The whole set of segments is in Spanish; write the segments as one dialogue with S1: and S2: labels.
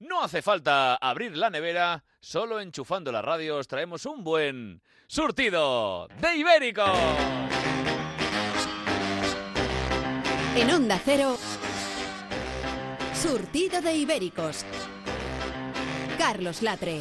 S1: No hace falta abrir la nevera, solo enchufando la radio os traemos un buen surtido de ibérico.
S2: En Onda Cero, surtido de ibéricos. Carlos Latre.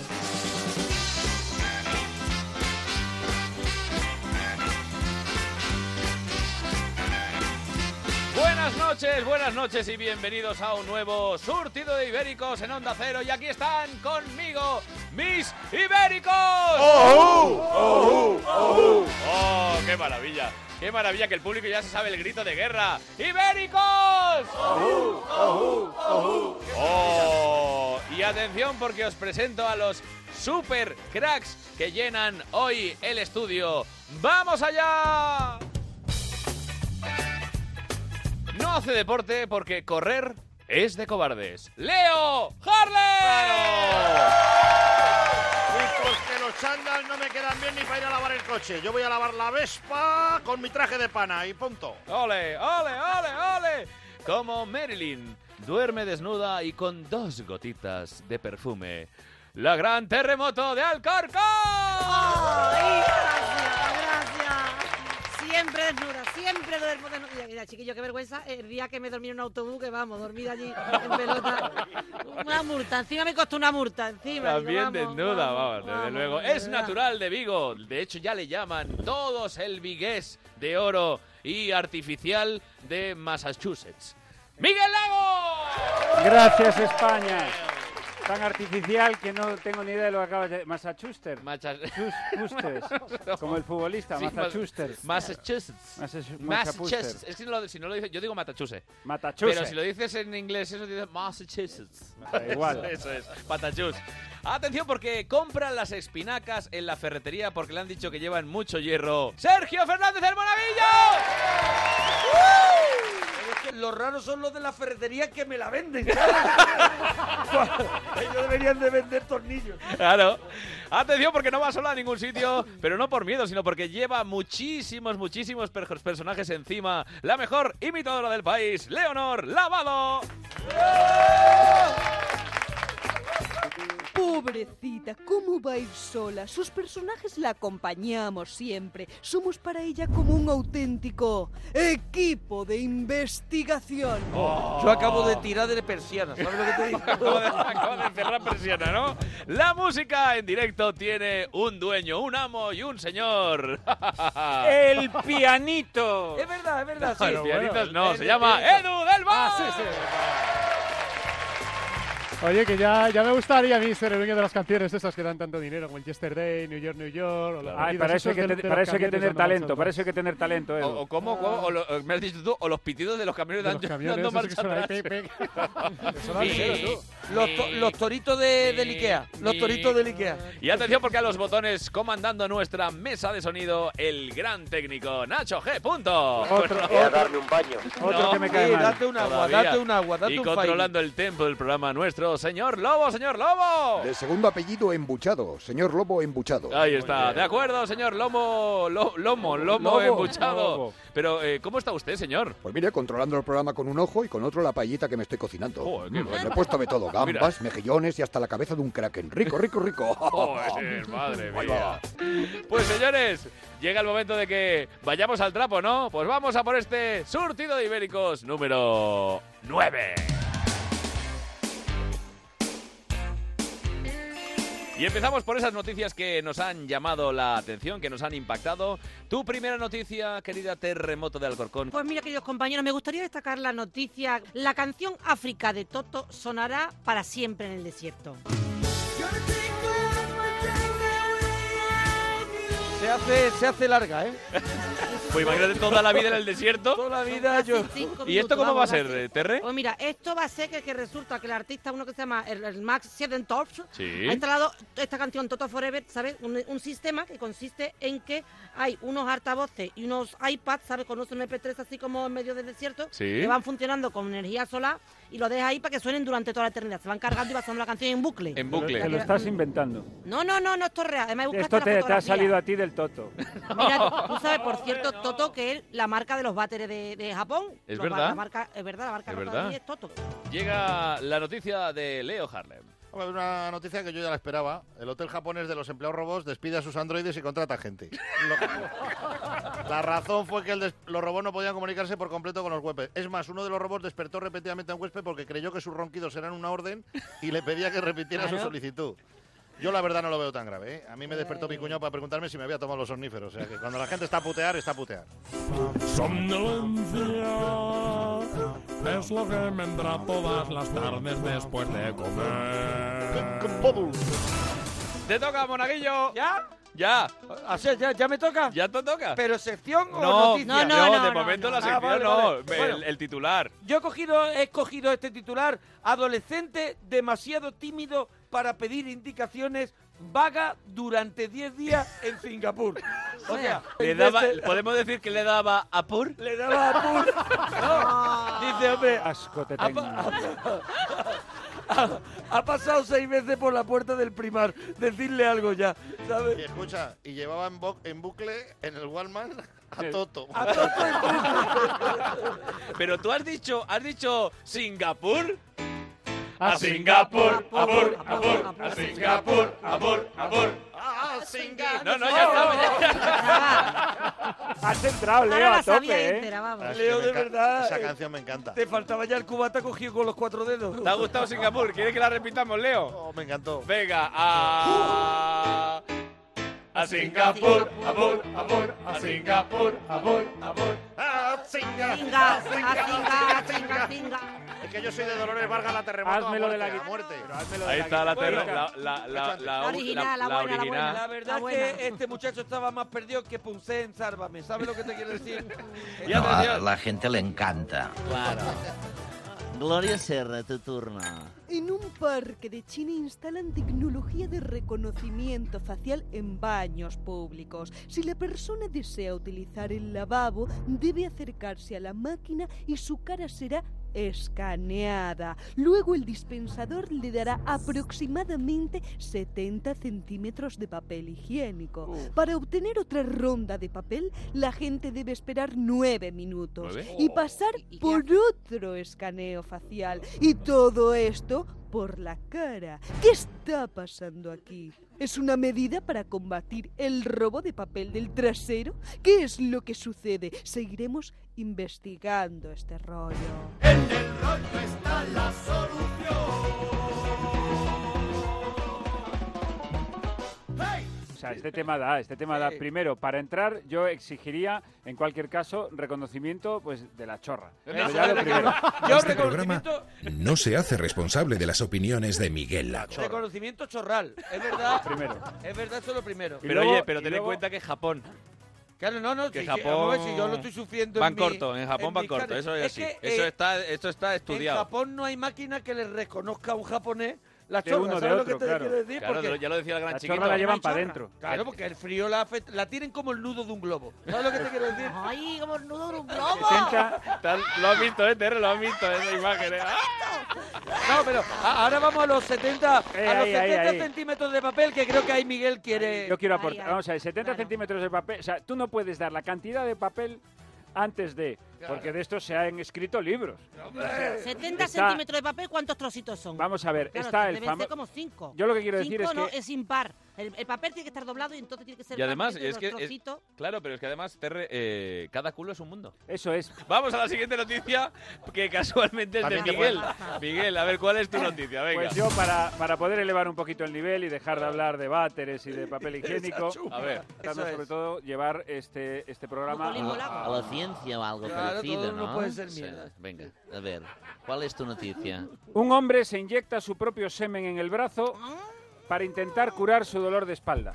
S1: Buenas noches, buenas noches y bienvenidos a un nuevo surtido de ibéricos en Onda Cero. Y aquí están conmigo mis ibéricos. ¡Oh, qué maravilla! ¡Qué maravilla que el público ya se sabe el grito de guerra! ¡Ibéricos! ¡Oh! Y atención porque os presento a los super cracks que llenan hoy el estudio. ¡Vamos allá! No hace deporte porque correr es de cobardes. ¡Leo Harley!
S3: Chicos, que los chándal no me quedan bien ni para ir a lavar el coche. Yo voy a lavar la Vespa con mi traje de pana y punto.
S1: ¡Ole, ole, ole, ole! Como Marilyn duerme desnuda y con dos gotitas de perfume. ¡La gran terremoto de Alcorcón!
S4: ¡Ay, gracias, gracias! Siempre desnuda, siempre duermo desnuda. Mira, Mira, chiquillo, qué vergüenza. El día que me dormí en un autobús, que vamos, dormida allí en pelota. Una multa, encima me costó una multa, encima.
S1: También
S4: Digo, vamos,
S1: desnuda, vamos,
S4: vamos,
S1: desde
S4: vamos,
S1: luego.
S4: de
S1: Es
S4: verdad.
S1: natural de Vigo. De hecho, ya le llaman todos el vigués de oro y artificial de Massachusetts. ¡Miguel Lago!
S5: Gracias España. Tan artificial que no tengo ni idea de lo que acabas de Massachusetts.
S1: Machas-
S5: Massachusetts. Como el futbolista,
S1: Sí, Mas-
S5: Massachusetts.
S1: Massachusetts.
S5: Massachusetts.
S1: Massachusetts. Es que no lo- si no lo dice, yo digo Matachusetts. Pero si lo
S5: Massachusetts.
S1: dices en inglés, eso dices Massachusetts.
S5: Da igual.
S1: Eso es, patachús. Atención porque compran las espinacas en la ferretería porque le han dicho que llevan mucho hierro. ¡Sergio Fernández del Monavillo!
S6: Pero es que los raros son los de la ferretería que me la venden. Ellos deberían de vender tornillos.
S1: Claro. Atención porque no va solo a ningún sitio, pero no por miedo, sino porque lleva muchísimos, muchísimos perjos- personajes encima. La mejor imitadora del país, Leonor Lavado.
S7: Pobrecita, ¿cómo va a ir sola? Sus personajes la acompañamos siempre. Somos para ella como un auténtico equipo de investigación.
S6: Yo acabo de tirar de persianas, ¿sabes lo que te digo?
S1: Acaba de, acaba de cerrar persiana, ¿no? La música en directo tiene un dueño, un amo y un señor.
S5: El pianito.
S6: es verdad, es verdad, sí.
S1: Los pianitos no,
S6: El-
S1: se llama
S6: el- Ah,
S1: Edu del Val.
S8: Oye, que ya, ya me gustaría a mí ser el dueño de las canciones esas que dan tanto dinero, como el Yesterday, New York, New York. o la-
S5: Ay,
S8: Adidas,
S5: para eso hay
S8: esos
S5: que,
S8: de-
S5: te-
S8: de
S5: para
S8: las
S5: eso hay que
S8: canciones
S5: tener
S8: dando marcha
S5: talento, para
S8: atrás.
S5: eso hay que tener
S9: Oh,
S5: talento,
S1: O,
S5: Edu.
S1: o cómo, cómo, o lo- me has dicho tú, o los pitidos de los camiones
S8: De
S1: dan-
S8: los camiones,
S1: dando
S8: esos que
S1: marcha
S8: son ahí,
S1: atrás.
S8: pe, pe. Que son aviseros, tú.
S6: Los, to- los toritos de, del Ikea. Los toritos del Ikea.
S1: Y atención porque a los botones comandando nuestra mesa de sonido el gran técnico Nacho G. Punto.
S5: Otro, otro
S1: No.
S5: que me cae
S6: Sí,
S5: mal.
S6: date un agua,
S1: Todavía.
S6: date un agua, date
S1: y
S6: un
S1: controlando el tempo del programa nuestro, señor Lobo, señor Lobo.
S10: De segundo apellido embuchado, señor Lobo embuchado.
S1: Ahí está, de acuerdo, señor Lomo, lo- Lomo, Lomo
S5: Lobo.
S1: embuchado.
S5: Lobo.
S1: Pero, eh, ¿cómo está usted, señor?
S10: Pues mire, controlando el programa con un ojo y con otro la paellita que me estoy cocinando. Pues
S1: Joder, qué bueno.
S10: Me he puesto de todo, gambas, mejillones y hasta la cabeza de un kraken. Rico, rico, rico.
S1: Joder, madre
S10: Ahí
S1: mía.
S10: va.
S1: Pues señores, llega el momento de que vayamos al trapo, ¿no? Pues vamos a por este surtido de ibéricos número 9. Y empezamos por esas noticias que nos han llamado la atención, que nos han impactado. Tu primera noticia, querida terremoto de Alcorcón.
S4: Pues mira, queridos compañeros, me gustaría destacar la noticia. La canción África de Toto sonará para siempre en el desierto.
S6: país. Se hace, se hace larga, ¿eh?
S1: Pues imagínate toda la vida en el desierto.
S6: Toda la vida yo.
S4: Casi cinco
S1: ¿Y esto
S4: minutos,
S1: cómo va a
S4: vamos,
S1: ser,
S4: casi.
S1: eh, Terre?
S4: Pues mira, esto va a ser que, que resulta que el artista, uno que se llama el, el Max Siedentopf,
S1: Sí.
S4: ha instalado esta canción Toto Forever, ¿sabes? Un, un sistema que consiste en que hay unos altavoces y unos iPads, ¿sabes? Con unos MP3 así como en medio del desierto,
S1: Sí.
S4: que van funcionando con energía solar y lo dejas ahí para que suenen durante toda la eternidad. Se van cargando y va sonando la canción en bucle. Mm.
S1: En bucle.
S5: Te lo estás inventando.
S4: No, no, no, no, esto es real. Además, he buscado
S5: Esto
S4: hasta
S5: te,
S4: la
S5: te ha
S4: fotografía.
S5: salido a ti del toto.
S4: Mira, tú sabes, por cierto, Toto, que es la marca de los váteres de, de Japón.
S1: Es
S4: Los-
S1: verdad.
S4: La marca, es verdad, la marca
S1: Es
S4: de los
S1: verdad.
S4: váteres es Toto.
S1: Llega la noticia de Leo Harlem.
S3: Hombre, Una noticia que yo ya la esperaba. El hotel japonés de los empleados robots despide a sus androides y contrata gente. Lo- la razón fue que el des- los robots no podían comunicarse por completo con los huéspedes. Es más, uno de los robots despertó repetidamente a un huésped porque creyó que sus ronquidos eran una orden y le pedía que repitiera su
S4: Claro.
S3: solicitud. Yo la verdad no lo veo tan grave. ¿eh? A mí me despertó mi cuñado para preguntarme si me había tomado los somníferos. O sea que cuando la gente está a putear, está a putear.
S11: Somnolencia es lo que me entra todas las tardes después de comer.
S1: ¡Te toca, monaguillo!
S6: ¿Ya?
S1: ¡Ya!
S6: O sea, ¿ya, ya me toca?
S1: ¿Ya te toca?
S6: ¿Pero sección o
S1: no,
S6: noticia?
S4: No, no,
S1: de
S4: no,
S1: momento
S4: no.
S1: la
S6: Ah,
S1: sección
S6: vale,
S1: no.
S6: vale.
S1: El,
S6: Bueno.
S1: el titular.
S6: Yo he cogido, he escogido este titular. Adolescente demasiado tímido para pedir indicaciones vaga durante 10 días en Singapur. O sea,
S1: Le
S6: en
S1: daba,
S6: vez de-
S1: ¿Podemos decir que le daba a Pur?
S6: le daba a Pur. No, dice, hombre,
S5: Asco te
S6: ha,
S5: tengo.
S6: pa- ha- ha pasado seis veces por la puerta del primar. Decirle algo ya,
S3: Y
S6: ¿sabes?
S3: escucha, y llevaba en, bo- en bucle en el Walmart a Toto.
S6: A Toto en
S1: Pero tú has dicho, has dicho Singapur.
S8: Ah,
S1: Singapur,
S4: a Pur, a Pur, a
S1: Singapur, a Pur, a Pur.
S3: ¡Ah, Singapur!
S1: No, no, ya estamos. ya-
S5: Has entrado, Leo,
S4: Ahora
S5: a
S4: la sabía
S5: tope, ¿eh?
S4: entera, vamos.
S3: Es que
S6: Leo,
S3: me
S6: de
S3: enca-
S6: verdad,
S3: Esa
S6: eh,
S3: canción me encanta.
S6: Te faltaba ya el cubata cogido con los cuatro dedos.
S1: ¿Te ha gustado Singapur? ¿Quieres que la repitamos, Leo?
S3: Oh, me encantó.
S1: Venga, a. A Singapur, a Pur, a Pur, a Singapur, a Pur, a Pur.
S3: Ah, singa,
S4: Tinga, a
S3: singa,
S4: tinga, tinga, tinga.
S3: Es que yo soy de Dolores Vargas, la terremoto.
S5: Házmelo
S3: a
S5: de la
S3: muerte,
S5: guitarra.
S3: a muerte.
S5: Pero házmelo de
S1: Ahí está la
S5: guitarra.
S1: terra, la, la, la, la,
S4: La
S1: u-
S4: original, la buena, la
S1: original.
S6: La
S4: buena.
S6: verdad
S4: Está
S6: es
S4: buena.
S6: que este muchacho estaba más perdido que Punce en Sálvame. ¿Sabes lo que te quiero decir?
S1: Y atención.
S12: la gente le encanta.
S13: Claro. Gloria Serra, tu turno.
S7: En un parque de China instalan tecnología de reconocimiento facial en baños públicos. Si la persona desea utilizar el lavabo, debe acercarse a la máquina y su cara será escaneada. Luego el dispensador le dará aproximadamente 70 centímetros de papel higiénico. Para obtener otra ronda de papel, la gente debe esperar 9 minutos
S1: ¿Nueve?
S7: y pasar
S4: Oh, ¿Y- y qué
S7: por
S4: hace?
S7: otro escaneo facial. Y todo esto por la cara. ¿Qué está pasando aquí? ¿Es una medida para combatir el robo de papel del trasero? ¿Qué es lo que sucede? Seguiremos investigando este rollo.
S5: O sea, este tema da, este tema da.
S6: Sí.
S5: Primero, para entrar, yo exigiría, en cualquier caso, reconocimiento pues de la chorra. Eso ya lo primero.
S6: Yo
S11: Este programa
S6: reconocimiento,
S11: no se hace responsable de las opiniones de Miguel Lago.
S6: reconocimiento chorral. Es verdad.
S5: Primero.
S6: Es verdad, eso es lo primero.
S5: Y
S1: Pero
S5: luego-
S1: oye, pero
S5: y
S1: ten en
S5: luego-
S1: cuenta que es Japón.
S6: Claro, no, no.
S1: Que
S6: si-
S1: Japón-
S6: vamos a ver, si yo lo estoy sufriendo.
S1: Van
S6: en mi-
S1: corto, en Japón van
S6: mi
S1: corto,
S6: carne.
S1: eso es, así.
S6: que,
S1: eso
S6: eh,
S1: está, esto está estudiado.
S6: En Japón no hay máquina que le reconozca a un japonés la
S5: De
S6: chorra.
S5: uno, de
S6: ¿Sabes
S5: otro,
S6: lo que te
S5: claro.
S6: quiero decir?
S1: Claro,
S6: Porque-
S1: ya lo decía el gran
S5: La
S1: chiquito.
S5: chorra la llevan
S4: Hay
S5: para
S4: chorra.
S5: adentro.
S6: Claro, porque el frío la, afecta- la tienen como el nudo de un globo. ¿Sabes lo que te quiero decir?
S4: Ay, como el nudo de un globo.
S5: 60,
S1: Tal- Lo has visto, ¿eh, Terry? Lo has visto, esa imagen. ¿eh? ¡Ah!
S6: No, pero a- ahora vamos a los 70,
S5: Eh,
S6: a los
S5: ahí, ahí,
S6: 70
S5: ahí.
S6: centímetros de papel que creo que ahí Miguel quiere.
S5: Yo quiero
S4: Ahí,
S5: aportar.
S4: ahí.
S5: Vamos a ver, 70
S4: Claro.
S5: centímetros de papel. O sea, tú no puedes dar la cantidad de papel antes de. Porque de esto se han escrito libros.
S4: 70
S5: Eh, Está-
S4: centímetros de papel, ¿cuántos trocitos son?
S5: Vamos a ver,
S4: Claro,
S5: está el
S4: deben ser
S5: famoso.
S4: como 5.
S5: Yo lo que quiero decir es
S4: no,
S5: que-
S4: es impar. El, el papel tiene que estar doblado y entonces tiene que ser.
S1: Y además,
S4: grande,
S1: es que.
S4: los
S1: es-
S4: trocitos.
S1: claro, pero es que además, Terry, eh, cada culo es un mundo.
S5: Eso es.
S1: Vamos a la siguiente noticia, que casualmente es de
S3: También te
S1: Miguel.
S4: puede-
S1: Miguel, a ver, ¿cuál es tu noticia? Venga.
S5: Pues yo, para, para poder elevar un poquito el nivel y dejar de hablar de váteres y de papel higiénico,
S1: A ver.
S5: tratando
S6: Eso
S5: sobre
S6: es.
S5: todo llevar este, este programa.
S4: Mocolimbo
S5: a-
S4: Lago.
S13: A la ciencia o algo
S6: Claro,
S13: parecido,
S6: todo
S13: ¿no?
S6: no puede ser
S13: Sí,
S6: mierda.
S13: Venga, a ver, ¿cuál es tu noticia?
S5: Un hombre se inyecta su propio semen en el brazo para intentar curar su dolor de espalda.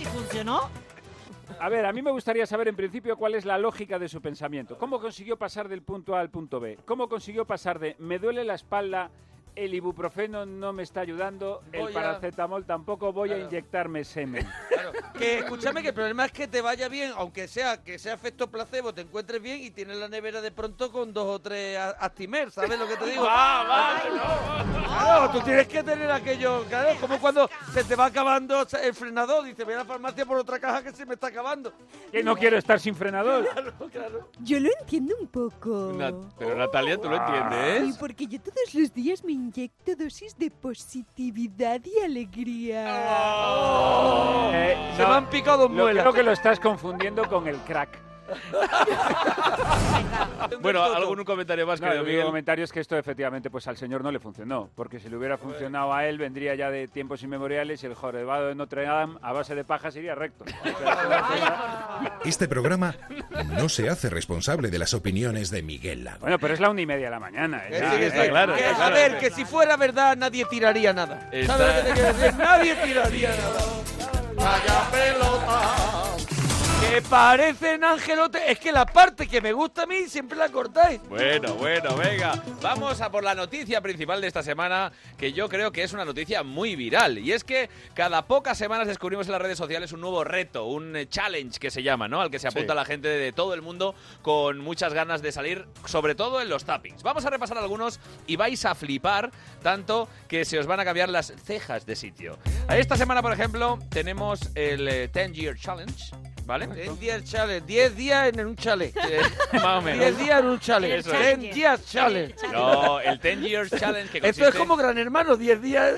S4: ¿Y funcionó?
S5: A ver, a mí me gustaría saber en principio cuál es la lógica de su pensamiento. ¿Cómo consiguió pasar del punto A al punto B? ¿Cómo consiguió pasar de me duele la espalda el ibuprofeno no me está ayudando,
S6: Voy
S5: el
S6: a-
S5: paracetamol tampoco, voy
S6: Claro.
S5: a inyectarme semen.
S6: Que escúchame que el problema es que te vaya bien, aunque sea que sea efecto placebo, te encuentres bien y tienes la nevera de pronto con dos o tres a- Astimer, ¿sabes lo que te digo?
S11: Ah, vale,
S6: Claro, tú tienes que tener aquello, claro, es como cuando se te va acabando el frenador, dices, voy a la farmacia por otra caja que se me está acabando.
S5: Que no quiero estar sin frenador.
S6: Claro, claro.
S7: Yo lo entiendo un poco.
S1: pero Natalia, ¿tú lo
S5: Ah.
S1: entiendes?
S7: Sí, porque yo todos los días me inyecto dosis de positividad y alegría.
S1: Oh.
S6: Se me han picado
S5: Eh, lo-
S6: muelas.
S5: Creo que lo estás confundiendo con el crack.
S1: Bueno, ¿algún comentario más,
S5: No,
S1: querido
S5: el único
S1: Miguel?
S5: comentario es que esto efectivamente pues al señor no le funcionó, porque si le hubiera funcionado a él vendría ya de tiempos inmemoriales y el jorobado de Notre Dame a base de pajas iría recto.
S12: Este programa no se hace responsable de las opiniones de Miguel Lago.
S5: Bueno, pero es la una y media de la mañana. ¿eh?
S12: Que sí, que está
S5: Eh,
S12: claro,
S5: eh,
S12: está
S5: a
S12: claro.
S5: ver,
S6: ver, que si fuera verdad nadie tiraría nada.
S1: Está-
S6: ¿Sabes lo que te quiero decir? Nadie tiraría nada. Vaya Que parecen angelotes. Es que la parte que me gusta a mí siempre la cortáis.
S1: Bueno, bueno, venga. Vamos a por la noticia principal de esta semana, que yo creo que es una noticia muy viral. Y es que cada pocas semanas descubrimos en las redes sociales un nuevo reto, un eh, challenge que se llama, ¿no? Al que se apunta
S3: Sí.
S1: la gente de todo el mundo con muchas ganas de salir, sobre todo en los tappings. Vamos a repasar algunos y vais a flipar tanto que se os van a cambiar las cejas de sitio. Esta semana, por ejemplo, tenemos el eh, 10 Year Challenge, ¿vale?
S6: 10 días chale, 10 días en un chale.
S1: Eh, más o menos.
S6: 10 días en un chale.
S1: Eso es.
S6: 10 días chale.
S1: No, el 10 Years Challenge que
S6: Esto es
S1: consiste-
S6: como Gran Hermano, 10 días,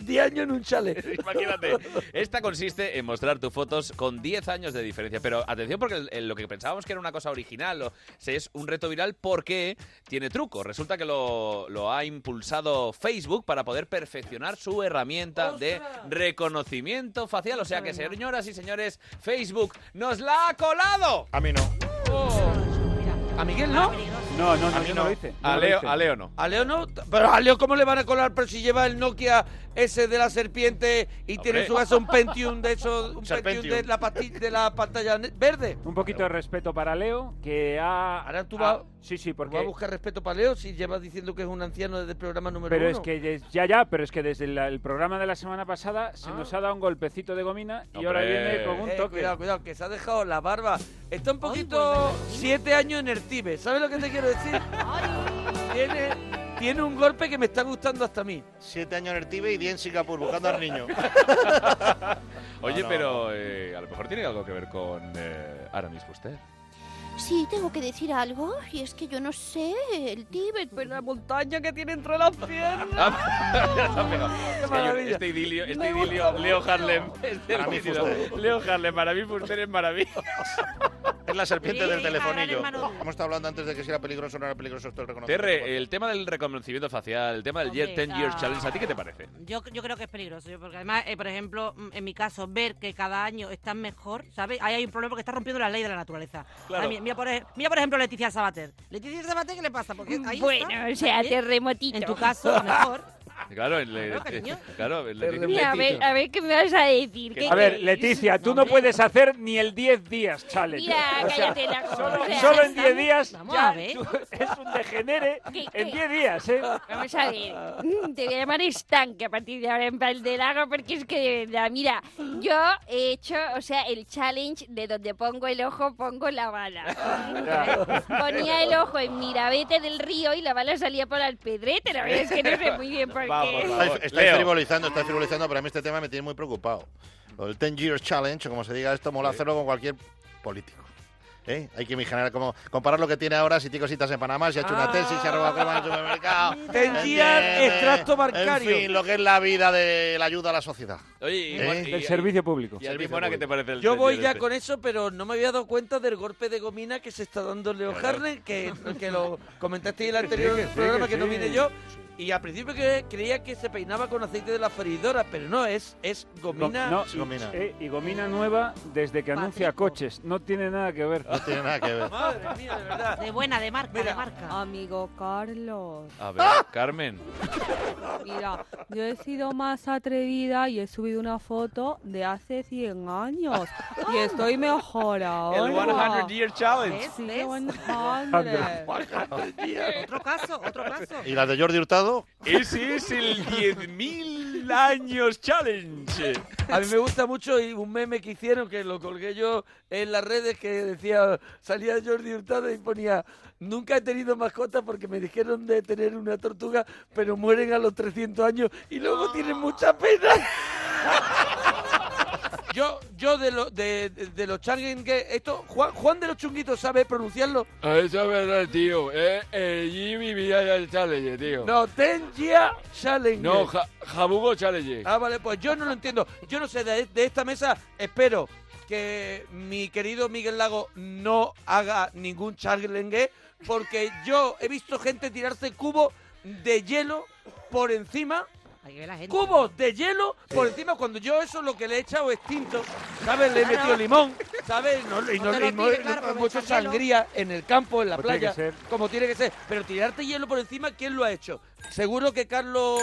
S6: 10 años en un chale.
S1: Imagínate. Esta consiste en mostrar tus fotos con 10 años de diferencia. Pero atención, porque el- el- lo que pensábamos que era una cosa original o, se- es un reto viral porque tiene truco. Resulta que lo, lo ha impulsado Facebook para poder perfeccionar su herramienta de reconocimiento facial. O sea que, señoras y señores, Facebook nos la ha colado. Oh.
S3: A mí no.
S6: ¿A Miguel no?
S5: No, no, no, yo no lo hice.
S1: A Leo, a Leo no.
S6: A Leo no, pero a Leo cómo le van a colar, pero si lleva el Nokia ese de la serpiente y tiene en su casa un Pentium de esos, un Pentium de la, pati- de la pantalla ne- verde.
S5: Un poquito de respeto para Leo, que ha...
S6: Ahora tú
S1: Ah,
S6: vas...
S5: Sí, sí,
S6: Va a
S5: porque...
S6: buscar respeto para Leo si llevas diciendo que es un anciano desde el programa número
S5: Pero
S6: uno.
S5: es que des- ya, ya, pero es que desde la- el programa de la semana pasada
S6: Ah.
S5: se nos ha dado un golpecito de gomina y ahora viene con un
S6: Eh,
S5: toque.
S6: cuidado, cuidado, que se ha dejado la barba. Está un poquito siete años en el Tibe. ¿Sabes lo que te quiero decir? tiene, tiene un golpe que me está gustando hasta a mí.
S3: Siete años en el Tibe y diez en Singapur, buscando al niño.
S1: Oye,
S3: No, no.
S1: pero eh, a lo mejor tiene algo que ver con eh, Aramis Fuster.
S14: Sí, tengo que decir algo, y es que yo no sé, el Tíbet, pero la montaña que tiene entre las piernas.
S1: Ah, ya se ha pegado. Es que yo-
S14: maravilla.
S1: este idilio, este
S14: Me gusta
S1: idilio,
S14: mucho.
S1: Leo Harlem. es delicioso.
S3: Fuster.
S1: Leo Harlem, para mí Fuster es maravilloso.
S3: Es la serpiente
S1: Sí,
S3: del
S1: la gran
S3: telefonillo.
S1: hermano.
S3: Hemos estado hablando antes de que si era peligroso o no era peligroso esto del reconocimiento.
S1: Terre, el tema del reconocimiento facial, el tema del
S4: Hombre,
S1: 10 Years
S4: ah.
S1: Challenge, ¿a ti qué te parece?
S4: Yo, yo creo que es peligroso, yo, porque además, eh, por ejemplo, mm, en mi caso, ver que cada año están mejor, ¿sabes? Ahí hay un problema porque está rompiendo la ley de la naturaleza.
S14: Claro.
S4: Ay, mira, mira por, ej- mira, por ejemplo, Leticia Sabater. Leticia Sabater, ¿qué le pasa? Porque ahí
S14: Bueno,
S4: está,
S14: o sea,
S4: ¿eh?
S14: terremotito.
S4: En tu caso, a lo mejor.
S1: Claro, el, eh,
S4: cariño.
S1: claro, el-
S14: Mira, a ver, a ver qué me vas a decir. ¿qué
S5: A ver,
S14: crees?
S5: Leticia, tú no puedes hacer ni el 10 días challenge.
S14: Mira,
S5: O sea,
S14: cállate la
S5: solo,
S14: cosa.
S5: solo en 10 días
S14: Vamos
S5: ya
S14: a ver.
S5: tú- es un degenere
S14: ¿Qué-
S5: en
S14: qué?
S5: 10 días, ¿eh?
S14: Vamos a ver, mm, te voy a llamar estanque a partir de ahora en plan del lago porque es que de verdad, mira, yo he hecho, o sea, el challenge de donde pongo el ojo, pongo la bala. Ponía el ojo en Mirabete del río y la bala salía por Alpedrete, la verdad es que no sé muy bien por qué.
S3: Estáis, estáis
S1: Leo.
S3: frivolizando, estáis frivolizando, pero a mí este tema me tiene muy preocupado. Lo del 10 Years Challenge, o como se diga esto, mola hacerlo con cualquier político. ¿Eh? Hay que imaginar como comparar lo que tiene ahora si tiene cositas en Panamá, si ha hecho
S6: Ah.
S3: una tesis, si ha robado crema en el supermercado.
S6: Ten
S3: ¿entiendes?
S6: Years extracto
S3: En
S6: bancario.
S3: fin, lo que es la vida de la ayuda a la sociedad.
S1: Oye, y- y-
S5: Eh, Del
S1: y-
S5: servicio público.
S1: y a ti, Mona, ¿qué te parece el
S6: Yo
S1: 10
S6: voy
S1: Years
S6: ya
S1: este?
S6: con eso, pero no me había dado cuenta del golpe de gomina que se está dando Leo
S1: Claro.
S6: Harlem, que, que lo comentaste en el anterior
S5: Sí, que sí,
S6: programa
S5: que
S6: que, no
S5: sí.
S6: vine yo. Y al principio cre- creía que se peinaba con aceite de la feridora, pero no, es, es
S5: Go-
S6: gomina.
S5: no, eh, y gomina nueva desde que anuncia coches. No tiene nada que ver. No
S3: tiene nada que ver.
S6: Madre mía, de verdad.
S4: De buena, de marca, de marca.
S15: Amigo Carlos,
S1: A ver,
S5: ¡Ah!
S1: Carmen.
S15: mira, yo he sido más atrevida y he subido una foto de hace 100 años y estoy mejor ahora.
S1: Year Challenge.
S15: Sí, 100.
S4: Otro caso, otro caso.
S3: ¿Y las de Jordi Hurtado? pasado.
S1: Ese es el 10.000 años challenge.
S6: A mí me gusta mucho y un meme que hicieron que lo colgué yo en las redes que decía, salía Jordi Hurtado y ponía, nunca he tenido mascota porque me dijeron de tener una tortuga, pero mueren a los 300 años y luego tienen mucha pena. Yo, yo de, lo- de, de- de los challenge, esto, Juan, Juan de los chunguitos sabe pronunciarlo.
S16: Eso es verdad, tío. Eh, eh, Jimmy Villarreal Challenge, tío.
S6: No, Tengia Challenge.
S16: No, Ja- Jabugo Challenge.
S6: Ah, vale, pues yo no lo entiendo. Yo no sé, de, de esta mesa espero que mi querido Miguel Lago no haga ningún charlengue, porque yo he visto gente tirarse cubos de hielo por encima. Cubos de hielo por encima cuando yo eso lo que le he echado es tinto, ¿sabes? Le he
S1: Claro.
S6: metido limón, ¿sabes? No, y
S1: No
S6: no,
S1: te lo
S6: y no-
S1: tires,
S6: no-
S1: claro,
S6: mucho
S1: aprovechar hielo.
S6: sangría en el campo, en la
S1: Como tiene que
S6: playa,
S1: ser.
S6: como tiene que ser. Pero tirarte hielo por encima, ¿quién lo ha hecho? Seguro que Carlos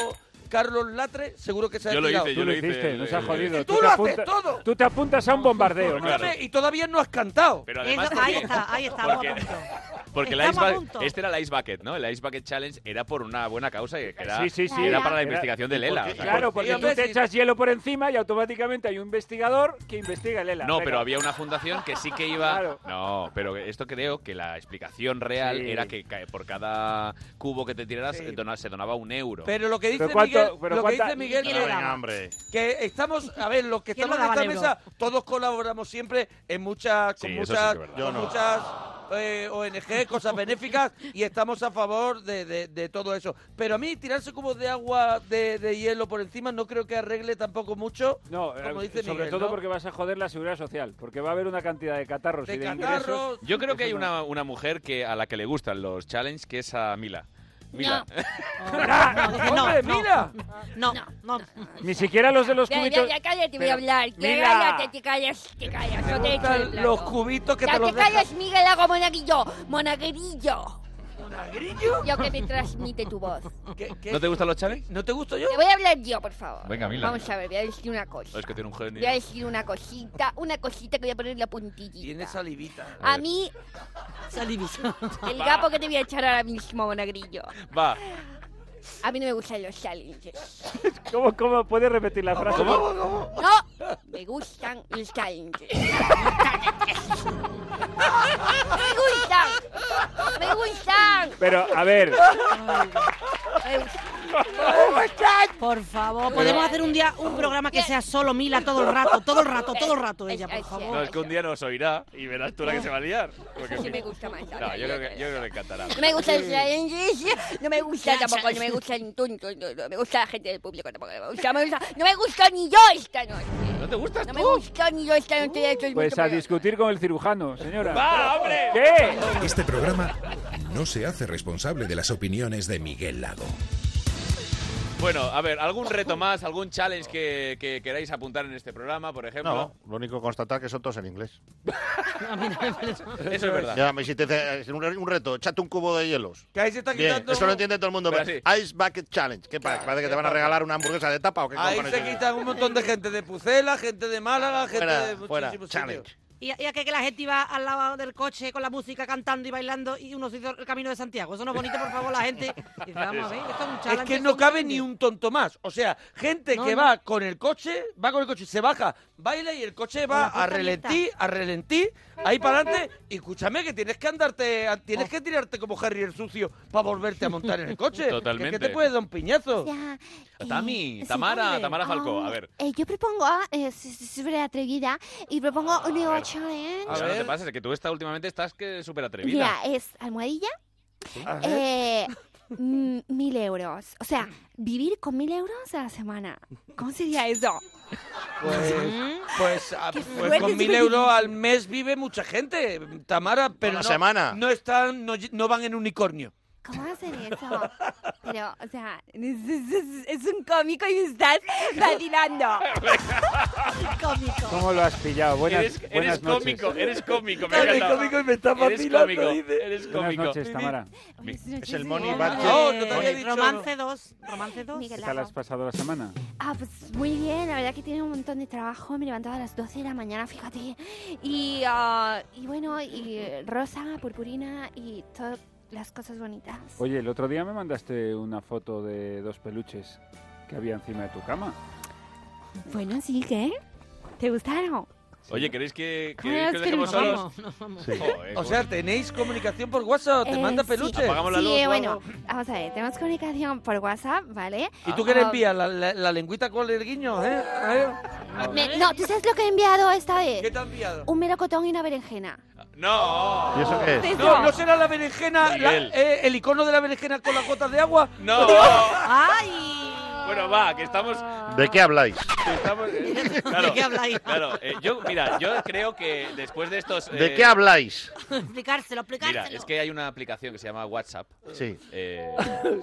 S6: Carlos Latre, seguro que se ha
S1: Yo lo
S6: tirado.
S1: hice,
S5: Tú
S1: yo
S5: lo
S1: lo hice,
S5: hiciste,
S1: el-
S5: nos has
S1: el-
S5: jodido.
S1: Tú
S6: lo
S5: te
S6: haces
S5: apuntas-
S6: todo.
S5: Tú te apuntas a un bombardeo. ¿no?
S1: Claro.
S6: Y todavía no has cantado.
S1: Pero además
S4: Eso- ahí está, ahí está.
S1: Porque-
S4: vamos a punto.
S1: Porque el
S4: Estamos
S1: ice
S4: a
S1: bucket-
S4: punto.
S1: este era el Ice Bucket, ¿no? El Ice Bucket Challenge era por una buena causa y que era,
S5: Sí, sí, sí.
S1: era para la
S5: Era-
S1: investigación de Lela. o sea,
S5: Claro,
S1: por-
S5: porque tú te echas hielo por encima y automáticamente hay un investigador que investiga el ELA.
S1: No,
S5: Venga.
S1: pero había una fundación que sí que iba.
S5: Claro.
S1: No, pero esto creo que la explicación real
S5: Sí.
S1: era que ca- por cada cubo que te tiraras eh, dona- se donaba un euro.
S6: Pero lo que dice Miguel, lo que dice Miguel
S1: No,
S6: es
S1: venga, hombre.
S6: que estamos, a ver, los que
S1: ¿Quién
S6: estamos en
S1: no
S6: esta
S1: daba el
S6: mesa, todos colaboramos siempre en muchas, con
S1: Sí, eso sí
S6: muchas,
S1: que es verdad.
S6: con
S1: Yo no.
S6: muchas eh, ONG, cosas benéficas, y estamos a favor de, de- de todo eso. Pero a mí tirarse cubos de agua de, de hielo por encima no creo que arregle tampoco mucho,
S5: No,
S6: como
S5: eh,
S6: dice
S5: sobre
S6: Miguel,
S5: todo
S6: ¿no?
S5: porque vas a joder la seguridad social, porque va a haber una cantidad de catarros
S6: De
S5: y de
S6: catarros.
S5: ingresos.
S1: Yo creo que hay
S5: Eso no-
S1: una, una mujer que a la que le gustan los challenges, que es a Mila. Mila.
S6: No,
S4: dije, no,
S5: ¡Hombre,
S4: no,
S5: mira!
S4: No, no.
S5: Ni siquiera los de los
S14: Ya,
S5: cubitos.
S14: ya, ya, cállate, voy
S5: Pero,
S14: a hablar. Ya,
S5: Mira.
S14: cállate, te callas, te callas. No te echo el plato.
S6: los cubitos que
S14: ya
S6: te los dejan.
S14: callas, Miguel Lago Monaguillo. Monaguillo. ¿Monaguillo? Yo que me transmite tu voz.
S1: ¿No te gustan los challenges?
S6: ¿No te gusto yo?
S14: Te voy a hablar yo, por favor.
S1: Venga, Mila.
S14: Vamos a ver, voy a decir una cosa.
S1: Es que tiene un genio.
S14: Voy a decir una cosita, una cosita que voy a poner la puntillita.
S6: Tiene salivita.
S14: A mí,
S4: Salivita.
S14: el gapo que te voy a echar ahora mismo, Monagrillo.
S1: Va.
S14: A mí no me gustan los challenges.
S5: ¿Cómo, cómo? ¿Puedes repetir la frase?
S14: No, me gustan los challenges. Me gustan. Me gustan.
S5: Pero, a ver.
S14: Me gustan.
S4: Por favor, podemos hacer un día un programa que sea solo Mila todo el rato, todo el rato, todo el rato ella, por
S1: No,
S4: favor.
S1: es que un día nos oirá y verás tú la que se va a liar. Porque,
S14: Sí me gusta más.
S1: No, yo creo que, yo creo que le encantará.
S14: No me gustan los challenges. No me gusta tampoco. No me gustan tontos. No, no me gusta la gente del público tampoco. No me gusta, me gusta- no me gusta ni yo esta noche.
S1: ¿No te gustas
S14: No me gusta ni yo esta noche. esto es
S5: Pues
S14: mucho
S5: a
S14: peor.
S5: discutir con el cirujano, señora.
S14: ¡Va,
S5: hombre! ¿Qué?
S12: Este programa no se hace responsable de las opiniones de Miguel Lago.
S1: Bueno, a ver, ¿algún reto más? ¿Algún challenge que, que queráis apuntar en este programa, por ejemplo?
S3: No, lo único que constatar que son todos en inglés.
S4: Ah,
S1: Eso es verdad.
S3: Ya, me hiciste hacer un, un reto, échate un cubo de hielos.
S6: Que ahí se está
S3: Bien,
S6: quitando...
S3: eso lo entiende todo el mundo.
S6: Pero
S3: Pero Ice Bucket Challenge. ¿Qué pasa? ¿Parece que te van a
S6: claro.
S3: regalar una hamburguesa de tapa o qué
S6: Ahí
S3: cojones
S6: se
S3: es?
S6: quitan un montón de gente de Pucela, gente de Málaga, gente
S3: Fuera,
S6: de
S3: fuera,
S6: muchísimos
S3: challenge.
S6: sitios.
S4: Y, y a que, que la gente iba al lado del coche con la música cantando y bailando y uno se hizo el camino de Santiago. Eso no es bonito, por favor, la gente. Y dice, vamos a ver, esto es un
S6: Es
S4: challenge.
S6: que no cabe ni un tonto más. O sea, gente
S4: No,
S6: que
S4: no.
S6: va con el coche, va con el coche, se baja, baila y el coche va
S4: Con la
S6: a
S4: puerta abierta.
S6: relentí, a relentí, ahí para adelante. Y escúchame que tienes que andarte, a-
S1: Oh.
S6: tienes que tirarte como Harry el sucio para volverte a montar en el coche.
S1: Totalmente.
S6: Que, que te puede dar un piñazo.
S1: Tami, Tamara, Tamara
S4: Ah.
S1: Falcó, a ver.
S17: yo propongo, eh, s- s- súper atrevida, y propongo un nuevo challenge.
S1: Cuidado, no te pases, que tú esta, últimamente estás que súper atrevida.
S17: Mira, es almohadilla, eh, mm, mil euros. O sea, vivir con mil euros a la semana. ¿Cómo sería eso?
S6: Pues, pues, ah, pues
S17: fuerte,
S6: con mil
S17: súper
S6: euros
S17: difícil.
S6: al mes vive mucha gente, Tamara, pero
S3: la
S6: no,
S3: semana.
S6: no están, no, lle- no van en unicornio.
S17: ¿Cómo hacen eso? Pero, o sea, es, es- es- es un cómico y me estás vacilando.
S5: ¿Cómo lo has pillado? Buenas,
S1: Eres, eres
S5: buenas noches.
S1: cómico, eres cómico, me
S6: Eres
S1: encanta.
S6: cómico y me está
S1: Eres
S6: vacilando,
S1: cómico,
S6: dice.
S1: eres
S5: Buenas
S1: cómico.
S5: noches, Tamara.
S17: Es
S3: el Money
S6: No, no te había
S4: Eh,
S6: dicho,
S4: romance 2, romance 2.
S17: Miguel
S5: ¿Te la
S17: Lago.
S5: has pasado la semana?
S17: Ah, pues muy bien, la verdad que tiene un montón de trabajo, me he levantado a las 12 de la mañana, fíjate. Y, ah, y bueno, y rosa, purpurina y todo, las cosas bonitas.
S5: Oye, el otro día me mandaste una foto de dos peluches que había encima de tu cama.
S17: Bueno, sí, ¿qué? ¿Te gustaron?
S1: Oye, ¿queréis que,
S17: ¿Cómo
S1: que,
S17: es
S1: que
S17: que
S1: dejemos
S17: no
S1: solos?
S17: vamos?
S1: Joder,
S6: O sea, ¿tenéis comunicación por WhatsApp? ¿Te
S17: Eh,
S6: manda
S17: sí.
S6: peluches?
S17: Sí, bueno, vamos a ver, tenemos comunicación por WhatsApp, ¿vale?
S6: ¿Y tú qué le
S17: Ah,
S6: envías? ¿La, la- la lengüita con el guiño? ¿eh? ¿Eh?
S17: Ah, me- no, ¿tú sabes lo que he enviado esta vez?
S6: ¿Qué te ha enviado?
S17: Un melocotón y una berenjena.
S1: ¡No!
S3: ¿Y eso qué es?
S6: No, ¿no será la berenjena, la-
S1: Miguel.
S6: eh, el icono de la berenjena con las gotas de agua? Ah,
S1: ¡No!
S4: ¡Ay!
S1: Bueno, va, que estamos...
S3: ¿De qué habláis?
S1: que estamos- eh, claro,
S4: ¿De qué habláis?
S1: Claro, eh, yo, mira, yo creo que después de estos...
S3: ¿De
S1: eh,
S3: qué habláis?
S4: explicárselo,
S1: Mira,
S4: explicárselo.
S1: es que hay una aplicación que se llama WhatsApp.
S3: Sí.
S1: Eh,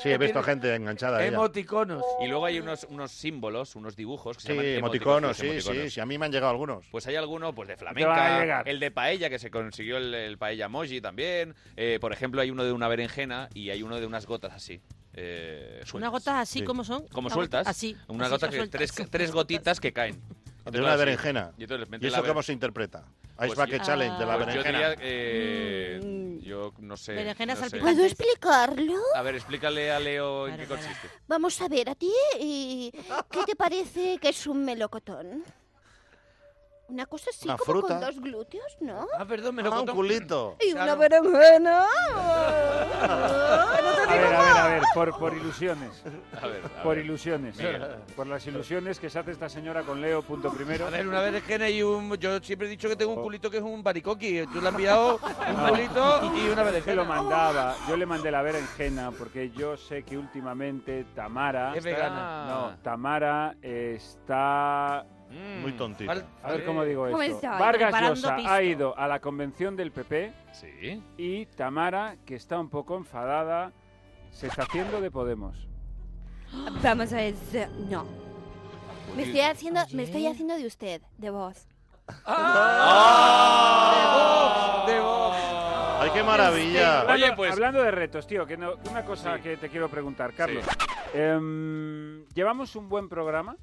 S3: Sí, he visto gente enganchada. a ella.
S6: Emoticonos.
S1: Y luego hay unos, unos símbolos, unos dibujos que se
S3: Sí,
S1: llaman
S3: emoticonos, sí,
S1: emoticonos.
S3: sí, sí. A mí me han llegado algunos.
S1: Pues hay alguno pues de
S3: van a
S1: flamenca,
S3: llegar.
S1: el de paella que se consiguió el, el paella moji también. Eh, por ejemplo, hay uno de una berenjena y hay uno de unas gotas así. eh, sueltas.
S4: ¿Unas gotas Ah, así como son?
S1: Como
S4: Las
S1: sueltas.
S4: gotas así,
S1: Unas gotas
S4: así, las
S1: que-
S4: sueltas,
S1: tres,
S4: sueltas,
S1: tres gotitas que caen.
S3: De una
S1: Así.
S3: berenjena.
S1: Y, entonces les
S3: ¿Y
S1: meten la
S3: eso
S1: ber-
S3: cómo se interpreta? Ice
S1: Pues
S3: Bucket
S1: yo-
S3: Challenge de la
S1: pues
S3: berenjena.
S1: Yo diría, eh, yo no sé.
S4: Mm. Berenjena
S1: no sé.
S17: ¿Puedo explicarlo?
S1: A ver, explícale a Leo en qué consiste.
S17: Vamos a ver, a ti, eh, ¿qué te parece que es un melocotón? Una cosa así
S3: Una
S17: como
S3: fruta.
S17: con dos glúteos, ¿no?
S6: Ah, perdón, me
S3: Ah, un culito.
S17: Y una berenjena.
S5: A ver, a ver, a ver, por, por ilusiones.
S1: A ver, a
S5: por
S1: ver.
S5: ilusiones.
S1: Miguel.
S5: Por las ilusiones que se hace esta señora con Leo, punto primero.
S6: A ver, una berenjena y un... Yo siempre he dicho que tengo un culito que es un baricoqui. Tú le has enviado un culito y una
S5: que
S6: berenjena.
S5: lo mandaba. Yo le mandé la berenjena porque yo sé que últimamente Tamara.
S6: Es vegana.
S5: No, Tamara está.
S3: Muy tontito.
S5: Fal- A ver cómo digo
S6: ¿Cómo
S5: esto.
S6: está?
S5: Vargas
S6: Preparando
S5: Llosa
S6: pisto.
S5: ha ido a la convención del PP
S1: Sí.
S5: y Tamara, que está un poco enfadada, se está haciendo de Podemos.
S17: Vamos a ver, se- no. Me estoy haciendo, me estoy
S4: Oye.
S17: haciendo de usted, de vos.
S6: De vos.
S3: ¡Ay, qué maravilla!
S5: Hablando,
S1: Oye, pues-
S5: Este, hablando de retos, tío, que no- una cosa que te quiero preguntar, Carlos. Em, llevamos un buen programa.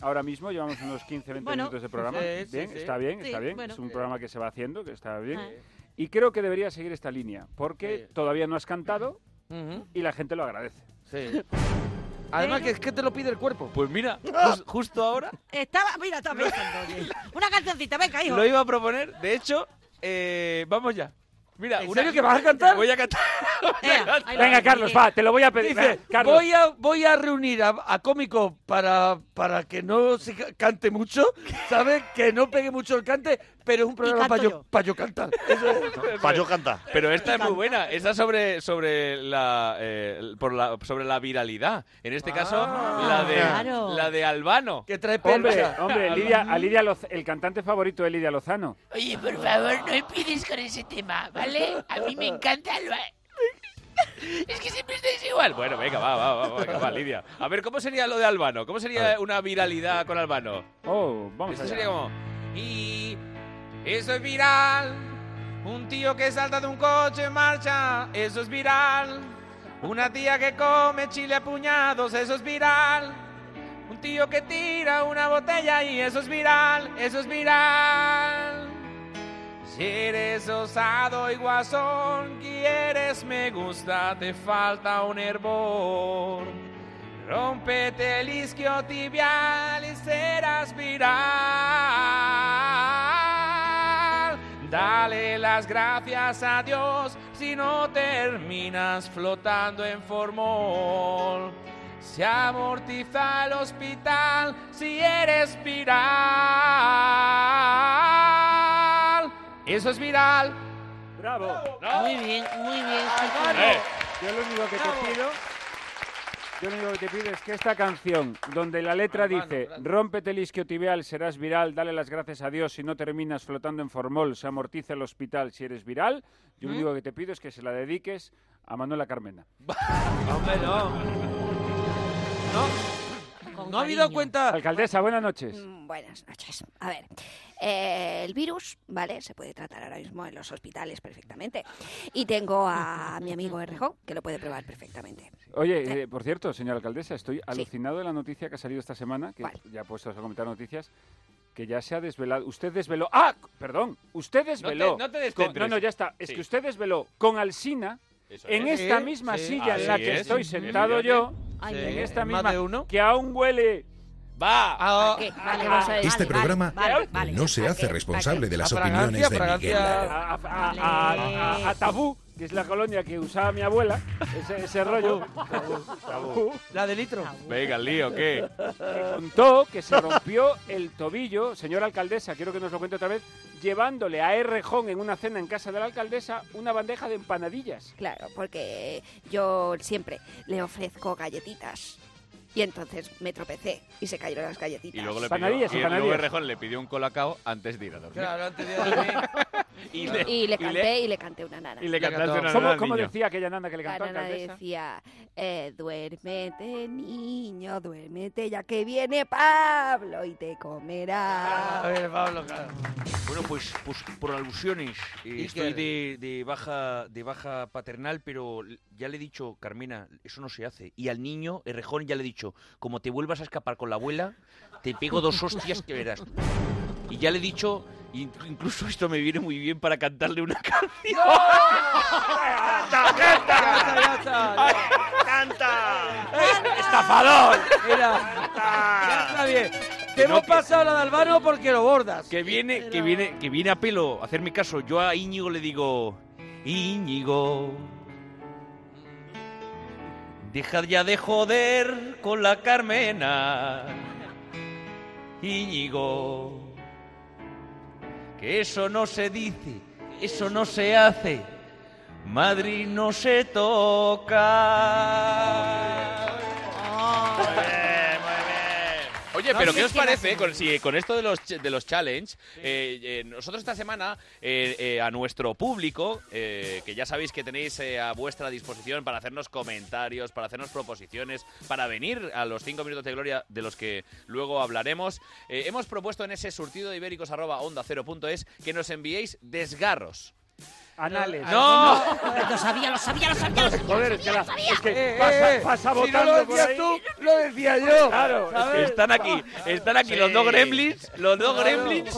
S5: Ahora mismo llevamos unos 15, 20
S6: Bueno,
S5: minutos de programa.
S6: sí, sí,
S5: bien,
S6: sí.
S5: está bien,
S6: Sí,
S5: está bien.
S6: bueno.
S5: Es un programa que se va haciendo, que está bien.
S6: Ah.
S5: Y creo que debería seguir esta línea, porque todavía no has cantado
S6: Ujú.
S5: y la gente lo agradece.
S6: Sí. Además, que es que te lo pide el cuerpo.
S1: Pues mira, jus- justo ahora
S4: Estaba, mira, estaba pensando, oye. eh. Una cancioncita, venga, hijo.
S6: Lo iba a proponer. De hecho, eh, vamos ya. Mira,
S4: ¿En
S6: una
S4: serio
S6: que vas a cantar? Voy a cantar.
S4: Ea, ahí va,
S5: Venga, Carlos,
S4: Miguel.
S5: va, te lo voy a pedir.
S6: Dice,
S5: Venga, Carlos.
S6: voy a, voy a reunir a, a cómicos para, para que no se ca- cante mucho, ¿sabes? Que no pegue mucho el cante, pero es un programa
S4: canto
S6: para yo,
S4: yo.
S6: pa' yo cantar. Eso es.
S3: Para yo cantar.
S1: Pero esta es muy buena. Esta sobre sobre la, eh, el- por la sobre la viralidad. En este caso la de
S4: Claro.
S1: la de Albano.
S6: Ah. que trae
S5: Hombre,
S6: percha.
S5: hombre, Lidia, a Lidia Loz- el cantante favorito de Lidia Lozano.
S18: Oye, por favor, no empieces con ese tema, ¿vale? A mí me encanta lo... Es que siempre estáis igual.
S1: Bueno, bueno, venga, va, va, va, venga, va, Lidia. A ver, ¿cómo sería lo de Albano? ¿Cómo sería una viralidad con Albano?
S5: Oh, vamos
S1: Esto
S5: allá.
S1: sería como y eso es viral. Un tío que salta de un coche en marcha, eso es viral. Una tía que come chile a puñados, eso es viral. Un tío que tira una botella y eso es viral, eso es viral. Si eres osado y guasón, quieres me gusta, te falta un hervor. Rompete el isquio tibial y serás viral. Dale las gracias a Dios si no terminas flotando en formol. Se amortiza el hospital si eres viral. Eso es viral.
S5: ¡Bravo! Ah,
S4: Muy bien, muy bien.
S1: Eh.
S5: Yo lo único que te pido. Yo lo único que te pido es que esta canción, donde la letra dice Rómpete el isquiotibial, serás viral, dale las gracias a Dios si no terminas flotando en formol, se amortiza el hospital si eres viral. Yo
S6: ¿Mm?
S5: lo único que te pido es que se la dediques a Manuela Carmena.
S6: Hombre, no. No, no ha habido cuenta.
S5: Alcaldesa, buenas noches.
S17: Mm, Buenas noches. A ver, eh, el virus, ¿vale? Se puede tratar ahora mismo en los hospitales perfectamente. Y tengo a mi amigo Errejón, que lo puede probar perfectamente.
S5: Oye, eh, por cierto, señora alcaldesa, estoy alucinado de la noticia que ha salido esta semana, que ya puestos a comentar noticias, que ya se ha desvelado. Usted desveló. ¡Ah! Perdón, usted desveló.
S1: no te
S5: con-
S1: descentres.
S5: no, no, ya está. Es
S1: Sí.
S5: que usted desveló con Alsina
S1: Eso
S5: en
S1: es.
S5: esta
S1: Sí,
S5: misma
S1: sí.
S5: silla en la
S1: Así
S5: que
S1: es,
S5: estoy
S1: sí,
S5: sentado
S1: sí.
S5: yo,
S1: Ay,
S5: en
S1: sí.
S5: esta
S1: ¿Más
S5: misma,
S1: de
S5: que aún huele...
S6: ¡Va!
S14: Ah, Ok, vale, vamos a ver.
S12: Este
S14: Vale,
S12: programa
S14: vale, vale, vale.
S12: no se hace responsable de las
S5: A fragancia,
S12: opiniones de
S5: fragancia.
S12: Miguel Lago.
S5: A, a- a- a- a Tabú, que es la colonia que usaba mi abuela, ese, ese rollo.
S6: La de litro.
S1: Venga, el lío, ¿qué?
S5: Me contó que se rompió el tobillo, señora alcaldesa, quiero que nos lo cuente otra vez, llevándole a Errejón en una cena en casa de la alcaldesa una bandeja de empanadillas.
S17: Claro, porque yo siempre le ofrezco galletitas. Y entonces me tropecé y se cayeron las galletitas.
S1: Y luego le
S5: Panadillas,
S1: pidió, y
S5: panadillas.
S1: luego Errejón le pidió un colacao antes de ir a dormir.
S6: Claro, antes de dormir.
S17: y,
S1: Y
S17: le,
S1: le- y le-
S17: canté y le canté una nana.
S1: y le cantaste una
S5: ¿Cómo-
S1: nana al
S5: cómo
S1: niño.
S5: decía aquella nana que le cantó
S17: La nana
S5: alcaldesa?
S17: decía, eh, duérmete niño, duérmete ya que viene Pablo y te comerá.
S5: Ah,
S6: A ver, Pablo, claro.
S19: Bueno, pues, pues por alusiones, eh,
S6: Iker.
S19: estoy de, de baja, de baja paternal, pero l- ya le he dicho, Carmena, eso no se hace. Y al niño, Errejón, ya le he dicho, como te vuelvas a escapar con la abuela, te pego dos hostias que verás. tú. Y ya le he dicho, in- incluso esto me viene muy bien para cantarle una canción.
S6: ¡Estafador! Mira, ya está bien. Te hemos pasado la de Albano porque lo bordas.
S19: Que viene, que viene, que viene a pelo a hacer mi caso. Yo a Íñigo le digo, Íñigo, dejad ya de joder con la Carmena. Íñigo, que eso no se dice, eso no se hace. Madrid no se toca.
S1: Oye,
S19: No,
S1: pero
S19: sí,
S1: ¿qué
S19: es
S1: os
S19: que no
S1: parece
S19: sé.
S1: con, si- con esto de los, ch- de los challenge? eh, eh, nosotros esta semana, eh, eh, a nuestro público, eh, que ya sabéis que tenéis eh, a vuestra disposición para hacernos comentarios, para hacernos proposiciones, para venir a los 5 minutos de gloria de los que luego hablaremos, eh, hemos propuesto en ese surtido de ibéricos arroba onda cero punto es que nos enviéis desgarros.
S5: Anales.
S1: ¡No!
S5: Lo sabía, lo sabía, lo sabía. Joder, es que, la- es que
S6: Eh, eh,
S5: pasa,
S6: eh,
S5: pasa
S6: si no
S5: votando por
S6: lo decías
S5: ahí.
S6: tú, lo decía yo.
S5: Claro,
S6: ¿sabes?
S19: Están aquí, están aquí los dos gremlins, los dos gremlins.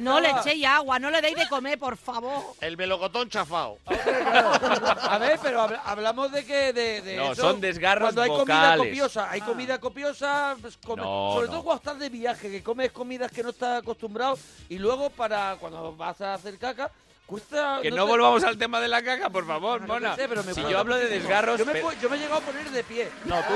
S4: No le echéis agua, no le deis de comer, por favor.
S3: El melocotón chafao.
S6: A ver, pero habl- hablamos de que de, de
S1: No,
S6: eso,
S1: son desgarros
S6: Cuando hay comida
S1: vocales. Ah.
S6: copiosa, hay comida copiosa, pues come-
S1: No,
S6: sobre
S1: no.
S6: todo cuando estás de viaje, que comes comidas que no estás acostumbrado y luego para cuando vas a hacer caca cuesta
S1: Que no,
S6: te-
S1: volvamos al tema de la caca, por favor,
S6: Ah, no
S1: Mona.
S6: sé, pero me
S1: si
S6: cuesta
S1: yo hablo de
S6: muchísimo.
S1: desgarros...
S6: yo me,
S1: pe-
S6: pu- yo me he llegado a poner de pie.
S3: No, tú,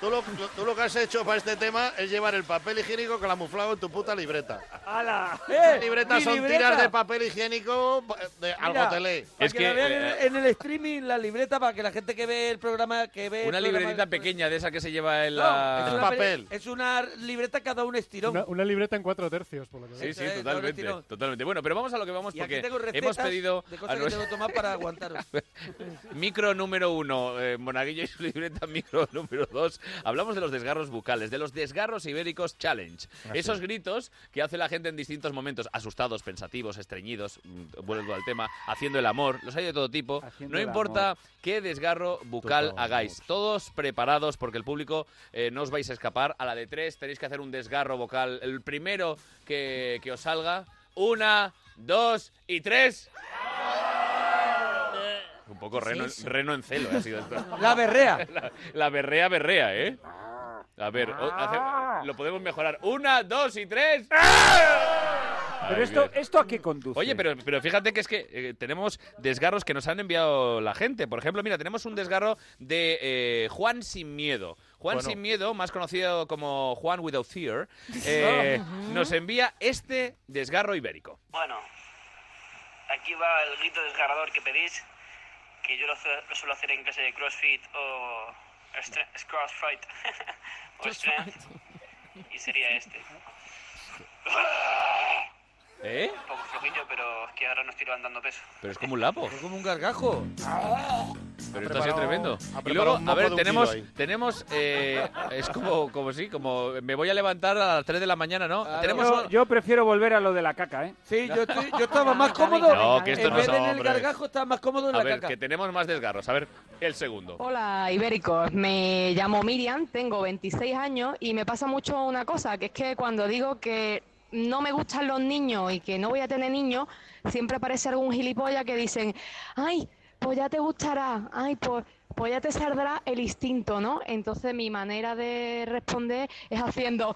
S3: tú lo, tú lo que has hecho para este tema es llevar el papel higiénico camuflado en tu puta libreta.
S5: ¡Hala!
S3: Las libretas son tiras de papel higiénico eh, de
S6: ¡Eh! Mira,
S3: algotelé.
S6: para que, la vean
S1: eh,
S6: en, en el streaming la libreta para que la gente que ve el programa que ve el
S1: Una
S6: programa-
S1: libretita pequeña de esa que se lleva en
S6: No,
S1: la...
S6: es una peli- Es una libreta que ha dado un estirón.
S8: Una, una libreta en cuatro tercios, por lo que veo.
S1: Sí, sí,
S6: es,
S1: totalmente,
S6: doble tirón.
S1: totalmente. Bueno, pero vamos a lo que vamos
S6: Y
S1: porque
S6: aquí tengo
S1: hemos
S6: recetas
S1: pedido
S6: de
S1: a
S6: cosas que
S1: nues-
S6: tengo que tomar para aguantaros.
S1: micro número uno, eh, Monaguillo y su libreta micro número dos. Hablamos de los desgarros bucales, de los desgarros ibéricos challenge.
S5: Ah,
S1: Esos gritos que hace la gente en distintos momentos, asustados, pensativos, estreñidos, mm, vuelvo al tema, haciendo el amor, los hay de todo tipo.
S5: Haciendo
S1: no
S5: el
S1: importa
S5: amor.
S1: qué desgarro bucal
S5: Tocamos.
S1: hagáis. Todos preparados porque el público eh, no os vais a escapar. A la de tres tenéis que hacer un desgarro vocal. El primero que, que os salga. Una, dos y tres. Un poco
S6: ¿Qué es
S1: reno,
S6: eso?
S1: reno en celo eh, ha sido esto.
S6: La berrea.
S1: La, la berrea, berrea, ¿eh? A ver, o- hace- lo podemos mejorar. Una, dos y tres.
S5: ¡Ah! Pero esto, ¿esto a qué conduce?
S1: Oye, pero, pero fíjate que es que eh, tenemos desgarros que nos han enviado la gente. Por ejemplo, mira, tenemos un desgarro de eh, Juan Sin Miedo. Juan
S3: Bueno.
S1: Sin Miedo, más conocido como Juan Without Fear, eh, nos envía este desgarro ibérico.
S20: Bueno, aquí va el grito desgarrador que pedís, que yo lo, hace- lo suelo hacer en clase de CrossFit o estre- es CrossFit o strength, y sería este.
S1: ¿Eh?
S20: Un poco flojillo, pero es que ahora no estoy levantando peso.
S1: Pero es como un lapo.
S6: Es como un gargajo.
S1: Ah. Pero esto ha sido tremendo.
S3: ha
S1: Y
S3: preparado
S1: luego,
S3: un
S1: a
S3: moco de
S1: ver,
S3: un
S1: tenemos,
S3: kilo ahí.
S1: tenemos, eh, es como, como sí, como me voy a levantar a las 3 de la mañana, ¿no? Tenemos
S5: yo, yo prefiero volver a lo de la caca, ¿eh?
S6: Sí, yo, estoy- yo estaba más cómodo.
S1: No, que esto
S6: en
S1: no
S6: vez
S1: es-
S6: de en el
S1: hombre.
S6: gargajo, estaba más cómodo en
S1: A
S6: la
S1: ver,
S6: caca.
S1: que tenemos más desgarros. A ver, el segundo.
S21: Hola, ibéricos. Me llamo Miriam, tengo 26 años y me pasa mucho una cosa, que es que cuando digo que no me gustan los niños y que no voy a tener niños, siempre aparece algún gilipollas que dicen, ay, pues ya te gustará, ay, pues, pues ya te saldrá el instinto, ¿no? Entonces mi manera de responder es haciendo...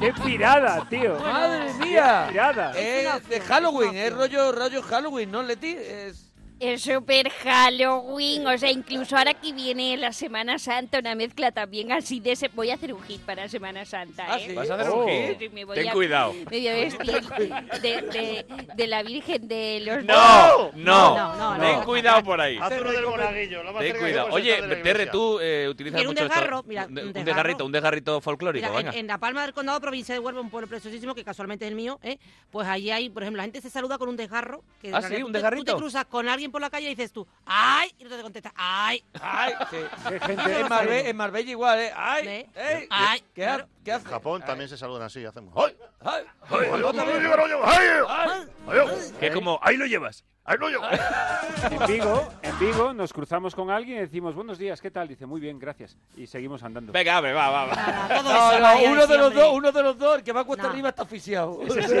S5: ¡Qué pirada, tío!
S6: ¡Madre
S5: ¡Qué
S6: mía!
S5: pirada!
S6: Eh, de Halloween, es rollo, rollo Halloween, ¿no, Leti? Es...
S14: Es súper Halloween, o sea, incluso ahora que viene la Semana Santa, una mezcla también así de ese... Voy a hacer un hit para Semana Santa,
S1: ¿Ah,
S14: ¿eh?
S1: sí? ¿Vas a hacer un hit?
S14: Sí, me voy
S1: Ten
S14: a-
S1: cuidado.
S14: Me voy a vestir de, de- de la Virgen de los...
S1: No, no,
S14: no, no,
S1: ten
S14: no.
S1: cuidado por ahí.
S3: Haz uno del monaguillo, lo más
S1: Ten
S3: cerca que
S1: cuidado.
S3: hemos
S1: Oye,
S3: estado de la
S1: Terre,
S3: iglesia.
S1: tú eh, utilizas
S4: Quiero un
S1: mucho
S4: desgarro,
S1: esto.
S4: mira,
S1: un,
S4: un
S1: un
S4: desgarro.
S1: desgarrito, un desgarrito folclórico,
S4: Mira, en-
S1: venga.
S4: en, la Palma del Condado, provincia de Huelva, un pueblo preciosísimo que casualmente es el mío, ¿eh? pues allí hay, por ejemplo, la gente se saluda con un desgarro. Que
S6: Ah,
S4: realmente
S6: sí, un
S4: tú te- Tú
S6: desgarrito.
S4: te cruzas con alguien por la calle y dices tú, ¡ay! Y no te contesta, ¡ay!
S6: ¡Ay! Sí.
S4: gente-
S6: en, Marbe en Marbella igual, ¿eh? ¡Ay!
S4: ¿Eh?
S6: ¡Ey!
S4: ¡Ay!
S6: ¿Qué, ha- qué hace?
S3: En Japón también se saludan así, hacemos. ¡Ay!
S6: ¡Ay!
S3: ¡Ay! ¡Ay! ¡Otra vez llegaron yo! ¡Ay!
S6: ¡Ay!
S3: ¡Ay! ¡Ay!
S1: Que es como, ahí lo llevas.
S3: ¡Ay! ¡No yo!
S5: En Vigo, en Vigo nos cruzamos con alguien y decimos, buenos días, ¿qué tal? Dice, muy bien, gracias. Y seguimos andando.
S1: Venga, hombre, va, va,
S4: todo
S1: va.
S6: No,
S4: eso,
S6: no,
S4: vaya,
S6: uno de
S4: sí,
S6: los
S4: hombre.
S6: dos, uno de los dos, el que va cuesta
S4: No.
S6: arriba está asfixiado.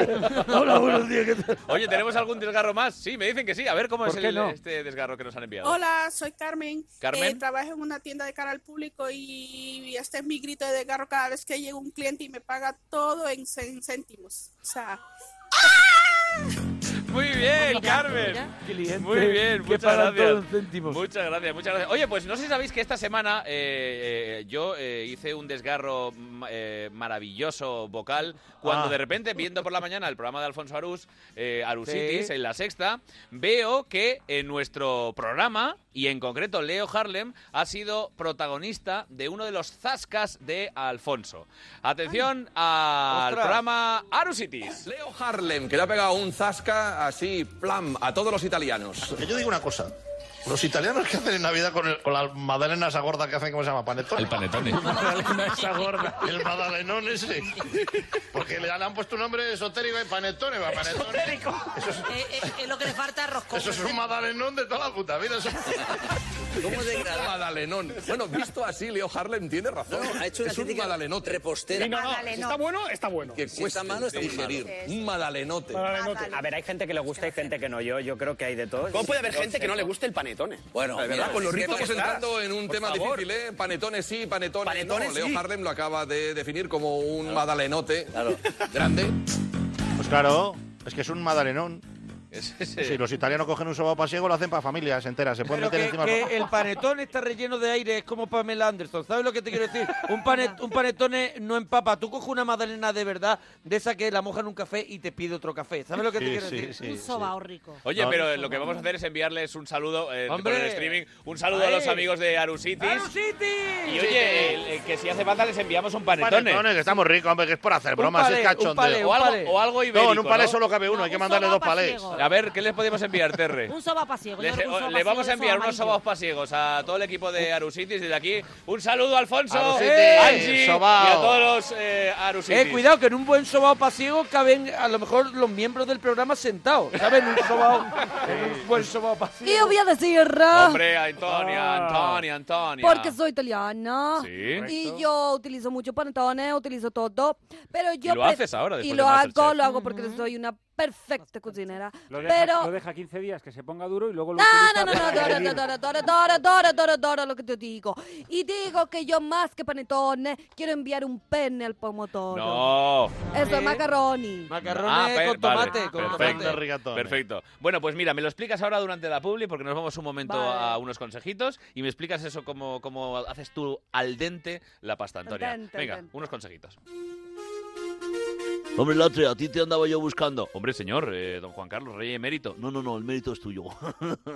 S1: Hola, buenos días. Oye, ¿tenemos algún desgarro más? Sí, me dicen que sí. A ver cómo
S5: ¿Por
S1: es
S5: qué
S1: el-
S5: no?
S1: este desgarro que nos han enviado.
S22: Hola, soy Carmen.
S1: Carmen.
S22: Eh, trabajo en una tienda de cara al público y este es mi grito de desgarro cada vez que llega un cliente y me paga todo en, cen- céntimos. O sea,
S1: Muy bien, Carmen. Muy bien,
S6: que
S1: muchas
S6: pagan todo
S1: gracias.
S6: en céntimos.
S1: Muchas gracias, muchas gracias. Oye, pues no sé si sabéis que esta semana eh, eh, yo eh, hice un desgarro mm, eh, maravilloso vocal cuando
S6: Ah.
S1: de repente, viendo por la mañana el programa de Alfonso Arús, eh, Arusitis,
S6: Sí.
S1: en la sexta, veo que en nuestro programa, y en concreto Leo Harlem, ha sido protagonista de uno de los zascas de Alfonso. Atención al
S23: Ostras.
S1: programa Arusitis.
S23: Leo Harlem, que le ha pegado un zasca así, plam, a todos los italianos.
S3: Que yo digo una cosa. Los italianos que hacen en Navidad con, el- con las magdalenas esa gorda que hacen, ¿cómo se llama? Panetone. El
S1: panetone.
S3: magdalena esa gorda. El magdalenón ese. Porque le han han puesto un nombre esotérico y panetone. va, panetone.
S4: Eh, eh, es lo que le falta a Roscoe.
S3: Eso es un magdalenón de toda la puta vida. eso.
S23: ¿Cómo degradar? Madalenón. Bueno, visto así, Leo Harlem tiene razón.
S9: ha hecho una
S23: es un
S9: crítica
S23: malalenote. Repostera.
S9: Sí, no, no, si Magdalenón. está bueno, está bueno.
S23: Que
S9: Si
S23: cuesta
S9: está malo, está muy
S23: digerir.
S9: malo.
S23: Un malalenote.
S9: A ver, hay gente que le gusta y gente que no. Yo, yo creo que hay de todo.
S23: ¿Cómo puede haber gente que no le
S9: guste el panetone?
S23: Bueno, mira, con los ricos estamos entrando en un tema
S9: favor.
S23: difícil, ¿eh? Panetones sí, panetones,
S9: Panetones
S23: no. Leo
S9: sí.
S23: Harlem lo acaba de definir como un madalenote grande.
S3: Pues claro, es que es un magdalenón.
S1: Es
S3: Si los italianos cogen un sobapo pasiego, lo hacen para familias enteras. Se pueden
S6: Pero
S3: meter
S6: que,
S3: encima.
S6: que el panetón está relleno de aire, es como Pamela Anderson. ¿Sabes lo que te quiero decir? Un, panet, un panetone no empapa. Tú coges una magdalena de verdad, de esa que la moja en un café y te pide otro café. ¿Sabes lo que te
S3: Sí,
S6: quiero
S3: sí,
S6: decir?
S3: sí, Un sí.
S4: sobao rico.
S1: Oye,
S3: No,
S1: pero
S3: no,
S1: eh, lo que vamos a hacer es enviarles un saludo eh, por
S6: ¡Hombre!
S1: el streaming, un saludo a
S6: ¡Ahí!
S1: los amigos de Arusitis. Y
S6: Sí.
S1: oye, el- el que si hace falta les enviamos un panetone.
S3: Panetones, que estamos ricos, hombre, que es por hacer
S1: Un
S3: bromas,
S1: palé,
S3: es
S1: un
S3: cachondeo.
S1: palé, un O algo- palé. o algo
S3: No, en
S1: ibérico,
S3: un palé
S1: ¿no?
S3: solo cabe uno, hay que mandarle dos palés.
S1: A ver, ¿qué les podemos enviar, Terre?
S4: Un soba pasiego.
S1: Les- o- le vamos a enviar unos sobaos pasiegos a todo el equipo de Arusitis desde aquí. Un saludo a Alfonso, eh,
S6: Arusitis,
S1: Angie
S6: sobao.
S1: y a todos los eh, Arusitis.
S6: Eh, cuidado, que en un buen sobao pasiego caben a lo mejor los miembros del programa sentados. ¿Sabes? En un sobao. en un buen sobao pasiego.
S15: ¿Qué voy a decir?
S1: Hombre, Antonia,
S13: Ah.
S1: Antonia, Antonia.
S15: Porque soy italiana
S1: Sí.
S15: y
S1: Correcto.
S15: yo utilizo mucho panetones, utilizo todo, pero yo
S1: lo
S15: pre-
S1: haces ahora,
S15: y
S1: después
S15: lo
S1: de
S15: hago,
S1: Masterchef.
S15: lo hago porque soy una perfecta cocinera,
S5: Lo deja,
S15: pero
S5: lo deja 15 días que se ponga duro y luego lo
S15: no,
S5: utiliza
S15: no, no, no,
S5: para
S15: Dora,
S5: medir.
S15: Dora, Dora, Dora, Dora, Dora, Dora, lo que te digo. Y digo que yo más que panetones quiero enviar un penne al pomodoro.
S1: No.
S15: Eso es macaroni.
S6: Macarrones
S1: pe- Ah,
S6: con
S1: vale,
S6: tomate, con
S1: perfecto,
S6: tomate.
S3: Rigatoni.
S1: perfecto. Bueno, pues mira, me lo explicas ahora durante la publi porque nos vamos un momento
S6: Vale.
S1: a unos consejitos y me explicas eso cómo, cómo haces tú al dente la pasta, Antonia.
S15: Al dente, al
S1: Venga,
S15: dente.
S1: unos consejitos.
S13: Hombre, Latre, a ti te andaba yo buscando.
S1: Hombre, señor, eh, don Juan Carlos, rey emérito.
S13: No, no, no, el mérito es tuyo.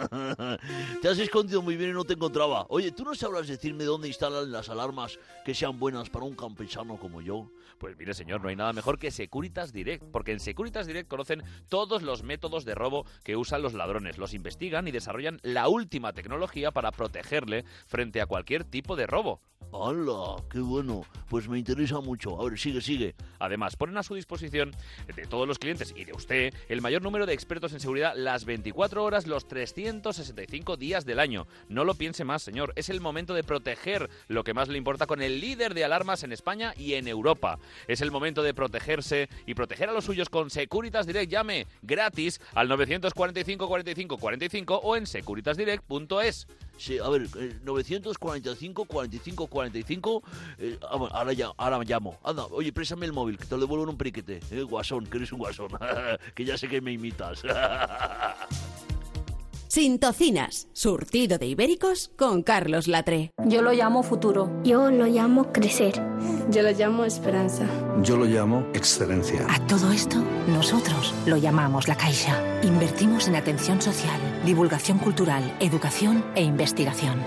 S13: te has escondido muy bien y no te encontraba. Oye, ¿tú no sabrás decirme dónde instalan las alarmas que sean buenas para un campesano como yo?
S1: Pues mire, señor, no hay nada mejor que Securitas Direct, porque en Securitas Direct conocen todos los métodos de robo que usan los ladrones, los investigan y desarrollan la última tecnología para protegerle frente a cualquier tipo de robo.
S13: ¡Hala! ¡Qué bueno! Pues me interesa mucho. A ver, sigue, sigue.
S1: Además, ponen a su disposición de todos los clientes y de usted el mayor número de expertos en seguridad las 24 horas, los 365 días del año. No lo piense más, señor. Es el momento de proteger lo que más le importa con el líder de alarmas en España y en Europa. Es el momento de protegerse y proteger a los suyos con Securitas Direct. Llame gratis al 945 45 45 o en securitasdirect.es.
S13: Sí, a ver, eh, 945 45 45. eh, ah, bueno, ahora, ya, ahora llamo. Anda, oye, préstame el móvil, que te lo devuelvo en un periquete. Eh, guasón, que eres un guasón. que ya sé que me imitas.
S2: Sin tocinas, surtido de ibéricos con Carlos Latre.
S10: Yo lo llamo futuro. Yo lo llamo crecer. Yo lo llamo esperanza.
S11: Yo lo llamo excelencia.
S24: A todo esto, nosotros lo llamamos La Caixa. Invertimos en atención social, divulgación cultural, educación e investigación.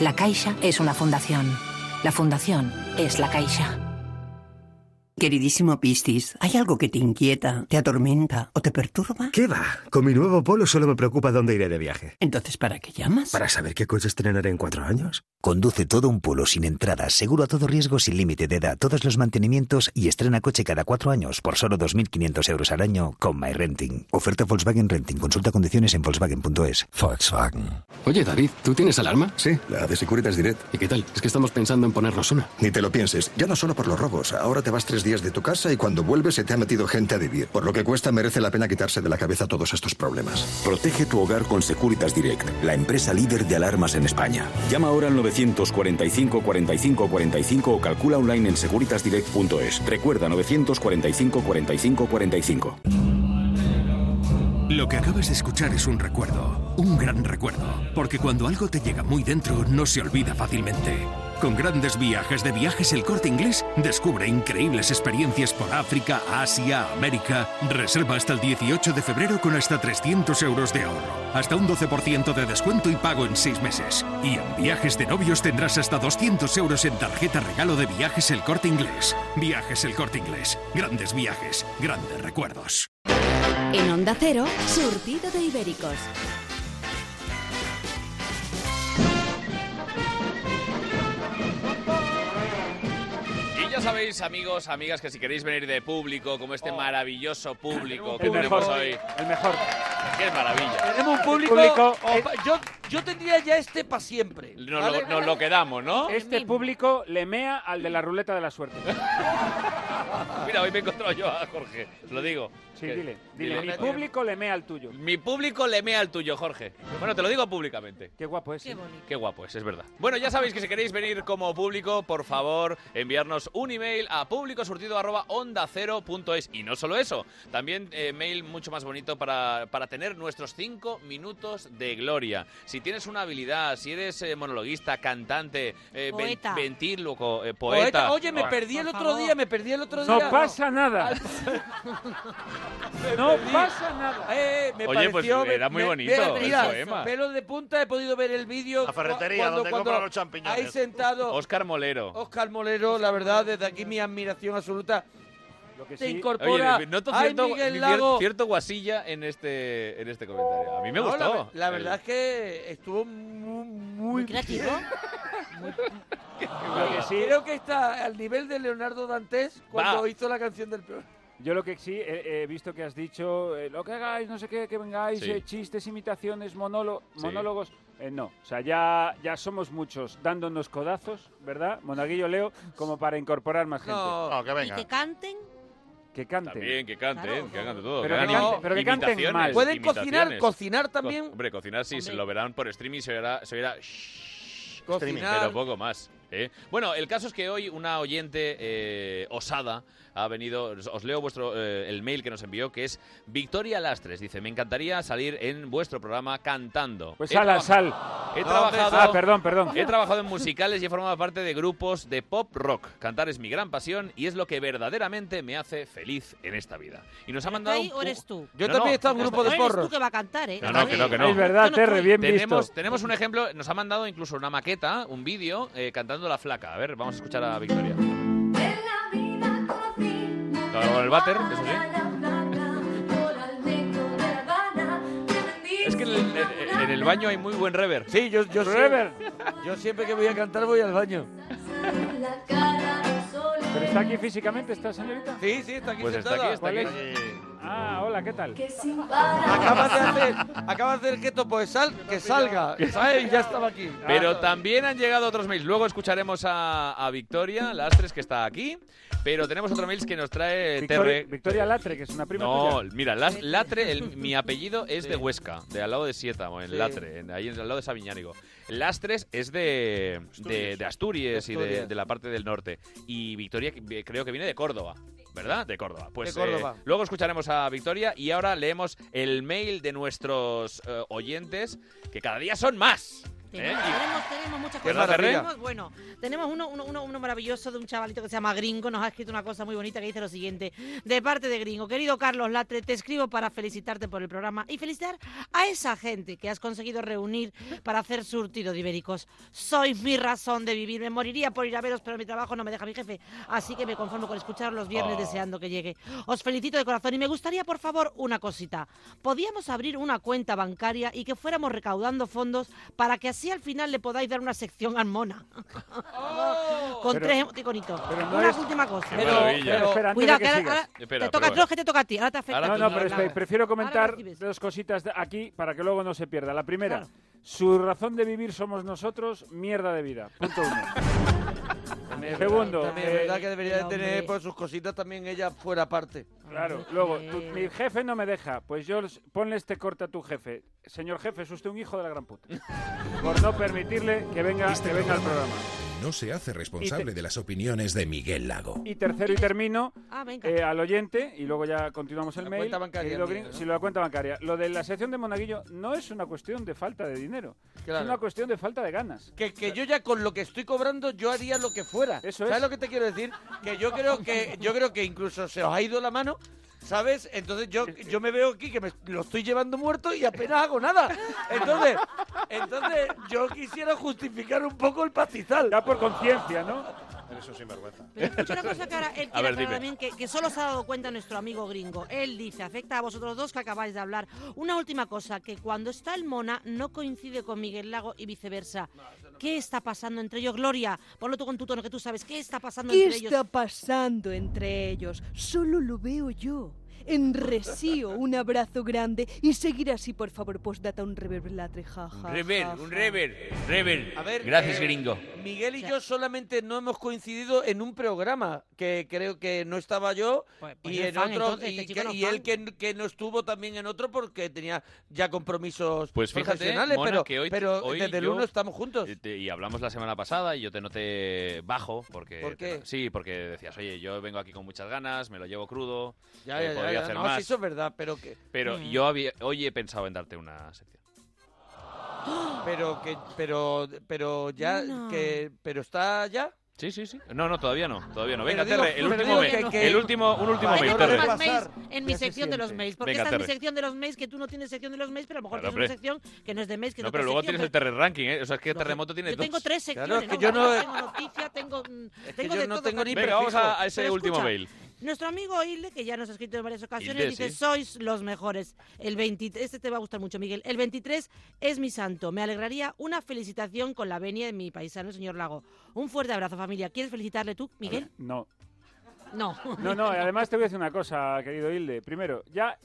S24: La Caixa es una fundación. La fundación es La Caixa.
S25: Queridísimo Piscis, ¿hay algo que te inquieta, te atormenta o te perturba?
S26: ¿Qué va? Con mi nuevo polo solo me preocupa dónde iré de viaje.
S25: Entonces, ¿para qué llamas?
S26: Para saber qué coches estrenaré en cuatro años.
S27: Conduce todo un polo sin entrada, seguro a todo riesgo, sin límite de edad, todos los mantenimientos y estrena coche cada cuatro años por solo 2.500 euros al año con MyRenting. Oferta Volkswagen Renting. Consulta condiciones en volkswagen.es.
S28: Volkswagen. Oye, David, ¿tú tienes alarma?
S27: Sí,
S28: la de Securitas Direct. ¿Y qué tal? Es que estamos pensando en ponernos una.
S27: Ni te lo pienses, ya no solo por los robos. Ahora te vas tres días de tu casa y cuando vuelves se te ha metido gente a vivir. Por lo que cuesta, merece la pena quitarse de la cabeza todos estos problemas.
S29: Protege tu hogar con Securitas Direct, la empresa líder de alarmas en España. Llama ahora al 945 45 45 o calcula online en securitasdirect.es. Recuerda 945 45 45.
S30: Lo que acabas de escuchar es un recuerdo, un gran recuerdo, porque cuando algo te llega muy dentro no se olvida fácilmente. Con grandes viajes de viajes el corte inglés, descubre increíbles experiencias por África, Asia, América. Reserva hasta el 18 de febrero con hasta 300 euros de ahorro, hasta un 12% de descuento y pago en 6 meses. Y en viajes de novios tendrás hasta 200 euros en tarjeta regalo de viajes el corte inglés. Viajes el corte inglés, grandes viajes, grandes recuerdos.
S2: En Onda Cero, surtido de ibéricos.
S1: Y ya sabéis, amigos, amigas, que si queréis venir de público, como este maravilloso público que
S5: Oh. El mejor,
S1: tenemos hoy.
S5: el mejor.
S1: ¡Qué maravilla!
S6: Tenemos un público.
S5: Público,
S6: opa- yo, yo tendría ya este para siempre.
S1: Nos,
S6: ¿vale?
S1: lo, nos lo quedamos, ¿no?
S5: Este público le mea al de la ruleta de la suerte.
S1: Mira, hoy me he encontrado yo a Jorge, te lo digo.
S5: Sí,
S1: Que-
S5: dile, dile. Mi público le mea al tuyo.
S1: Mi público le mea al tuyo, Jorge. Bueno, te lo digo públicamente.
S5: Qué guapo es. ¿eh?
S1: Qué guapo es, es verdad. Bueno, ya sabéis que si queréis venir como público, por favor, enviarnos un email a públicosurtido.ondacero.es. Y no solo eso, también eh, mail mucho más bonito para, para tener nuestros cinco minutos de gloria. Si tienes una habilidad, si eres eh, monologuista, cantante, eh, ven-
S6: Poeta.
S1: ventíloco, eh,
S6: Poeta,
S1: poeta.
S6: Oye, me
S1: Bueno,
S6: perdí el otro día, me perdí el otro
S1: No
S6: día.
S1: pasa
S5: nada.
S6: Me
S5: No
S6: perdí.
S5: pasa nada.
S6: Eh, me
S1: Oye, pues,
S6: pareció-
S1: era muy
S6: me-
S1: bonito
S6: mira,
S1: el
S6: mira,
S1: poema.
S6: Pelo de punta, he podido ver el vídeo.
S3: La ferretería,
S6: cu- cuando-
S3: donde
S6: cuando
S3: compran los champiñones.
S6: Ahí sentado.
S1: Óscar Molero.
S6: Oscar Molero, la verdad, desde aquí mi admiración absoluta.
S5: que
S6: Te
S5: sí-
S6: incorpora.
S1: Oye, noto
S6: Ay,
S1: cierto,
S6: Miguel
S1: cier-
S6: Lago.
S1: cierto guasilla en este, en este comentario. A mí me
S6: No, la
S1: gustó.
S6: ve- La,
S1: El-
S6: verdad es que estuvo muy, muy
S4: creativo.
S6: bien.
S5: Lo que sí-
S6: Creo que está al nivel de Leonardo Dantes cuando
S5: Va.
S6: hizo la canción del peor.
S5: Yo lo que sí he he visto que has dicho, eh, lo que hagáis, no sé qué, que vengáis,
S1: Sí.
S5: eh, chistes, imitaciones, monólo-
S1: Sí.
S5: monólogos. Eh, no, o sea, ya, ya somos muchos dándonos codazos, ¿verdad? Monaguillo Leo, como para incorporar más gente.
S3: No. No, que venga.
S4: Que canten.
S5: Que canten.
S1: También, que canten, que canten todo.
S5: Pero que
S1: hagan
S5: cante- pero que canten
S1: imitaciones,
S5: mal.
S6: Pueden
S1: imitaciones.
S6: cocinar, cocinar
S1: Co-
S6: también.
S1: hombre, cocinar sí, se lo verán por streaming, se verá, se verá shh,
S6: Cocinar.
S1: pero poco más. ¿eh? Bueno, el caso es que hoy una oyente eh, osada ha venido. os- Os leo vuestro eh, el mail que nos envió, que es Victoria Lastres. Dice: Me encantaría salir en vuestro programa cantando.
S5: Pues
S1: He
S5: ala,
S1: traba-
S5: sal.
S1: He
S5: No,
S1: trabajado.
S5: Ah, perdón, perdón.
S1: He trabajado en musicales y he formado parte de grupos de pop rock. Cantar es mi gran pasión y es lo que verdaderamente me hace feliz en esta vida. Y nos ha mandado.
S4: ahí
S1: un-
S4: o eres tú?
S1: Yo también he estado en
S4: No,
S1: grupo de
S4: no eres
S1: porros.
S4: tú que pues va a cantar, ¿eh?
S1: No, no, que no, que no.
S5: Es verdad, Terry, bien
S1: tenemos,
S5: visto.
S1: Tenemos un ejemplo, nos ha mandado incluso una maqueta, un vídeo, eh, cantando La Flaca. A ver, vamos a escuchar a Victoria. Claro, con el váter, eso sí. Es que en el, en- en el baño hay muy buen rever.
S6: Sí, yo, yo
S5: Rever.
S6: siempre, yo siempre que voy a cantar voy al baño.
S5: Pero ¿Está aquí físicamente esta señorita?
S6: Sí, sí, está aquí Pues está sentada. aquí, está
S5: ¿Cuál
S6: aquí.
S5: es? Ah, hola, ¿qué tal?
S6: Acabas de hacer, acabas de hacer que topo de sal, que salga. ¿sabes? Ya estaba aquí.
S5: Ah,
S1: Pero también han llegado otros mails. Luego escucharemos a, a Victoria Lastres, que está aquí. Pero tenemos otro mail que nos trae
S5: Victoria,
S1: Terre.
S5: Victoria Latre, que es una prima
S1: No,
S5: tuya.
S1: mira, Las- Latre, el- mi apellido es de
S5: Sí.
S1: Huesca, de al lado de Sieta, en
S5: Sí.
S1: Latre, en- ahí en- al lado de Sabiñánigo. Lastres es de, de, de Asturias y de,
S6: Asturias.
S1: de la parte del norte. Y Victoria que- creo que viene de Córdoba, ¿verdad? De Córdoba. Pues
S6: De Córdoba.
S1: eh, luego escucharemos a Victoria y ahora leemos el mail de nuestros eh, oyentes, que cada día son más. ¿eh?
S4: Tenemos, tenemos, tenemos muchas
S1: Qué
S4: cosas.
S1: maravilla.
S4: Tenemos, bueno, tenemos uno, uno, uno, uno maravilloso de un chavalito que se llama Gringo. Nos ha escrito una cosa muy bonita que dice lo siguiente. De parte de Gringo, querido Carlos Latre, te escribo para felicitarte por el programa y felicitar a esa gente que has conseguido reunir para hacer surtido de ibéricos. Sois mi razón de vivir. Me moriría por ir a veros, pero mi trabajo no me deja mi jefe. Así que me conformo con escucharos los viernes
S7: Oh.
S4: deseando que llegue. Os felicito de corazón y me gustaría, por favor, una cosita. Podíamos abrir una cuenta bancaria y que fuéramos recaudando fondos para que así al final le podáis dar una sección al Mona. Con
S5: Pero-
S4: tres emoticonitos.
S5: no
S4: una
S5: es-
S4: última cosa.
S5: Qué Pero- maravilla. pero espera, antes
S4: Cuidado,
S5: de
S4: que,
S5: que
S4: ahora,
S5: sigas.
S4: ahora
S1: Espera,
S4: te toca,
S1: pero
S4: no, es que te toca a ti, ahora te afecta.
S5: No,
S4: a ti.
S5: no, pero
S4: Venga.
S5: espe- prefiero comentar
S4: Ahora recibes.
S5: dos cositas de- aquí para que luego no se pierda. La primera, su razón de vivir somos nosotros, mierda de vida. Punto uno. Segundo,
S6: También
S5: eh,
S6: es verdad que debería de tener por sus cositas también ella fuera parte.
S5: Claro, luego, tu- mi jefe no me deja. Pues yo les- ponle este corte a tu jefe. Señor jefe, es usted un hijo de la gran puta. Por no permitirle que venga, que venga al programa.
S8: No se hace
S5: Y
S8: responsable
S5: te-
S8: de las opiniones de Miguel Lago.
S5: Y tercero y termino
S4: venga.
S5: eh, al oyente, y luego ya continuamos el mail.
S6: cuenta bancaria,
S5: querido
S6: mía,
S5: Green,
S6: ¿no?
S5: sí, lo de la cuenta bancaria. Lo de la sección de Monaguillo no es una cuestión de falta de dinero.
S6: Claro.
S5: Es una cuestión de falta de ganas.
S6: Que, que yo ya con lo que estoy cobrando, yo haría lo que fuera. ¿Sabes
S5: es.
S6: lo que te quiero decir? Que yo creo que, yo creo que incluso se os ha ido la mano. ¿Sabes? Entonces yo, yo me veo aquí que me lo estoy llevando muerto y apenas hago nada. Entonces, entonces yo quisiera justificar un poco el pastizal.
S5: Ya por conciencia, ¿no?
S3: Eres un sinvergüenza.
S4: Pero escucha una cosa que ahora él
S3: A
S4: quiere
S3: ver,
S4: aclarar
S3: dime.
S4: también, que, que solo se ha dado cuenta nuestro amigo gringo. Él dice, afecta a vosotros dos que acabáis de hablar. Una última cosa, que cuando está el Mona no coincide con Miguel Lago y viceversa. ¿Qué está pasando entre ellos, Gloria? Ponlo tú con tu tono que tú sabes. ¿Qué está pasando
S7: ¿Qué
S4: entre ellos?
S7: está pasando entre ellos? Solo lo veo yo. En resío, un abrazo grande y seguir así, por favor, postdata un reverb latre, jaja.
S1: Rebel, un rebel, rebel.
S6: A ver,
S1: Gracias,
S6: eh,
S1: gringo.
S6: Miguel y yo solamente no hemos coincidido en un programa que creo que no estaba yo
S4: pues
S6: y
S4: no es
S6: en
S4: fan,
S6: otro
S4: entonces,
S6: y,
S4: este chico
S6: que-
S4: no es
S6: y él que, que no estuvo también en otro porque tenía ya compromisos
S1: Pues fíjate,
S6: profesionales,
S1: Mona,
S6: pero,
S1: que hoy,
S6: pero
S1: hoy
S6: desde el
S1: yo-
S6: uno estamos juntos.
S1: Eh, te- Y hablamos la semana pasada y yo te noté bajo porque...
S6: ¿Por qué?
S1: Sí, porque decías, oye, yo vengo aquí con muchas ganas, me lo llevo crudo, eh,
S6: Ya, ya, ya,
S1: podría
S6: ya.
S1: hacer
S6: no,
S1: más.
S6: sí, eso es verdad, pero que
S1: Pero
S6: Mm.
S1: yo había, hoy he pensado en darte una sección.
S4: ¡Ah!
S6: pero que pero pero ya
S1: Mona.
S6: que pero está ya.
S1: Sí, sí, sí. No, no, todavía no, todavía no. Venga,
S6: Pero digo-
S1: Terre, el
S6: pero
S1: último
S6: digo
S1: mail.
S6: que- que-
S1: El último, un último
S6: Vale,
S1: mail,
S6: ahora
S1: Terre.
S6: va a
S4: Más mails en mi
S6: Ya se
S4: sección de los
S6: siente.
S4: mails. Porque
S1: Venga,
S4: esta es mi
S1: Terry.
S4: sección de los mails, que tú no tienes sección de los mails, pero a lo mejor
S1: Claro,
S4: tienes
S1: hombre.
S4: una sección que no es de mails, que
S1: No,
S4: no
S1: pero
S4: te
S1: luego
S4: sección,
S1: tienes el Terre Ranking, ¿eh? O sea, es que Terremoto tiene
S4: Yo
S1: dos.
S4: tengo tres secciones.
S1: Claro, es que
S4: ¿no?
S1: yo no-
S4: Tengo noticia, tengo... mm,
S1: que
S4: tengo
S1: yo
S4: de
S1: no
S4: todo,
S1: tengo ni
S4: Carlos.
S1: Venga, vamos a- a ese
S4: Pero
S1: último
S4: escucha,
S1: mail.
S4: Nuestro amigo Hilde, que ya nos ha escrito en varias ocasiones,
S1: Hilde,
S4: dice,
S1: sí.
S4: sois los mejores. El 23, este te va a gustar mucho, Miguel. El 23 es mi santo. Me alegraría una felicitación con la venia de mi paisano, el señor Lago. Un fuerte abrazo, familia. ¿Quieres felicitarle tú, Miguel?
S5: No.
S4: No.
S5: No, no, y además te voy a decir una cosa, querido Hilde. Primero, ya,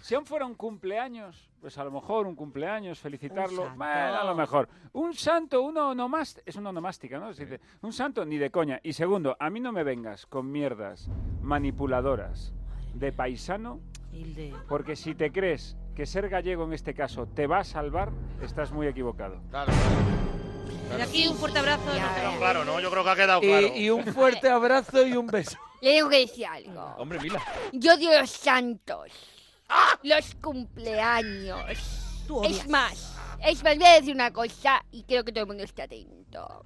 S5: si aún fuera un cumpleaños, pues a lo mejor un cumpleaños, felicitarlo,
S12: santo.
S5: bueno, a lo mejor. Un santo, una onomástica, es una onomástica, ¿no? Se dice, un santo ni de coña. Y segundo, a mí no me vengas con mierdas manipuladoras de paisano,
S4: Hilde.
S5: porque si te crees que ser gallego en este caso te va a salvar, estás muy equivocado.
S4: Desde aquí un fuerte abrazo.
S3: Claro, ¿no? Yo creo que ha quedado
S6: Y-
S3: claro.
S6: y un
S4: Eh.
S6: fuerte abrazo y un beso.
S14: Le tengo que decir algo.
S1: Hombre, Mila.
S14: Yo odio los santos. Los cumpleaños.
S4: odias.
S14: Es más, es más, voy a decir una cosa y creo que todo el mundo esté atento.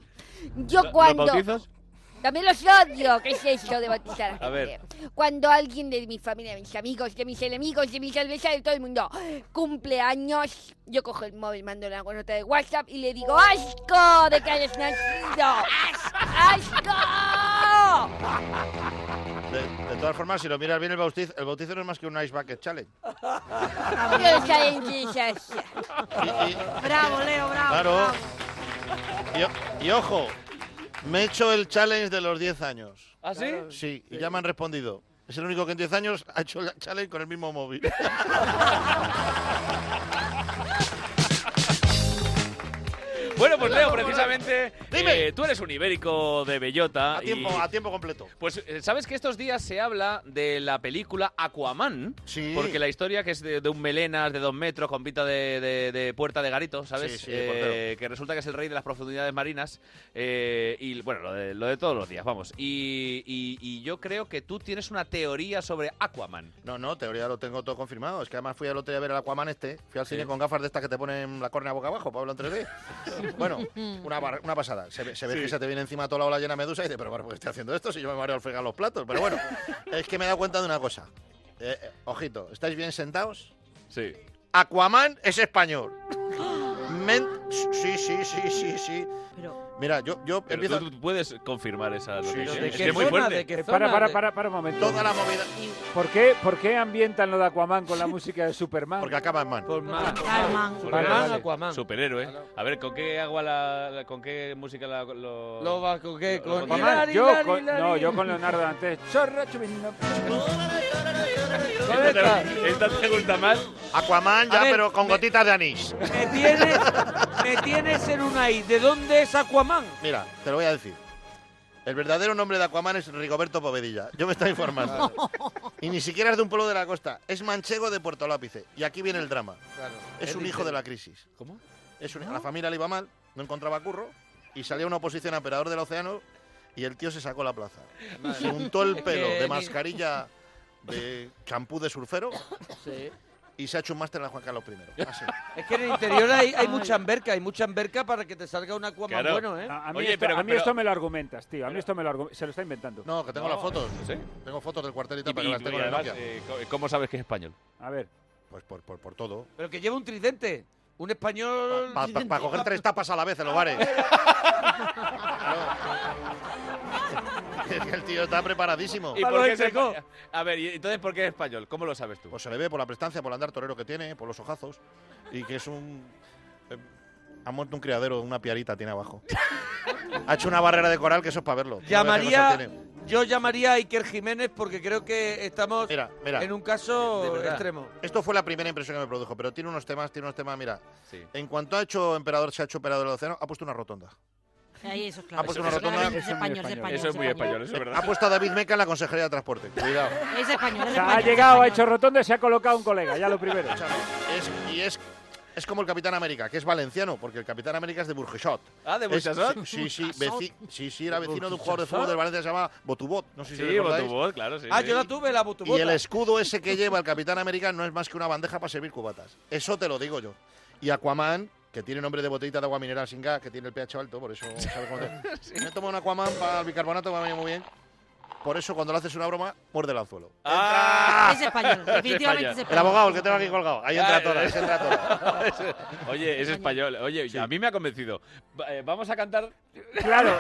S14: Yo cuando... También los odio. ¿Qué es eso de bautizar a,
S1: A ver.
S14: gente? Cuando alguien de mi familia, de mis amigos, de mis enemigos, de mis cervezas, de todo el mundo cumple años, yo cojo el móvil, mando una nota de WhatsApp y le digo ¡Asco de que hayas nacido! ¡Asco!
S3: De, de todas formas, si lo miras bien, el bautizo, el bautizo no es más que un Ice Bucket Challenge.
S14: Yo saben qué es eso.
S3: Y- y-
S4: Bravo, Leo, bravo.
S3: Claro. Y, o- y ojo, Me he hecho el challenge de los 10 años.
S6: ¿Ah, sí?
S3: Sí, y ya me han respondido. Es el único que en 10 años ha hecho el challenge con el mismo móvil.
S1: Bueno, pues Leo, precisamente, eh, tú eres un ibérico de bellota.
S3: A tiempo,
S1: y-
S3: a tiempo completo.
S1: Pues eh, sabes que estos días se habla de la película Aquaman, porque la historia que es de, de un melenas de dos metros con pinta de, de- de puerta de garito, ¿sabes?
S3: Sí, sí,
S1: Eh,
S3: portero.
S1: que resulta que es el rey de las profundidades marinas eh, y bueno, lo de, lo de todos los días, vamos. Y, y- y yo creo que tú tienes una teoría sobre Aquaman.
S3: No, no, teoría lo tengo todo confirmado. Es que además fui al otro día a ver el Aquaman este. Fui al cine con gafas de estas que te ponen la córnea boca abajo para hablar en 3D. bueno, una, bar- una pasada. Se ve, se ve
S12: Sí.
S3: que se te viene encima toda la ola llena de medusa y dices, pero bueno, ¿por qué estoy haciendo esto si yo me mareo al fregar los platos? Pero bueno, es que me he dado cuenta de una cosa. Eh, eh, ojito, ¿estáis bien sentados?
S1: Sí.
S3: Aquaman es español. Men- sí, sí, sí, sí, sí. Mira, yo, yo
S1: Pero
S3: empiezo...
S1: tú, tú puedes confirmar esa noticia.
S3: sí,
S1: Es
S3: sí.
S1: que
S3: ¿De
S1: es muy
S3: qué zona?
S1: fuerte.
S3: ¿De qué
S5: Eh, para,
S3: zona?
S5: para,
S3: De-
S5: para, para un momento.
S3: Toda la movida.
S5: ¿Por qué, ¿Por qué ambientan lo de Aquaman con la música de Superman? Pues Porque
S3: acaba en man.
S6: Por man.
S1: Superhéroe.
S6: Superman, Aquaman.
S1: Superhéroe. A ver, ¿con qué agua la, la- con qué música la, lo
S6: Lo va con qué,
S1: lo-
S6: con
S1: lo
S5: Aquaman,
S1: contamos?
S5: yo con, no, yo con Leonardo Dantes. Chorro, chubino.
S1: Esta te- esta te gusta más.
S3: Aquaman ya,
S6: A ver,
S3: pero con
S6: me-
S3: gotitas de anís.
S6: Me tienes, me tienes en una I. ¿De dónde es Aquaman?
S3: Mira, te lo voy a decir. El verdadero nombre de Aquaman es Rigoberto Povedilla. Yo me estoy informando. y ni siquiera es de un pueblo de la costa. Es manchego de Puerto Lápice. Y aquí viene el drama. Es
S6: Él
S3: un
S6: dice-
S3: hijo de la crisis.
S6: ¿Cómo? Ah.
S3: Es un- a la familia le iba mal, no encontraba curro y salía una oposición a emperador del océano y el tío se sacó la plaza.
S6: Madre
S3: Se untó el
S6: mía.
S3: pelo
S6: Que
S3: de
S6: ni-
S3: mascarilla de champú de surfero
S6: Sí.
S3: y se ha hecho un máster en la Juan Carlos I. Así.
S6: Es que en el interior hay, hay
S5: Ay.
S6: mucha enverca, hay mucha enverca para que te salga un Aquaman
S5: Claro.
S6: bueno, ¿eh?
S5: A, a mí, esto, a mí esto me lo argumentas, tío. A mí esto me lo argumentas. Se lo está inventando.
S3: No, que tengo
S5: No,
S3: las fotos.
S1: ¿sí?
S3: Tengo fotos del cuartel y
S1: Y,
S3: tal, pero
S1: y-
S3: las tengo
S1: y
S3: en el
S1: además,
S3: Nokia.
S1: eh, co- ¿cómo sabes que es español?
S5: A ver.
S3: Pues por, por, por todo.
S6: Pero que lleva un tridente. Un español.
S3: Para coger tres tapas a la vez en los bares. el tío está preparadísimo.
S1: ¿Y por qué es espa- A ver, ¿y entonces por qué es español? ¿Cómo lo sabes tú?
S3: Pues se le ve por la prestancia, por el andar torero que tiene, por los ojazos. Y que es un. eh, ha muerto un criadero, una piarita tiene abajo. ha hecho una barrera de coral que eso es para verlo.
S6: Llamaría-
S3: No veas qué cosas
S6: Yo llamaría a Iker Jiménez porque creo que estamos
S3: tiene. Mira,
S6: en un caso
S3: de verdad.
S6: extremo.
S3: Esto fue la primera impresión que me produjo, pero tiene unos temas, tiene unos temas, mira. En cuanto ha hecho emperador, se ha hecho emperador del océano, ha puesto una rotonda.
S4: Ahí, eso es claro.
S3: Ha puesto
S4: Eso
S3: una
S4: es
S3: rotonda.
S4: español, es español, es español, es español.
S3: Eh, Ha puesto a David Meca en la Consejería de Transporte. Cuidado.
S4: Es español,
S5: O
S4: es
S5: sea, ha
S4: español,
S5: llegado, ha
S4: es
S5: hecho rotondo y se ha colocado un colega. Ya lo primero.
S3: Es- y es, es como el Capitán América, que es valenciano, porque el Capitán América es de Burgesot.
S1: Ah, ¿de
S3: Es-
S1: Burgesot?
S3: Sí, sí,
S1: Burgesot.
S3: veci- sí, sí, era
S1: ¿De
S3: vecino de un jugador de fútbol
S1: Burgesot?
S3: del Valencia que se llama Botubot. No sé si
S1: Sí,
S3: recordáis.
S1: Botubot, claro, sí.
S6: Ah,
S1: sí.
S6: yo la tuve, la botubota.
S3: Y el escudo ese que lleva el Capitán América no es más que una bandeja para servir cubatas. Eso te lo digo yo. Y Aquaman, que tiene nombre de botellita de agua mineral sin gas, que tiene el pH alto, por eso sabe cómo te- Me tomo un Aquaman para el bicarbonato, me va a venir muy bien. Por eso, cuando le haces una broma, muerde el anzuelo.
S4: Ah. Es español, definitivamente es
S3: El
S4: español.
S3: abogado, el que tengo aquí colgado. Ahí entra toda, ahí entra toda.
S1: Oye, es español. Oye, a mí me ha convencido. Va- eh, Vamos a cantar.
S5: Claro.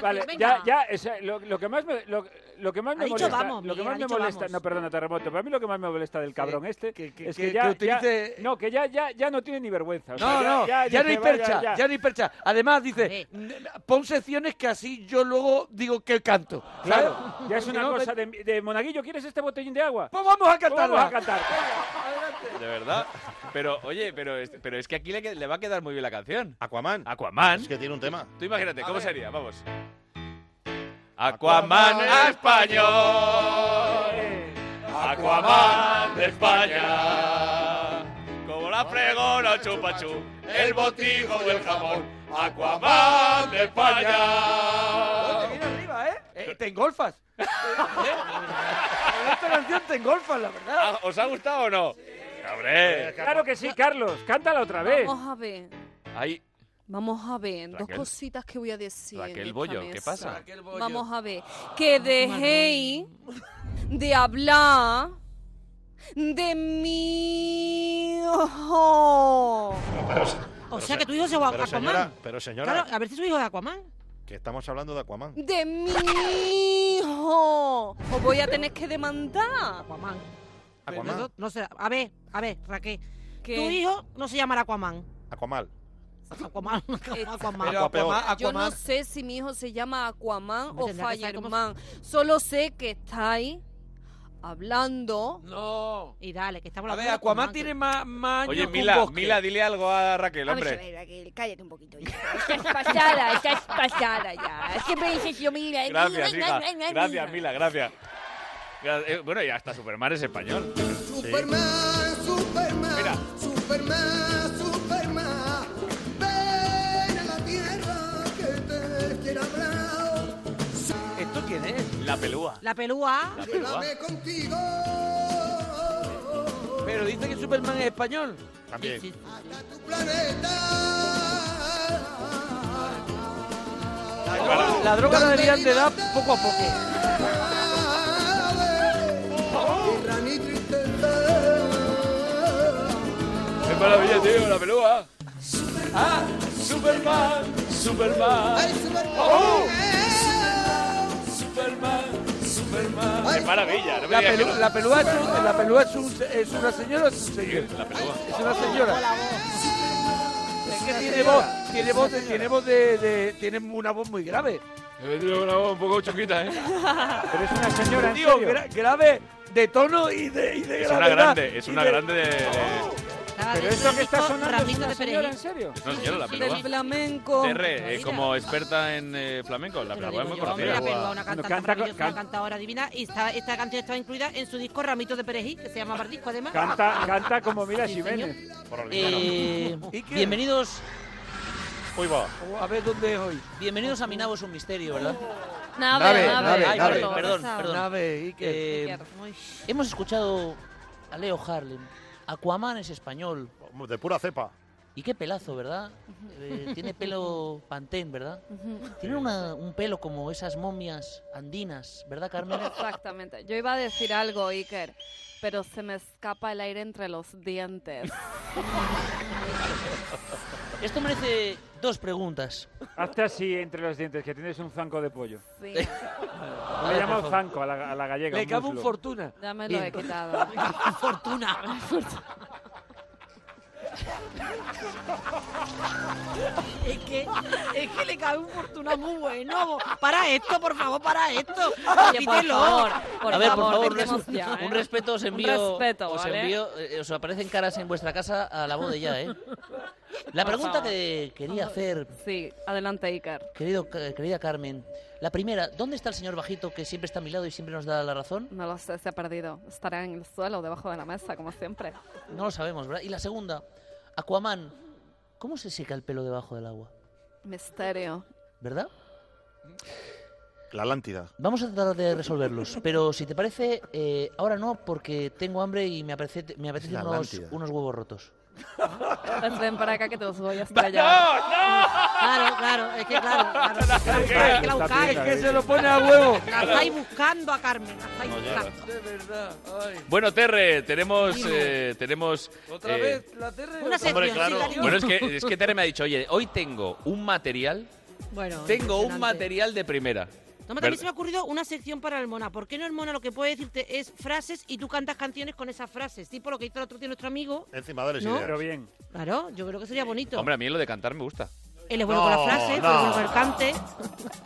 S5: Vale,
S1: venga.
S5: ya, ya, o sea, lo, lo que más me, lo, lo que más me
S1: Ha dicho
S5: molesta,
S1: vamos,
S5: lo que
S1: Miguel,
S5: más
S1: ha
S5: me
S1: dicho
S5: molesta,
S1: vamos.
S5: no, perdona, terremoto, para mí lo que más me molesta del cabrón este es que,
S6: que-
S5: ya,
S6: que
S5: ya-
S6: utilice-
S5: no, que ya, ya, ya no tiene ni vergüenza. o sea,
S6: No, no, ya, no hay
S5: dice, vaya,
S6: percha, ya.
S5: ya.
S6: no hay percha. Además, dice, pon secciones que así yo luego digo que canto.
S5: Claro,
S6: ¿sabes?
S5: ya es
S6: Porque
S5: una
S6: no me-
S5: cosa de, de monaguillo, ¿quieres este botellín de agua?
S6: Pues vamos a cantarla.
S5: Vamos a cantar.
S1: De verdad. Pero, oye, pero es, pero es que aquí le, que- le va a quedar muy bien la canción.
S3: Aquaman.
S1: Aquaman.
S3: Es que tiene un tema.
S1: Tú imagínate, ¿cómo sería? Vamos. Aquaman español. Aquaman de España. Como la fregona chupa chu, el botijo y el jamón. Aquaman de España.
S6: Oye, te viene arriba, ¿eh? Eh, te engolfas. Eh, Con esta canción te engolfas, la verdad.
S1: Ah, ¿Os ha gustado o no? ¡Hombre!
S5: Claro que sí, Carlos, cántala otra vez.
S15: Vamos a ver.
S1: Ahí,
S15: Vamos a ver, dos
S1: Raquel.
S15: cositas que voy a decir. en
S1: Raquel
S15: esta
S1: Bollo, ¿qué
S15: mesa.
S1: pasa? Raquel
S6: Bollo.
S15: Vamos a ver. Que dejéis de hablar de mi hijo.
S4: O sea que tu hijo se llama
S3: Pero
S4: Aquaman.
S3: señora, pero señora,
S4: Claro, a ver si su hijo es Aquaman.
S3: que estamos hablando de Aquaman.
S15: De mi hijo. Os voy a tener que demandar.
S4: Aquaman.
S3: Aquaman.
S4: No sé, a ver, a ver, Raquel.
S15: ¿Qué?
S4: Tu hijo no se llamará Aquaman.
S3: Aquamal.
S4: Aquaman. Aquaman.
S6: Pero Aquaman,
S15: Yo no
S6: Aquaman.
S15: sé si mi hijo se llama Aquaman
S4: Hombre,
S15: o
S4: tendrá que saber cómo se-
S15: Fireman. Solo sé que estáis hablando.
S6: No.
S4: Y dale, que estamos
S6: A ver, Aquaman tiene más, más años
S1: Oye,
S6: que un
S1: Mila,
S6: bosque.
S1: Mila, dile algo a Raquel,
S14: Vamos a
S1: hombre.
S14: ver, Raquel, cállate un poquito ya. Estás pasada, estás pasada ya. Siempre dices yo, mira, eh,
S1: Gracias,
S14: mira,
S1: hija.
S14: mira, mira,
S1: Gracias, Mila, gracias. Gra- eh, Bueno, y hasta Superman es español.
S12: Superman, Superman, Superman, Superman, ven a la tierra que te quiero hablar.
S6: ¿Esto quién es?
S1: La pelúa.
S4: La pelúa.
S1: La pelúa.
S12: Llévame contigo.
S6: Pero dice que Superman es español.
S3: También.
S6: La, la droga la deberían de dar poco a poco.
S12: Tierra ni tristeza.
S1: Es maravilla, tío, la pelúa. Ah, Superman, Superman.
S12: ¡Oh!
S1: Superman, Superman. Qué maravilla, no me
S6: La,
S1: digas que
S6: pelu-
S1: no.
S6: la pelúa, es, un- la pelúa es, un- es una señora o es un señor.
S1: La pelúa.
S6: Es una señora. Es que tiene voz, tiene voz, de- tiene voz de, de- tiene una voz muy grave.
S1: Tiene una voz un poco chunguita, ¿eh?
S6: Pero es una
S1: señora, en
S6: Digo,
S1: serio.
S6: gra- grave de tono y de, y de
S1: Es una
S6: gravedad.
S1: grande, es
S6: Y
S1: una
S6: de-
S1: grande de. de-
S15: Pero esto que está sonando es
S4: ramito
S15: una
S4: de
S15: señora, ¿en
S4: perejil.
S15: serio?
S1: Es una señora, la
S15: Del
S1: pelúa.
S15: flamenco.
S1: Terre, eh, como experta en eh, flamenco, la pelúa es muy
S4: Hombre, la pelúa, una
S1: conocida.
S4: cantante maravillosa, una cantadora divina. Y esta, esta canción estaba incluida en su disco Ramito de Perejil, que se llama Bardisco, además.
S5: Canta, canta como Mila
S4: Sí,
S5: Jiménez.
S4: señor.
S16: Eh, bienvenidos.
S6: A ver dónde es hoy.
S16: Bienvenidos a Mi Nabo es un misterio, ¿verdad?
S15: Nave, Nave,
S16: Ay,
S15: nave, nave.
S16: perdón, perdón, perdón.
S6: Nave, Iker.
S16: Eh,
S6: Iker.
S16: hemos escuchado a Leo Harlem. Aquaman es español.
S3: De pura cepa.
S16: Y qué pelazo, ¿verdad? Eh, tiene pelo pantén, ¿verdad? Tiene una- un pelo como esas momias andinas, ¿verdad, Carmen?
S15: Exactamente. Yo iba a decir algo, Iker, pero se me escapa el aire entre los dientes.
S16: Esto merece dos preguntas.
S5: Hazte así entre los dientes, que tienes un zanco de pollo.
S15: Sí.
S5: Lo he llamado zanco a la, a la gallega.
S16: Le cabe
S5: cago
S16: un fortuna.
S15: Ya me lo he
S16: Bien.
S15: quitado.
S16: Fortuna.
S4: Es que, es que le cabe un fortuna muy bueno. Para esto, por favor, para esto.
S16: Oye, por
S4: Quítelo.
S16: favor,
S4: por
S16: a ver, por
S4: favor,
S16: favor,
S4: dejemos
S16: res-
S4: ya, ¿eh?
S16: un respeto os
S4: Un
S16: envío.
S4: respeto,
S16: os
S4: ¿vale?
S16: envío, eh, os aparecen caras en vuestra casa a la boda ya, ¿eh? La
S15: Por
S16: pregunta
S15: favor.
S16: que quería hacer,
S15: Sí, adelante, Iker.
S16: querido, ca- querida Carmen, la primera, ¿dónde está el señor bajito que siempre está a mi lado y siempre nos da la razón?
S15: No lo sé, se ha perdido. Estará en el suelo, debajo de la mesa, como siempre.
S16: No lo sabemos, ¿verdad? Y la segunda, Aquaman, ¿cómo se seca el pelo debajo del agua?
S15: Misterio.
S16: ¿Verdad?
S3: La Atlántida.
S16: Vamos a tratar de resolverlos, pero si te parece, eh, ahora no, porque tengo hambre y me apetece, me apetecen
S3: la
S16: unos,
S3: Atlántida.
S16: unos huevos rotos.
S15: Pues ven para acá que te los voy a estrellar.
S4: Claro, claro, es que claro, claro. Hay que la buscar.
S6: Es que se lo pone a huevo.
S4: La estáis buscando a Carmen, la estáis
S1: No llega.
S4: buscando.
S6: De verdad. Ay.
S1: Bueno, Terre, tenemos.
S6: Dime.
S1: eh, tenemos
S6: Otra
S1: eh,
S6: vez, la terre.
S4: Una
S6: otra vez.
S1: Hombre, claro. Bueno, es que, es que Tere me ha dicho, oye, hoy tengo un material.
S4: Bueno,
S1: Tengo un
S4: impresionante.
S1: material de primera.
S4: No, pero también
S1: Ver-
S4: se me ha ocurrido una sección para el Mona. ¿Por qué no el Mona lo que puede decirte es frases y tú cantas canciones con esas frases? Tipo lo que hizo el otro día nuestro amigo.
S3: Encima, dale
S4: ¿No?
S3: ideas.
S4: Pero
S5: bien.
S4: Claro, yo creo que sería bonito.
S1: Hombre, a mí lo de cantar me gusta.
S4: Él es bueno con
S3: No,
S4: las frases,
S3: no.
S4: es bueno con el cante.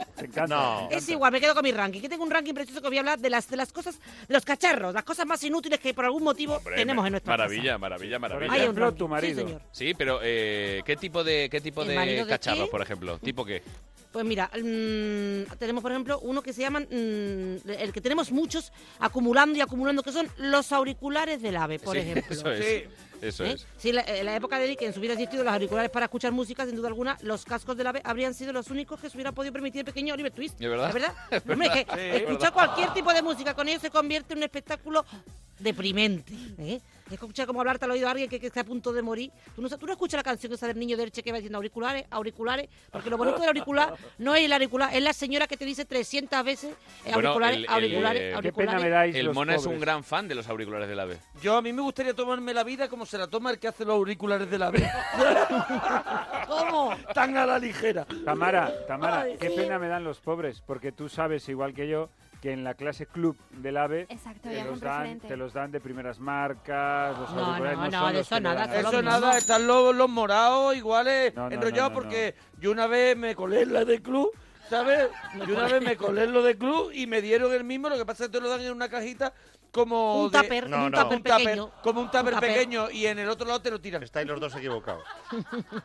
S3: No.
S4: Es igual, me quedo con mi ranking. Que tengo un ranking precioso que voy a hablar de las, de las cosas, de los cacharros, las cosas más inútiles que por algún motivo
S1: Hombre,
S4: tenemos
S1: me-
S4: en nuestra
S1: Maravilla,
S4: casa.
S1: maravilla, maravilla.
S4: Hay un ejemplo, tu
S5: marido.
S4: Sí, señor.
S1: Sí, pero eh, ¿qué tipo de qué tipo
S4: ¿El marido
S1: de
S4: de
S1: cacharros,
S4: quién?
S1: por ejemplo? ¿Tipo qué?
S4: Pues mira, mm, tenemos por ejemplo uno que se llaman, mm, el que tenemos muchos acumulando y acumulando, que son los auriculares del ave, por
S1: Sí,
S4: ejemplo.
S1: Eso es. Eso
S4: ¿Eh?
S1: es.
S4: Sí, la, en la época de Eric, que en su vida existido los auriculares para escuchar música, sin duda alguna, los cascos del ave habrían sido los únicos que se hubiera podido permitir el pequeño Oliver Twist.
S1: ¿Es verdad?
S4: ¿Es verdad?
S1: Es
S4: Hombre, es que
S1: verdad. Sí, es
S4: escuchar
S1: verdad.
S4: cualquier tipo de música con ellos se convierte en un espectáculo deprimente. ¿eh? Escuchar como hablarte al oído a alguien que, que está a punto de morir. Tú no, sa- tú no escuchas la canción esa del niño de Elche que va diciendo auriculares, auriculares, porque lo bonito del auricular no es el auricular, es la señora que te dice 300 veces eh,
S1: Bueno,
S4: auriculares,
S1: el- el,
S4: auriculares,
S1: eh,
S4: auriculares.
S1: El
S5: los
S1: Mona es un
S5: pobres.
S1: gran fan de los auriculares del ave.
S6: Yo a mí me gustaría tomarme la vida como se la toma el que hace los auriculares de la vida.
S4: ¿Cómo?
S6: Tan a la ligera.
S5: Tamara, Tamara,
S6: Ay,
S5: qué
S6: sí.
S5: pena me dan los pobres, porque tú sabes, igual que yo, que en la clase club del AVE
S10: Exacto,
S5: te,
S10: ya es
S5: los
S10: un
S5: dan,
S10: referente.
S5: te los dan de primeras marcas. Los
S10: No, no,
S5: auriculares
S10: no,
S5: son
S10: de
S5: los
S10: eso
S5: que le
S10: nada,
S5: dan a los
S10: son lo
S6: Eso
S5: niños.
S6: nada, están los, los morados iguales
S5: no, no,
S6: enrollados
S5: no, no.
S6: porque yo una vez me colé en la de club, ¿sabes? Yo una vez me colé en lo de club y me dieron el mismo, lo que pasa es que te lo dan en una cajita como
S4: Un
S6: de-
S4: tupper, No, un no. tupper pequeño.
S6: como un tupper
S4: Un tupper.
S6: pequeño y en el otro lado te lo tiran.
S3: Estáis los dos equivocados.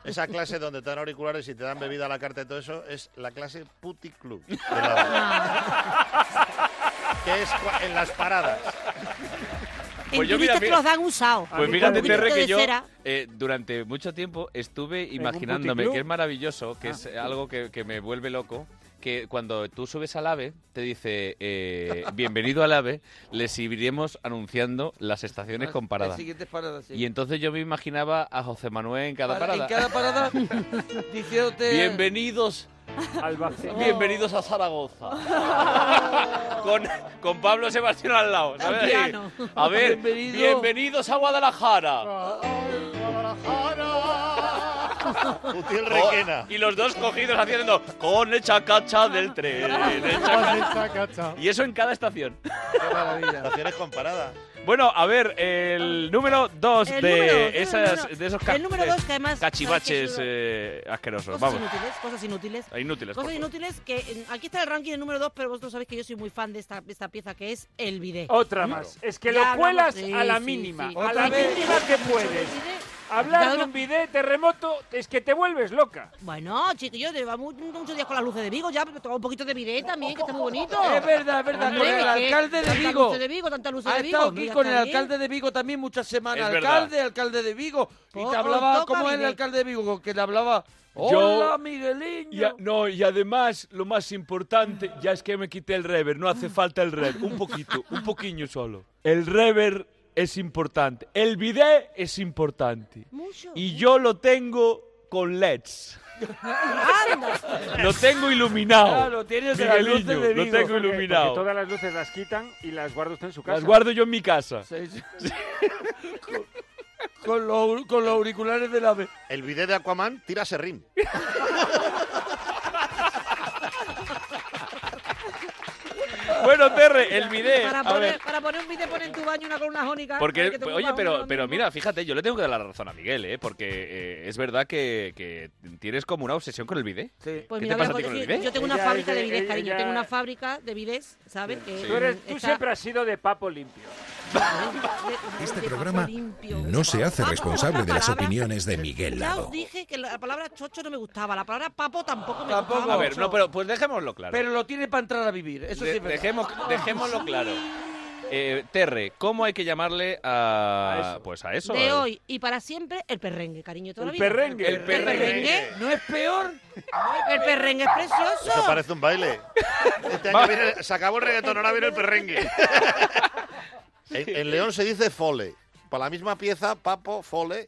S3: Esa clase donde te dan auriculares y te dan bebida a la carta y todo eso es la clase Puti Club. de
S4: Ah.
S3: la- que es cua- en las paradas.
S4: En
S1: Pues yo,
S4: Twitter
S1: mira,
S4: te
S1: mira-
S4: los dan usados.
S1: Pues mira,
S4: Con
S1: TTR,
S4: culito de
S1: que yo
S4: cera.
S1: eh, durante mucho tiempo estuve
S5: un
S1: imaginándome
S5: puticlub?
S1: que es maravilloso, que
S5: Ah.
S1: es algo que, que me vuelve loco, que cuando tú subes al AVE te dice eh, bienvenido al AVE, les iremos anunciando las estaciones con
S6: Las
S1: paradas.
S6: siguientes paradas, sí.
S1: Y entonces yo me imaginaba a José Manuel en cada
S6: Para-
S1: parada.
S6: En cada parada diciéndote...
S1: Bienvenidos
S5: Albacete.
S1: Bienvenidos a Zaragoza. con, con Pablo Sebastián al lado. ¿sabes?
S12: Al piano.
S1: A ver,
S12: Bienvenido.
S1: bienvenidos a Guadalajara.
S3: Utiel Requena.
S1: Oh, y los dos cogidos haciendo con el chacacha del tren. el chacacha. Y eso en cada estación.
S3: Estaciones con parada.
S1: Bueno, a ver, el número dos
S4: El
S1: de,
S4: número dos, el
S1: esas,
S4: número-
S1: de esos ca- eh,
S4: el número dos, que además,
S1: cachivaches
S4: ¿sabes
S1: eh, asquerosos.
S4: Cosas
S1: Vamos.
S4: inútiles, cosas inútiles.
S1: Inútiles, por
S4: Cosas
S1: favor.
S4: Pues inútiles que en- aquí está el ranking el número 2, pero vosotros sabéis que yo soy muy fan de esta, de esta pieza que es el bidet.
S5: Otra
S4: ¿Mm?
S5: más. Es que
S4: Ya
S5: lo
S4: hablamos-
S5: cuelas
S4: sí,
S5: a la
S4: sí,
S5: mínima.
S4: sí.
S5: A la mínima que puedes. Hablar de un bidet terremoto es que te vuelves loca.
S4: Bueno, chicos, yo llevo mu- muchos días con las luces de Vigo ya, pero tengo un poquito de bidet también, que está muy bonito.
S6: Es verdad, es verdad,
S4: Hombre,
S6: con el
S4: ¿qué?
S6: alcalde de
S4: Tantas
S6: Vigo.
S4: luces de Vigo, tantas luces
S6: ha
S4: de Vigo.
S6: estado
S4: hombre,
S6: aquí
S4: ya
S6: con el
S4: está bien.
S6: alcalde de Vigo también muchas semanas.
S1: Es verdad.
S6: alcalde, alcalde de Vigo. Y
S4: Po-
S6: te hablaba,
S4: toca
S6: ¿cómo es el
S4: bidet.
S6: alcalde de Vigo? Que le hablaba. Hola, Miguelín.
S13: Y a- no, y además, lo más importante, ya es que me quité el rever, no hace falta el rever, un poquito, un poquillo solo. El rever es importante, el bidet es importante. Y yo lo tengo con E LEDs. Lo tengo iluminado.
S5: Claro,
S6: tienes
S5: las
S13: Migueliño,
S5: luces de
S13: lo
S5: Vigo.
S13: tengo
S5: Porque-
S13: iluminado.
S5: porque todas las luces las quitan y las guarda usted en su casa.
S13: Las guardo yo en mi casa.
S6: Con, los- con los auriculares del ave.
S3: El bidet de Aquaman tira serrín.
S1: Bueno, Terre, el bidet.
S4: Para
S1: a
S4: poner,
S1: ver.
S4: para poner un bidet, pon en tu baño una columna jónica.
S1: Porque,
S4: Ay, que te
S1: oye,
S4: ocupa
S1: pero,
S4: uno.
S1: pero mira, fíjate, yo le tengo que dar la razón a Miguel, ¿eh? Porque eh, es verdad que, que tienes como una obsesión con el bidet.
S4: Pues
S1: ¿Qué
S4: mira,
S1: te pasa a
S4: voy
S1: ti
S4: a
S1: con el
S4: decir,
S1: bidet?
S4: yo tengo una
S5: Ella
S4: fábrica
S5: es
S4: de
S5: de-
S4: bidets, cariño.
S5: ella-
S4: Tengo una fábrica de bidets, ¿sabes? Que
S5: Tú, eres, tú
S4: está-
S5: siempre has sido de papo limpio.
S8: Este programa no se
S5: Ah,
S8: hace responsable de las opiniones de Miguel
S4: Ya
S8: Lago.
S4: os dije que la palabra chocho no me gustaba, la palabra papo tampoco me
S6: Tampoco.
S4: gustaba.
S1: A ver,
S4: mucho.
S1: no, pero pues dejémoslo claro.
S6: Pero lo tiene para entrar a vivir. Eso
S1: De-
S6: sí es verdad.
S1: dejemos- dejémoslo claro. Eh, Terre, ¿cómo hay que llamarle a, pues a eso?
S4: de
S1: al-
S4: hoy y para siempre, el perrengue, cariño, toda la
S1: El
S4: vida.
S1: perrengue.
S4: El perrengue.
S6: ¿No es peor?
S4: El perrengue es
S3: Eso
S4: precioso.
S3: parece un baile. Este año viene- se acabó el reggaetón, ahora viene el perrengue. En, en León se dice fole. Para la misma pieza, papo, fole.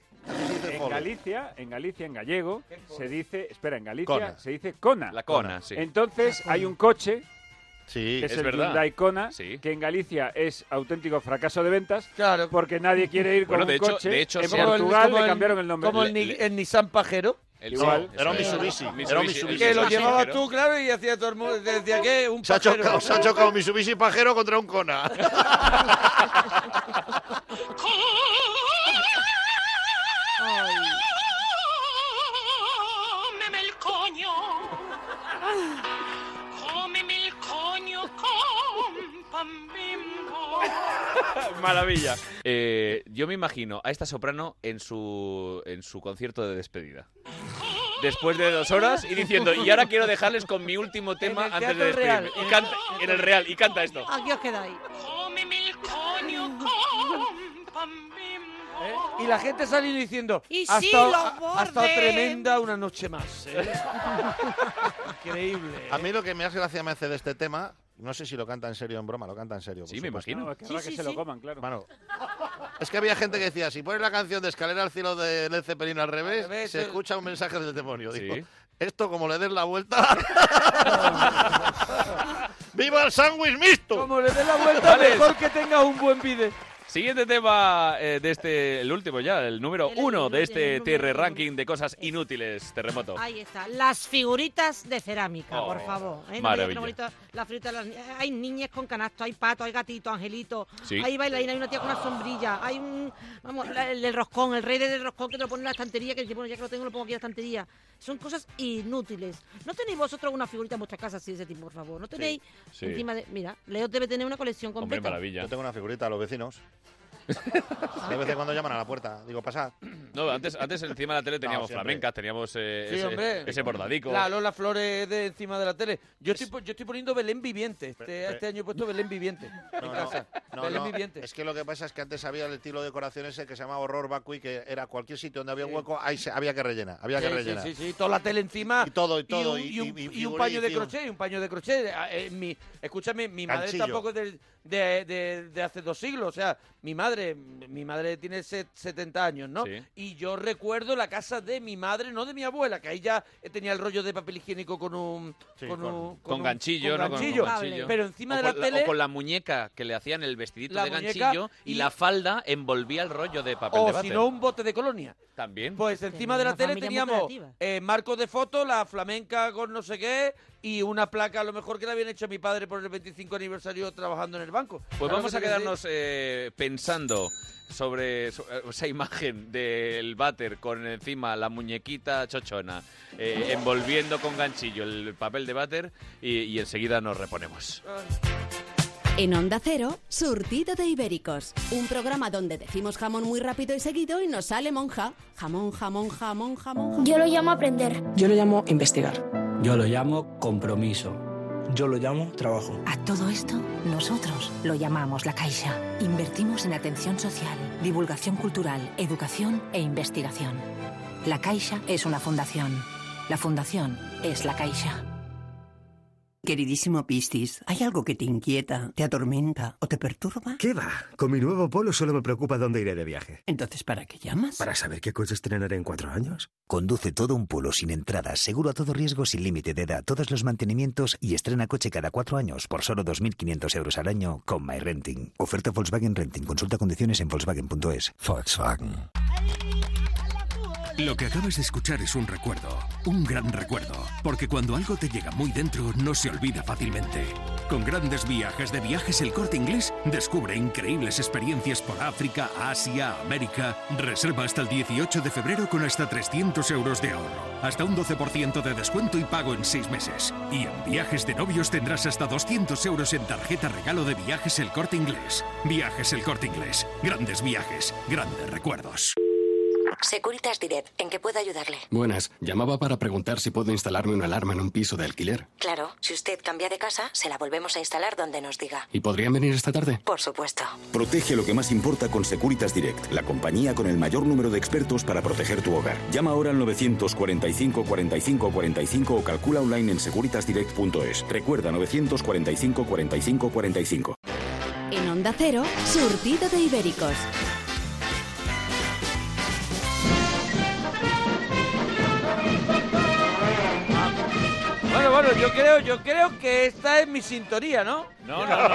S5: En Galicia, en Galicia, en gallego, se dice, espera, en Galicia
S1: Cona.
S5: se dice cona.
S1: La cona, sí.
S5: Entonces hay un coche, que es,
S1: es
S5: el
S1: verdad.
S5: Hyundai Kona, que en Galicia es auténtico fracaso de ventas, porque nadie quiere ir
S1: Bueno,
S5: con
S1: de
S5: un
S1: hecho-
S5: coche.
S1: de hecho,
S5: en
S1: sí.
S5: Portugal
S6: Como
S5: le cambiaron el nombre.
S6: Como el,
S5: Le-
S6: Ni- el Nissan Pajero.
S1: El-
S5: Igual.
S3: Era un
S1: Eso es.
S3: Mitsubishi. Era un Mitsubishi.
S6: Que lo
S3: Mitsubishi
S6: llevaba
S3: pajero.
S6: tú, claro, y hacía todo el mundo. te Decía que un
S3: Se ha,
S6: pajero.
S3: chocado, se ha chocado un Mitsubishi pajero contra un Kona.
S12: Cómeme el coño. Cómeme el coño con pan bimbo.
S1: Maravilla. Eh, yo me imagino a esta soprano en su, en su concierto de despedida. Después de dos horas y diciendo, y ahora quiero dejarles con mi último tema antes de
S4: Teatro Real,
S1: despedirme. Y canta, en el Ah. Real, y canta esto.
S4: Aquí os quedáis.
S12: Cómeme el coño con pan bimbo.
S6: ¿Eh? Y la gente salió diciendo.
S12: Y
S6: ha,
S12: si
S6: estado,
S12: lo
S6: ha- ha estado
S12: borden".
S6: tremenda una noche más. ¿eh? Increíble.
S3: A mí lo que me hace gracia me hace de este tema, no sé si lo canta en serio o en broma, lo canta en serio. por
S1: Sí, me
S3: supuesto.
S1: imagino. No,
S5: que habrá Sí, que sí, se lo sí. coman, claro.
S3: Bueno, es que había gente que decía, si pones la canción de Escalera al cielo de Led Zeppelin al revés,
S6: revés,
S3: se
S6: el-
S3: escucha un mensaje del demonio.
S1: Sí.
S3: Digo, esto como le des la vuelta... ¡Viva el sándwich mixto!
S6: Como le des la vuelta,
S1: Vale.
S6: mejor que tengas un buen vídeo.
S1: Siguiente tema eh, de este, el último ya, el número uno de este TR Ranking de cosas inútiles, terremoto.
S4: Ahí está. Las figuritas de cerámica, por favor. ¿eh? No me digas que no
S1: maravilla.
S4: bonito las figuritas de las- eh, Hay niñas con canastos, hay patos, hay gatitos, angelitos.
S1: Sí.
S4: Hay bailarina, hay una tía con una sombrilla. Hay un. Vamos, la- el del roscón, el rey del roscón que te lo pone en la estantería. Que dice, bueno, ya que lo tengo, lo pongo aquí en la estantería. Son cosas inútiles. ¿No tenéis vosotros una figurita en vuestra casa así de ese tipo, por favor? ¿No tenéis
S3: sí.
S4: encima de.? Mira, Leo debe tener una colección completa.
S3: Yo tengo una figurita a los vecinos. De vez en cuando llaman a la puerta. Digo, pasad.
S1: No, antes, antes encima de la tele teníamos
S3: siempre.
S1: flamencas, teníamos eh,
S3: Sí,
S1: ese,
S6: hombre.
S1: ese bordadico.
S6: La Lola Flores de encima de la tele. Yo estoy, po- yo estoy poniendo Belén Viviente. Este,
S3: pe-
S6: este año he puesto Belén Viviente. en
S3: No, no,
S6: casa.
S3: no,
S6: Belén
S3: no.
S6: Viviente.
S3: Es que lo que pasa es que antes había el estilo de decoración ese que se llamaba horror vacui, que era cualquier sitio donde había un hueco, ahí se- había que rellenar, había que
S6: Sí, sí,
S3: rellenar.
S6: sí, sí, toda la tele encima.
S3: Y todo, y todo.
S6: Y un, y un- y un
S3: figuri-
S6: paño de
S3: y un-
S6: crochet, y un paño de crochet. Ah, eh, mi- escúchame, mi madre
S3: Ganchillo.
S6: tampoco es del- de, de- de hace dos siglos. O sea, mi madre, mi madre tiene se- 70 años, ¿no?
S1: Sí.
S6: Y yo recuerdo la casa de mi madre, no de mi abuela, que ahí ya tenía el rollo de papel higiénico con un...
S1: Sí,
S6: con,
S1: con-
S6: un-
S1: con
S6: un-
S1: ganchillo,
S6: con
S1: ¿no? Con-
S6: ganchillo.
S1: con ganchillo.
S6: Pero encima
S1: O
S6: de la,
S1: con
S6: tele...
S1: O con la muñeca que le hacían el vestidito
S6: La
S1: de
S6: muñeca
S1: ganchillo y,
S6: y-
S1: la falda envolvía el rollo de papel de
S6: o
S1: váter.
S6: si no, un bote de colonia.
S1: También.
S6: Pues encima de la
S1: una
S6: tele
S1: familia muy
S6: teníamos
S1: creativa.
S6: eh, marco de foto, la flamenca con no sé qué y una placa a lo mejor que la habían hecho a mi padre por el 25 aniversario trabajando en el banco.
S1: Pues
S6: ¿Sabes
S1: vamos
S6: lo
S1: a
S6: que te quiero
S1: quedarnos eh, pensando sobre so- eh, esa imagen del váter con encima la muñequita chochona eh, envolviendo con ganchillo el papel de váter y, y enseguida nos reponemos.
S2: En Onda Cero, Surtido de Ibéricos. Un programa donde decimos jamón muy rápido y seguido y nos sale monja. Jamón, jamón, jamón, jamón. jamón.
S10: Yo lo llamo aprender.
S11: Yo lo llamo investigar.
S17: Yo lo llamo compromiso. Yo lo llamo trabajo.
S24: A todo esto, nosotros lo llamamos La Caixa. Invertimos en atención social, divulgación cultural, educación e investigación. La Caixa es una fundación. La fundación es La Caixa.
S25: Queridísimo Pistis,
S24: ¿hay algo
S25: que te inquieta,
S24: te atormenta
S25: o te perturba?
S26: ¿Qué va? Con mi nuevo polo solo me preocupa dónde iré de viaje.
S25: Entonces, ¿para qué llamas?
S26: Para saber qué coche estrenaré en cuatro años.
S27: Conduce todo un pueblo sin entrada, seguro a todo riesgo, sin límite de edad, todos los mantenimientos y estrena coche cada cuatro años por solo 2.500 euros al año con MyRenting. Oferta Volkswagen Renting. Consulta condiciones en Volkswagen.es. Volkswagen.
S30: Lo que acabas de escuchar es un recuerdo, un gran recuerdo, porque cuando algo te llega muy dentro no se olvida fácilmente. Con grandes viajes de viajes el corte inglés, descubre increíbles experiencias por África, Asia, América. Reserva hasta el 18 de febrero con hasta 300 euros de ahorro, hasta un 12% de descuento y pago en 6 meses. Y en viajes de novios tendrás hasta 200 euros en tarjeta regalo de viajes el corte inglés. Viajes el corte inglés, grandes viajes, grandes recuerdos.
S24: Securitas Direct, ¿en qué puedo ayudarle?
S30: Buenas, llamaba para preguntar si puedo instalarme una alarma en un piso de alquiler.
S24: Claro, si usted cambia de casa, se la volvemos a instalar donde nos diga.
S30: ¿Y podrían venir esta tarde?
S24: Por supuesto.
S29: Protege lo que más importa con Securitas Direct, la compañía con el mayor número de expertos para proteger tu hogar. Llama ahora al 945 45 45 o calcula online en securitasdirect.es. Recuerda 945 45 45.
S2: En Onda Cero, Surtido de Ibéricos.
S6: Bueno, bueno, yo creo, yo creo que esta es mi sintonía, ¿no?
S1: No, no, no.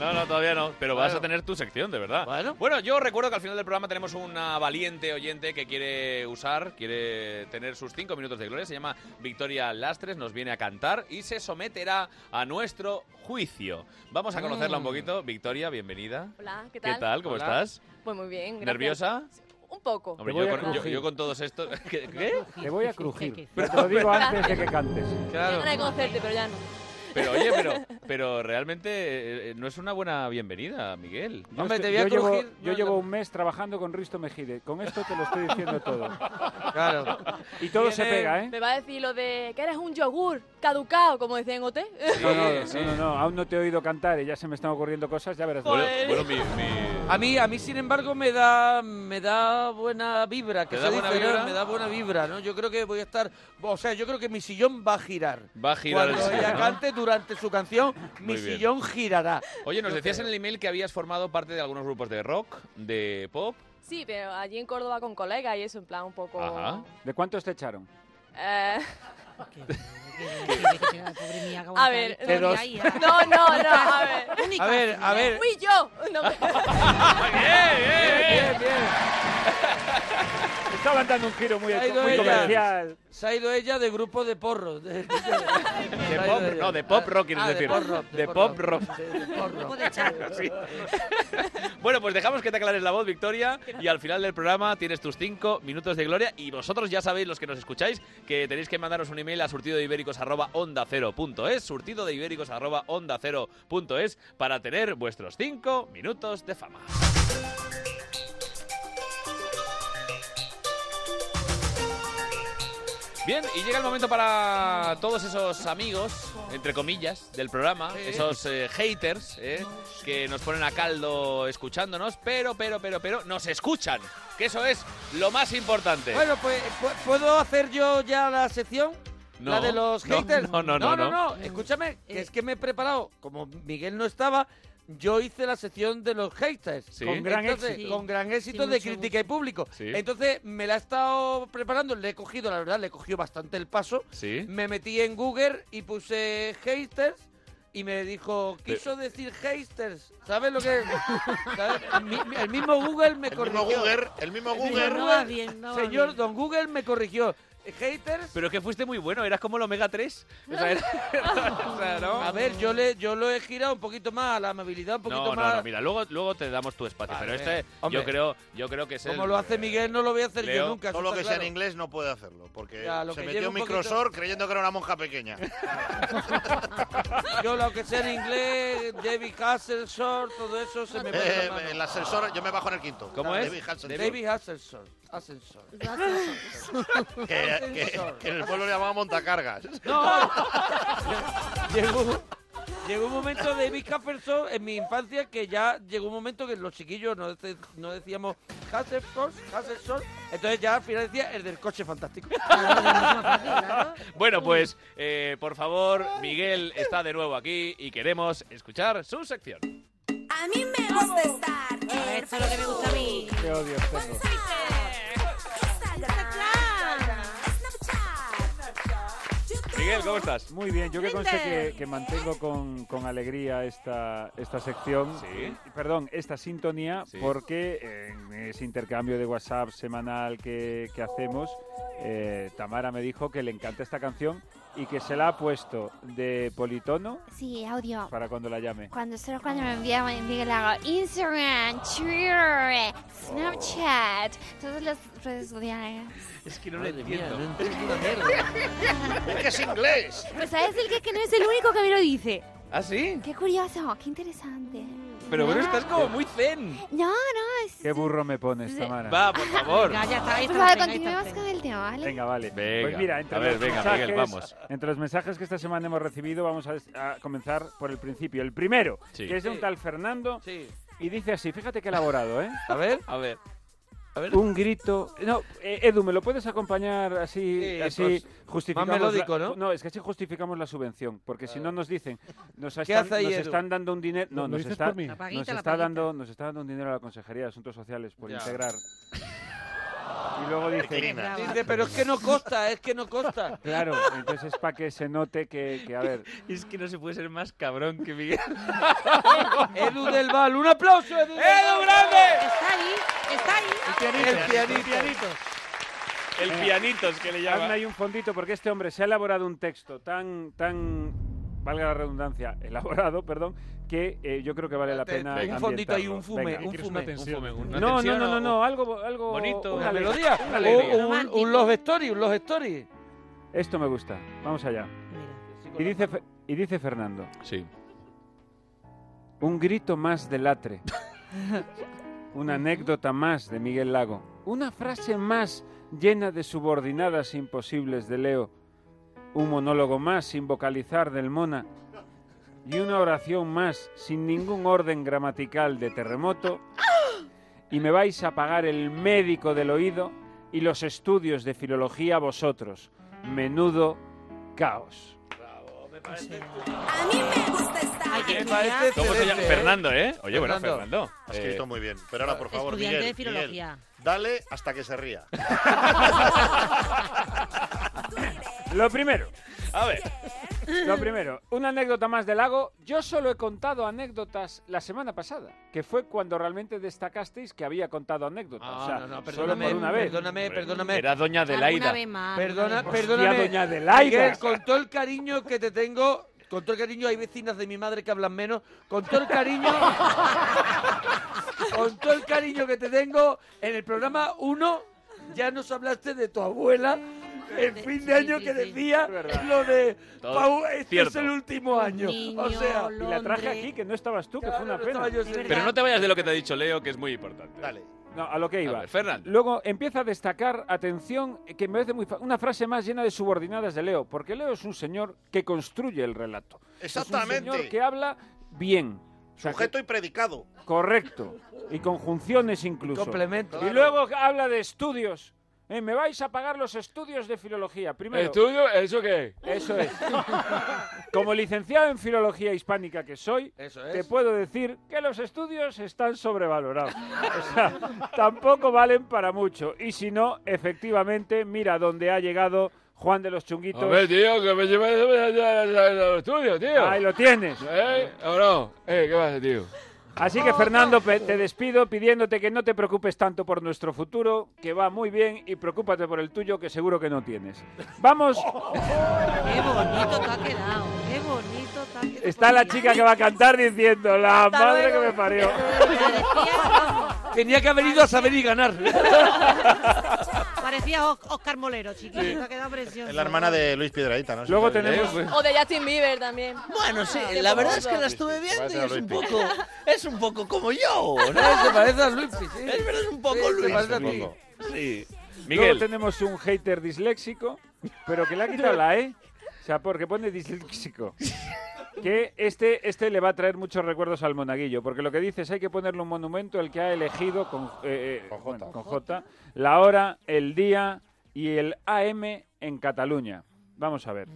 S1: No, no, todavía no. Pero vas a tener tu sección, de verdad. Bueno. yo recuerdo que al final del programa tenemos una valiente oyente que quiere usar, quiere tener sus cinco minutos de gloria. Se llama Victoria Lastres, nos viene a cantar y se someterá a nuestro juicio. Vamos a conocerla un poquito. Victoria, bienvenida.
S18: Hola, ¿qué tal?
S1: ¿Qué tal? ¿Cómo
S18: Hola.
S1: estás?
S18: Pues muy bien, gracias.
S1: ¿Nerviosa?
S18: Un poco.
S1: Hombre,
S5: voy
S1: yo,
S5: a
S1: con, yo-
S5: crujir.
S1: yo con todos estos... ¿Qué? ¿Qué?
S5: Te voy a crujir.
S1: Pero-
S5: te lo digo
S1: pero-
S5: antes de que cantes.
S1: Claro.
S18: Ganas de conocerte, pero ya no.
S1: Pero oye, pero, pero realmente eh, eh, no es una buena bienvenida, Miguel.
S5: Yo estoy- yo llevo, yo llevo un mes trabajando con Risto Mejide. Con esto te lo estoy diciendo todo.
S6: Claro.
S5: Y todo se
S6: Viene-
S5: pega, ¿eh?
S18: Me va a decir lo de que eres un yogur caducado, como decían en OT.
S5: No, no, no, no, no, aún no te he oído cantar y ya se me están ocurriendo cosas, ya verás.
S6: Joder. Bueno, A mí, a mí, sin embargo, me da, me da buena vibra. Que
S5: ¿Te
S6: se
S5: da
S6: dice,
S5: buena
S6: ¿no?
S5: vibra?
S6: Me da buena vibra, ¿no? Yo creo que voy a estar... O sea, yo creo que mi sillón va a girar.
S1: Va a girar el
S6: Cuando
S1: sillón,
S6: ella
S1: ¿no?
S6: cante durante su canción, mi
S1: Muy bien.
S6: sillón girará.
S1: Oye, nos
S6: Yo
S1: decías en el
S6: creo.
S1: email que habías formado parte de algunos grupos de rock, de pop.
S18: Sí,
S5: Ah.
S18: pero allí en Córdoba con colegas y eso, en plan un poco...
S1: Ajá.
S5: ¿De cuántos te echaron?
S18: Eh,
S4: Pobre mía, qué
S18: A ver,
S4: aguantadito.
S18: no,
S4: Ahí, ahí.
S18: no, no, no, a ver.
S4: Única
S6: A ver, a ver.
S18: Fui yo. No,
S5: Estaban dando un giro muy,
S6: Se ha ido
S5: muy
S6: ella.
S5: comercial.
S6: Se ha ido ella de grupo de porros. De,
S1: De pop, no, de pop rock quieres
S6: Ah, de
S1: decir.
S6: pop rock, de
S1: De
S6: pop
S1: pop rock.
S6: Grupo
S4: de charros.
S1: Sí. Bueno, pues dejamos que te aclares la voz, Victoria, y al final del programa tienes tus cinco minutos de gloria y vosotros ya sabéis, los que nos escucháis, que tenéis que mandaros un email a surtido de ibéricos surtido de ibéricos para tener vuestros cinco minutos de fama. Bien, y llega el momento para todos esos amigos, entre comillas, del programa,
S6: Sí.
S1: esos eh, haters eh, que nos ponen a caldo escuchándonos, pero, pero, pero, pero, nos escuchan, que eso es lo más importante.
S6: Bueno, pues pu- ¿puedo hacer yo ya la sección?
S1: No.
S6: la de los
S1: No,
S6: haters.
S1: no, no,
S6: no,
S1: no,
S6: no, Escúchame, que es que me he preparado. Como Miguel no estaba, yo hice la sección de los haters.
S1: Sí.
S6: Con gran éxito. Con gran éxito de crítica y público.
S1: Sí.
S6: Entonces me la he estado preparando, le he cogido, la verdad, le cogió bastante el paso.
S1: Sí.
S6: Me metí en Google y puse haters. Y me dijo, quiso decir haters. ¿Sabes lo que es? ¿Sabes? El, mi- el mismo Google me
S3: mismo
S6: corrigió.
S3: Google, el mismo Google.
S4: No va bien, no va
S6: Señor,
S4: bien.
S6: don Google me corrigió. Haters.
S1: Pero que fuiste muy bueno, eras como el Omega 3.
S6: A ver, yo le, yo lo he girado un poquito más a la amabilidad, un poquito
S1: No,
S6: más.
S1: no, no, mira, luego, luego te damos tu espacio,
S6: Vale,
S1: pero este
S6: hombre.
S1: yo creo, yo creo que es
S6: Como
S1: el-
S6: lo hace Miguel, no lo voy a hacer
S1: Leo,
S6: yo nunca.
S3: Todo lo que sea en
S6: inglés.
S3: inglés no puede hacerlo, porque
S6: Ya, lo
S3: se
S6: que
S3: metió
S6: lleve un
S3: un
S6: poquito-
S3: microsor creyendo que era una monja pequeña.
S6: Yo lo que sea en inglés, David Hasselhoff, todo eso se me pone en
S3: Eh,
S6: la mano.
S3: el ascensor, yo me bajo en el quinto.
S1: ¿Cómo es?
S3: David Hasselhoff.
S6: David Hasselhoff. Hasselhoff.
S3: Que, que- que en el pueblo le llamaban montacargas.
S6: No. llegó, un- llegó un momento de David Hasselhoff en mi infancia que ya llegó un momento que los chiquillos no, dec- no decíamos Hasselhoff, Hasselhoff. Entonces ya al final decía el del coche fantástico.
S1: Bueno, pues eh, por favor, Miguel está de nuevo aquí y queremos escuchar su sección.
S12: A mí me gusta estar. Eso es lo que me gusta a mí.
S5: Te odio, Ferro.
S1: Miguel, ¿cómo estás?
S5: Muy bien, yo que conste que, que mantengo con, con alegría esta, esta sección, y- perdón, esta sintonía, porque en ese intercambio de WhatsApp semanal que, que hacemos, eh, Tamara me dijo que le encanta esta canción y que se la ha puesto de politono
S7: Sí, audio.
S5: para cuando la llame.
S7: Cuando solo cuando me envían Miguel hago Instagram, Twitter, Snapchat, todas las redes sociales.
S1: Es que no lo
S6: entiendo.
S3: es que es inglés.
S7: Pues sabes el que, que no es el único que me lo dice.
S1: ¿Ah, sí?
S7: Qué curioso, qué interesante.
S1: Pero bueno, estás como muy zen.
S7: No, no, es.
S5: Qué burro me pones, Tamara.
S1: Va, por favor.
S7: Pues vale, continuemos con el tema, ¿vale?
S5: Venga, vale.
S1: Venga.
S5: Pues mira, entre
S1: A ver,
S5: los
S1: venga,
S5: mensajes,
S1: Miguel, vamos.
S5: Entre los mensajes que esta semana hemos recibido, vamos a, a comenzar por el principio. El primero,
S1: Sí.
S5: que es de un
S1: Sí.
S5: tal Fernando,
S6: Sí.
S5: y dice así, fíjate que elaborado, ¿eh?
S6: A ver,
S1: a ver.
S5: Un grito. No, eh, Edu, ¿me lo puedes acompañar así?
S6: Sí,
S5: así
S6: pues,
S5: justificamos
S6: más melódico,
S5: la-
S6: ¿no?
S5: No, es que así justificamos la subvención, porque si no nos dicen, nos,
S6: ¿Qué
S5: están,
S6: hace ahí,
S5: nos
S6: Edu?
S5: están dando un dinero. No,
S6: ¿Lo
S5: nos
S6: dices
S5: está,
S6: por mí? La paguita,
S5: nos,
S6: la
S5: está
S6: paguita.
S5: dando, nos está dando un dinero a la Consejería de Asuntos Sociales por
S6: Ya.
S5: integrar. Y luego dicen.
S6: Dice, pero es que no costa, es que no costa.
S5: Claro, entonces es para que se note que, que, a ver.
S1: Es que no se puede ser más cabrón que Miguel.
S6: Edu del Val, un aplauso, Edu. del Val.
S4: Está ahí, está ahí.
S6: El pianito.
S1: El
S6: Eh.
S5: Venga.
S1: pianitos que le llaman.
S5: Hazme ahí un fondito porque este hombre se ha elaborado un texto tan, tan, valga la redundancia, elaborado, perdón, que eh, yo creo que vale la
S6: Te-
S5: pena.
S6: un fondito ahí, un
S5: ambientarlo.
S6: fume,
S5: Venga.
S6: un fume.
S5: No, no, no, no, no, algo, algo
S6: bonito,
S5: una
S6: una
S5: alegría,
S6: melodía,
S5: una
S6: o
S5: alegría.
S6: un, un love story, un love story.
S5: Esto me gusta. Vamos allá. Y dice, Fe- y dice Fernando.
S1: Sí.
S5: Un grito más de latre. Una anécdota más de Miguel Lago. Una frase más llena de subordinadas imposibles de Leo. Un monólogo más sin vocalizar del Mona. Y una oración más sin ningún orden gramatical de terremoto. Y me vais a pagar el médico del oído y los estudios de filología vosotros. Menudo caos.
S6: Me parece
S1: ¿Cómo se llama?
S6: excelente, ¿eh?
S1: Fernando, ¿eh? Oye, bueno, Fernando. Eh,
S6: Fernando.
S3: Has escrito muy bien. Pero ahora, por favor,
S4: Estudiante
S3: Miguel,
S4: de filología.
S3: Miguel, dale hasta que se ría.
S5: Lo primero.
S1: A ver.
S5: Lo primero, una anécdota más del lago. Yo solo he contado anécdotas la semana pasada, que fue cuando realmente destacasteis que había contado anécdotas.
S6: Ah,
S5: o sea,
S6: no, no,
S5: solo
S6: perdóname,
S5: por una vez.
S6: perdóname, perdóname.
S1: Era doña Adelaida.
S6: Perdona, Perdona,
S5: Hostia,
S6: perdóname.
S5: doña Adelaida.
S6: Miguel, con todo el cariño que te tengo, con todo el cariño, hay vecinas de mi madre que hablan menos, con todo el cariño... con todo el cariño que te tengo, en el programa 1 ya nos hablaste de tu abuela el fin de año que decía lo de
S5: Todo
S6: Pau, este es
S5: cierto.
S6: el último año. o sea,
S5: y la traje aquí, que no estabas tú, que fue una pena.
S1: Pero no te vayas de lo que te ha dicho Leo, que es muy importante. Dale.
S5: No, a lo que iba.
S1: ver, Fernando.
S5: Luego empieza a destacar, atención, eh, que me parece muy fa- una frase más llena de subordinadas de Leo, porque Leo es un señor que construye el relato. Es
S3: Exactamente.
S5: un señor que habla bien. O sea, que-
S3: Sujeto y predicado.
S5: Correcto. Y conjunciones incluso.
S3: Complemento.
S5: Y luego habla de estudios. Eh, me vais a pagar los estudios de filología. Primero.
S13: ¿Estudio? ¿Eso qué?
S5: Eso es. Como licenciado en filología hispánica que soy,
S6: Eso es.
S5: te puedo decir que los estudios están sobrevalorados. O sea, tampoco valen para mucho. Y si no, efectivamente, mira dónde ha llegado Juan de los Chunguitos.
S13: A ver, tío, que me llevas al estudio, tío.
S5: Ahí lo tienes.
S13: ¿Eh? ¿O no? Eh, ¿qué pasa, tío?
S5: Así que Fernando, pe- te despido pidiéndote que no te preocupes tanto por nuestro futuro, que va muy bien, y preocúpate por el tuyo, que seguro que no tienes. Vamos,
S4: Qué bonito te ha quedado. Qué bonito te ha quedado.
S5: está la chica que va a cantar diciendo, la
S4: Hasta
S5: madre que
S4: luego.
S5: me parió.
S6: Tenía que haber ido a saber y ganar.
S4: Parecía Os- Oscar Molero, chiquillo. Te ha quedado precioso.
S3: Es la hermana de Luis Piedrahita, ¿no?
S5: Luego Ah,
S3: tenemos...
S18: O de Justin Bieber también. Ah,
S16: Bueno, sí,
S18: Qué
S16: la verdad es que
S18: bonito.
S16: la estuve viendo y
S3: Parece a
S16: es un
S3: Luispi.
S16: poco, es un poco como yo, ¿no?
S6: ¿Te parece a Luis? Sí,
S16: Es verdad, es un poco
S6: Sí, te
S16: Luis.
S6: parece a ti.
S1: Sí.
S5: Luego
S1: Miguel.
S5: tenemos un hater disléxico, pero que le ha quitado la E. O sea, porque pone disléxico. Que este, este le va a traer muchos recuerdos al monaguillo, porque lo que dice es hay que ponerle un monumento al que ha elegido con, eh, eh, bueno, con J la hora, el día y el AM en Cataluña. Vamos a ver.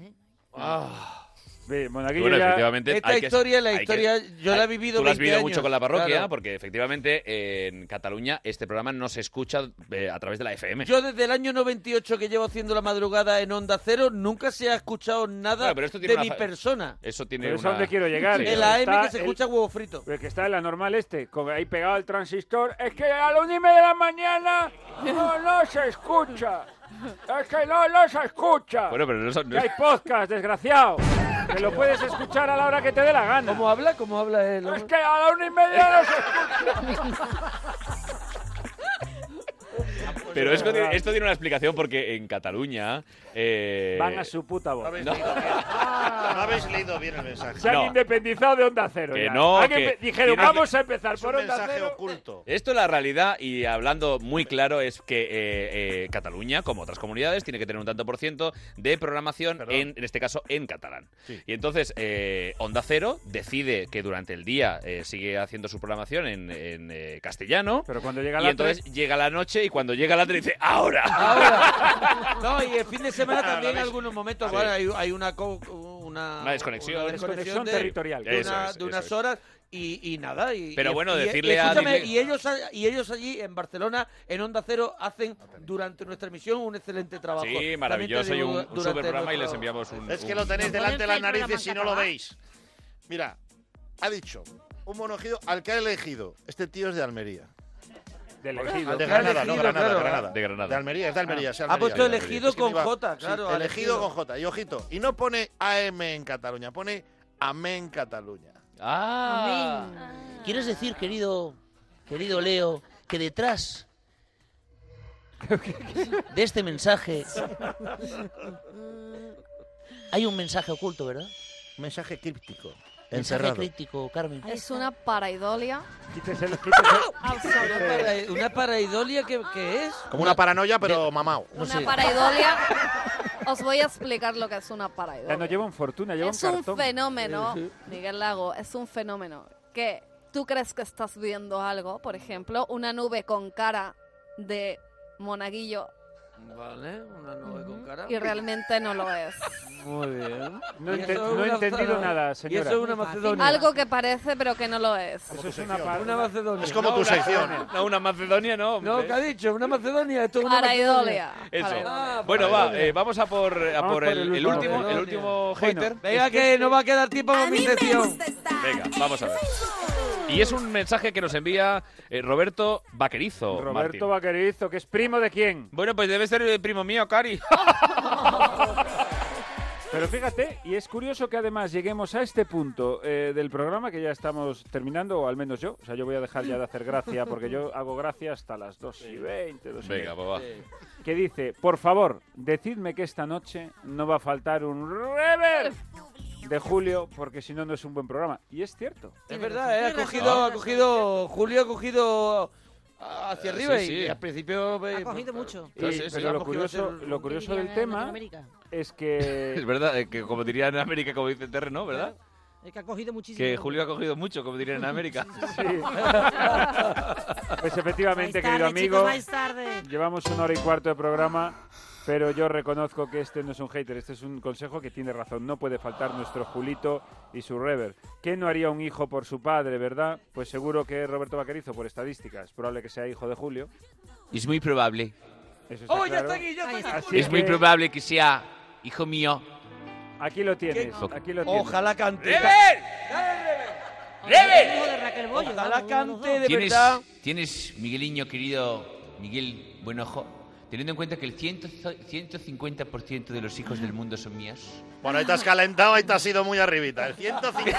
S5: Ve, monaguillo
S1: Ah. Bueno,
S5: ya-
S1: efectivamente.
S6: Esta
S1: hay que-
S6: historia, la
S1: hay que-
S6: historia, yo la he vivido
S1: Tú la has
S6: 20
S1: vivido
S6: años,
S1: mucho con la parroquia,
S6: claro.
S1: porque efectivamente eh, en Cataluña este programa no se escucha eh, a través de la FM.
S6: Yo desde el año 98 que llevo haciendo la madrugada en Onda Cero, nunca se ha escuchado nada
S1: Bueno, pero esto tiene
S6: de
S1: una
S6: mi
S1: fa-
S6: persona.
S1: Eso tiene
S5: Pero es a
S1: una-
S5: donde quiero llegar.
S1: Sí.
S6: El AM
S5: Está
S6: que se
S5: el-
S6: escucha huevo frito.
S5: El que está en la normal este, con ahí pegado al transistor, es que a las 1 y media de la mañana no, no se escucha. Es que no, no se escucha.
S1: Bueno, pero no son-
S5: Que hay podcast, desgraciado. Que lo puedes escuchar a la hora que te dé la gana.
S6: ¿Cómo habla? ¿Cómo habla él?
S5: Es que a las 1 y media no se
S1: Eh, Pero esto, tiene- esto tiene una explicación porque en Cataluña. eh,
S5: Van a su puta voz. Ah.
S3: No. habéis leído bien el mensaje.
S5: Se han
S1: No.
S5: independizado de Onda Cero.
S1: Que
S5: ya.
S1: no,
S5: Alguien
S1: que-
S5: pe- Dijeron,
S1: tiene-
S5: vamos a empezar
S3: Es un
S5: por Onda
S3: mensaje
S5: Cero.
S3: oculto.
S1: Esto es la realidad y hablando muy claro es que eh, eh, Cataluña, como otras comunidades, tiene que tener un tanto por ciento de programación, en, en este caso en catalán.
S3: Sí.
S1: Y entonces eh, Onda Cero decide que durante el día eh, sigue haciendo su programación en, en, eh, castellano.
S5: Pero cuando llega
S1: y
S5: la
S1: entonces llega la noche y cuando llega la noche dice ¡Ahora!
S6: Ahora. No, y el fin de
S1: Ah,
S6: semana también en algunos momentos
S1: Sí.
S6: bueno, hay, hay una, co- una,
S1: Una desconexión.
S6: una
S5: Desconexión
S6: de-
S5: territorial.
S6: De,
S1: Eso
S6: una-
S1: es,
S6: de
S1: eso
S6: unas
S1: es.
S6: horas y, y nada. Y,
S1: Pero
S6: y-
S1: bueno,
S6: y- y
S1: decirle a-
S6: escúchame,
S1: dile-
S6: Y ellos, a- y ellos allí en Barcelona, en Onda Cero, hacen durante nuestra emisión un excelente trabajo.
S1: Sí, maravilloso y
S6: También te
S1: un,
S6: digo,
S1: un
S6: durante
S1: super programa y les
S6: nuestro-
S1: enviamos un...
S3: Es que
S1: un-
S3: lo tenéis delante de las
S4: Ponerse el programa
S3: narices
S4: en
S3: si no lo
S4: catalán.
S3: veis. Mira, ha dicho un monogido al que ha elegido. Este tío es de Almería.
S5: Del elegido.
S3: De Granada, no
S6: elegido,
S3: Granada,
S6: claro. Ah.
S3: Granada.
S1: De Granada.
S3: De Almería, es de Almería. sí,
S6: Ha
S3: Almería.
S6: puesto
S3: Es de
S6: elegido
S3: Almería.
S6: con
S3: Es que me iba-
S6: J, claro,
S3: sí, elegido,
S6: elegido.
S3: con J. Y ojito, y no pone AM en Cataluña, pone AMEN Cataluña.
S1: ¡Ah!
S16: ¿Quieres decir, querido, querido Leo, que detrás de este mensaje
S4: Mm.
S16: hay un mensaje oculto, ¿verdad?
S3: Mensaje críptico.
S16: Mensaje
S3: Encerrado.
S16: crítico, Carmen.
S18: Es una paraidolia.
S5: Quítaselo, quítaselo.
S6: Una para- ¿Una paraidolia que, que es?
S3: Como una paranoia, pero mamao.
S6: No
S18: una
S6: sé.
S18: paraidolia. Os voy a explicar lo que es una
S5: Ya no
S18: paraidolia.
S5: llevan fortuna, llevan
S18: es un
S5: cartón.
S18: fenómeno, Miguel Lago, es un fenómeno que tú crees que estás viendo algo, por ejemplo, una nube con cara de monaguillo
S6: Vale, una nube con cara.
S18: Y realmente no lo es.
S6: Muy bien.
S5: No
S6: Y
S5: ente-
S6: eso es
S5: no he
S6: una
S5: entendido
S6: zona-
S5: nada,
S6: Y
S5: señora.
S6: eso es una macedonia.
S18: Algo que parece, pero que no lo es.
S5: Eso es una, pa-
S6: Una macedonia.
S5: Es como tu
S6: una-
S5: sección.
S1: No, una Macedonia no.
S6: No,
S1: hombre.
S6: ¿qué ha dicho? Una macedonia. Esto es una
S18: Paraidolia.
S1: Eso.
S6: Ah,
S1: bueno, va,
S6: Macedonia.
S1: eh, vamos a por, a
S6: Vamos
S1: por el, el último, el último hater.
S6: Venga,
S1: Es
S6: que no va a quedar tiempo para mi sección.
S1: Venga, vamos a ver. Y es un mensaje que nos envía eh, Roberto Vaquerizo.
S5: Roberto Vaquerizo, que es primo de quién.
S1: Bueno, pues debe ser el primo mío, Cari.
S5: Pero fíjate, y es curioso que además lleguemos a este punto eh, del programa que ya estamos terminando, o al menos yo. O sea, yo voy a dejar ya de hacer gracia, porque yo hago gracia hasta las 2 y 20, 2 y 20.
S1: Venga, pues va.
S5: Que dice, por favor, decidme que esta noche no va a faltar un Rever de Julio, porque si no, no es un buen programa. Y es cierto.
S6: Es verdad, ¿eh? ha
S5: Tienes
S6: cogido,
S5: razón.
S6: ha cogido, Julio ha cogido ah, hacia
S5: Eh,
S6: arriba
S5: sí,
S6: y-
S5: sí.
S6: y al principio... eh,
S4: Ha cogido mucho.
S5: Y- pero lo curioso, lo curioso del tema es que...
S1: Es verdad, eh, que como dirían en América, como dice Terre, ¿no? ¿Verdad?
S4: Es que ha cogido muchísimo.
S1: Que Julio ha cogido mucho, como dirían en América.
S5: Pues efectivamente,
S4: Más tarde,
S5: querido amigo,
S4: chicos, más tarde.
S5: llevamos una hora y cuarto de programa, pero yo reconozco que este no es un hater, este es un consejo que tiene razón. No puede faltar nuestro Julito y su Rever. ¿Qué no haría un hijo por su padre, verdad? Pues seguro que Roberto Vaquerizo, por estadística, es probable que sea hijo de Julio.
S1: Es muy probable.
S5: Eso está
S6: ¡Oh, ya
S5: claro.
S6: está aquí, ya está aquí!
S5: Así
S1: es muy
S5: que-
S1: probable que sea hijo mío.
S5: Aquí lo tienes,
S1: ¿Qué?
S5: aquí lo tienes.
S6: Ojalá cante.
S4: Hijo de Raquel Bollo.
S6: Ojalá cante de
S10: ¿Tienes,
S6: verdad.
S10: tienes, Migueliño, querido Miguel Buenojo, teniendo en cuenta que el 100 150% de los hijos del mundo son míos?
S3: Bueno, ahí te has calentado, ahí te has ido muy arribita. El 150%.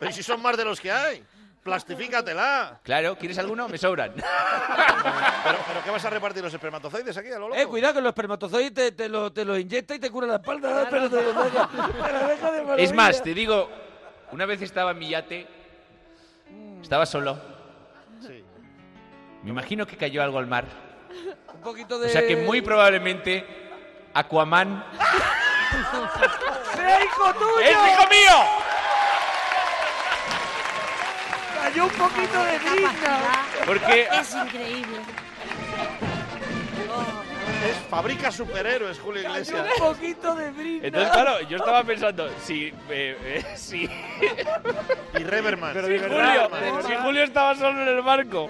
S3: Pero si son más de los que hay. Plastifícatela.
S10: Claro, ¿quieres alguno? Me sobran.
S3: ¿Pero, pero qué vas a repartir los espermatozoides aquí a lo loco?
S6: Eh, cuidado, que los espermatozoides te, te lo, te lo inyecta y te cura la espalda. Pero te lo deja, te lo deja de maravilla.
S10: Es más, te digo, una vez estaba en mi yate, estaba solo.
S3: Sí.
S10: Me imagino que cayó algo al mar.
S6: Un poquito de...
S10: O sea que muy probablemente Aquaman
S6: ¡Sea hijo tuyo!
S10: ¡Es hijo mío!
S6: Cayó un poquito de gringa.
S1: Porque-
S4: Es increíble.
S3: Es- fabrica superhéroes, Julio Iglesias.
S6: Un poquito de brinda.
S1: Entonces, claro, yo estaba pensando, si. eh, eh, si
S3: Y Reverman.
S1: si Julio, si Julio estaba solo en el barco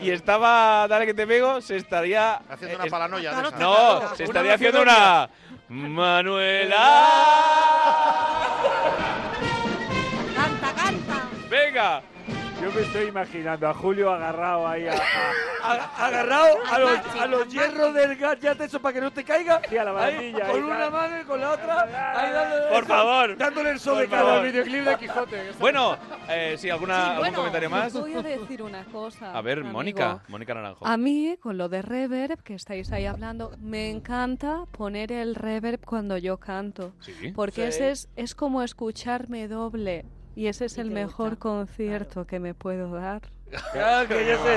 S1: y estaba, dale que te pego, se estaría. eh,
S3: Haciendo una paranoia. de esa.
S1: Ah, No, se estaría haciendo una. Manuela.
S4: Canta, canta.
S1: ¡Venga!
S5: Yo me estoy imaginando a Julio agarrado ahí a,
S6: A- agarrado a los, a los hierros del gas, ya te eso para que no te caiga.
S5: a la
S6: Ahí,
S5: barandilla,
S6: con
S5: ahí,
S6: una
S5: tal.
S6: mano y con la otra. Ahí dándole
S1: Por
S6: eso,
S1: favor.
S6: Dándole el sol
S1: Por
S6: de cara
S1: favor.
S5: videoclip de Quijote.
S1: Bueno, eh, sí, alguna, algún
S15: Bueno,
S1: comentario más.
S15: Voy a decir una cosa.
S1: A ver,
S15: amigo.
S1: Mónica, Mónica Naranjo.
S6: Ah,
S15: A mí, con lo de reverb que estáis ahí hablando, me encanta poner el reverb cuando yo canto.
S1: Sí.
S15: Porque
S1: Sí.
S15: ese es, es como escucharme doble. Y ese es el mejor concierto que me puedo dar.
S6: Claro, que ella se,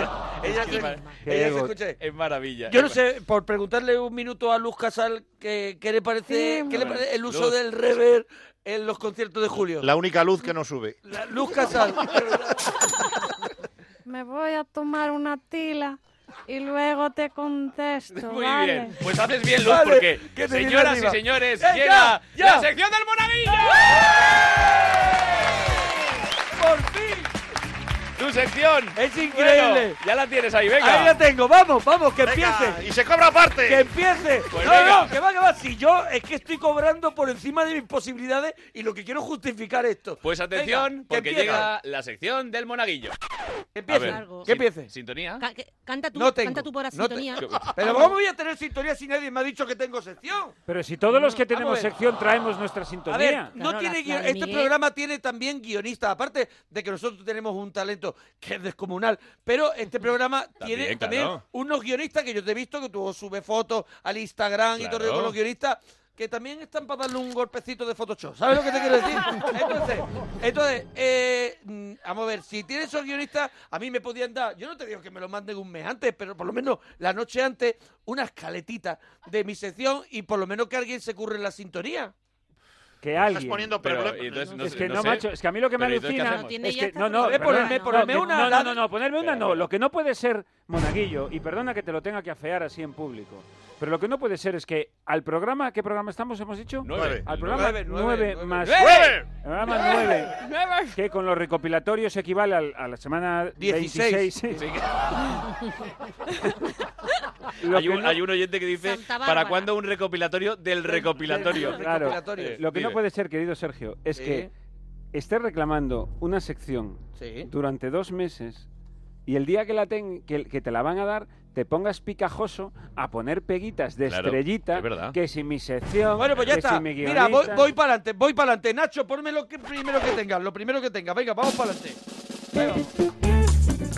S6: ella
S1: Es
S6: se,
S1: que-
S6: ella se
S1: es-
S6: escucha.
S1: Es maravilla.
S6: Yo no sé, por preguntarle un minuto a Luz Casal, ¿qué, qué le parece,
S15: Sí.
S6: qué le
S15: A ver,
S6: parece el uso
S3: Luz.
S6: del rever en los conciertos de julio?
S3: La única luz que no sube.
S6: La- Luz Casal.
S11: Me voy a tomar una tila y luego te contesto.
S1: Muy
S11: ¿vale?
S1: bien. Pues haces bien, Luz,
S6: Vale,
S1: porque
S6: que te viene
S1: señoras y
S6: arriba.
S1: señores,
S6: Eh,
S1: llega
S6: ya, ya.
S1: la sección del Monaguillo.
S6: ¡Por fin!
S1: Tu sección.
S6: Es
S1: Bueno,
S6: increíble.
S1: ya la tienes ahí, venga.
S6: Ahí la tengo, vamos, vamos, que
S1: Venga,
S6: empiece.
S3: Y se cobra aparte.
S6: Que empiece.
S1: Pues
S6: no,
S1: venga.
S6: no, que va, que va. Si yo es que estoy cobrando por encima de mis posibilidades y lo que quiero es justificar esto.
S1: Pues atención,
S6: Venga, que
S1: porque
S6: empiece.
S1: llega la sección del Monaguillo.
S6: Que empiece.
S1: A ver,
S6: Largo.
S1: sin-
S6: Que empiece.
S1: Sintonía.
S4: Ca- que- canta tú,
S6: No tengo.
S4: canta tú por la
S6: no te-
S4: sintonía.
S6: Pero ¿cómo voy a tener sintonía si nadie me ha dicho que tengo sección?
S5: Pero si todos los que tenemos
S6: ver.
S5: sección traemos nuestra
S6: A ver,
S5: sintonía.
S6: no tiene guion- este programa tiene también guionistas, aparte de que nosotros tenemos un talento que es descomunal, pero este programa tiene
S1: También,
S6: también
S1: claro.
S6: unos guionistas que yo te he visto que tú subes fotos al Instagram y todo
S1: Claro.
S6: con los guionistas que también están para darle un golpecito de Photoshop. ¿Sabes lo que te quiero decir? Entonces, entonces eh, mm, vamos a ver, si tienes esos guionistas, a mí me podían dar, yo no te digo que me lo manden un mes antes, pero por lo menos la noche antes, unas caletitas de mi sección y por lo menos que alguien se curre la sintonía.
S5: que alguien.
S3: poniendo
S5: Pero,
S3: perplejo.
S5: entonces,
S3: no
S5: es
S3: sé,
S5: que
S3: no
S5: no,
S3: sé.
S5: macho, es que a mí lo que me
S3: Pero, ¿y entonces qué
S5: alucina
S3: hacemos?
S5: es que,
S3: Tiene ya
S5: no, no,
S3: Eh,
S5: perdona,
S3: ponedme-
S5: no,
S3: ponedme
S5: que-
S3: una,
S5: no, no,
S3: dale.
S5: no, no, ponerme una no, lo que no puede ser monaguillo y perdona que te lo tenga que afear así en público. Pero lo que no puede ser es que al programa, ¿qué programa estamos? ¿Hemos dicho?
S1: Nueve.
S5: Al programa
S1: Nueve, nueve,
S5: 9
S1: nueve.
S5: más.
S1: ¡Nueve!
S5: Al programa
S1: ¡Nueve!
S5: 9. Que con los recopilatorios equivale al- a la semana
S1: 16.
S5: 26.
S1: Sí.
S5: Lo
S1: hay,
S5: que
S1: un,
S5: no-
S1: hay un oyente que dice,
S5: Santa
S1: ¿para
S5: Bárbara".
S1: cuándo un recopilatorio del recopilatorio?
S5: Claro.
S1: Eh,
S5: Lo que no
S1: dime.
S5: puede ser, querido Sergio, es
S1: Sí.
S5: que estés reclamando una sección
S1: Sí.
S5: durante dos meses y el día que, la ten- que, que te la van a dar te pongas picajoso a poner peguitas de
S1: Claro,
S5: estrellita
S1: es verdad.
S5: que si mi sección
S6: Bueno, pues ya
S5: que
S6: está.
S5: si mi
S6: Mira, voy,
S5: guionista.
S6: voy para adelante, voy para adelante. Nacho, ponme lo que primero que tengas, lo primero que tengas. Venga, vamos para adelante. Venga.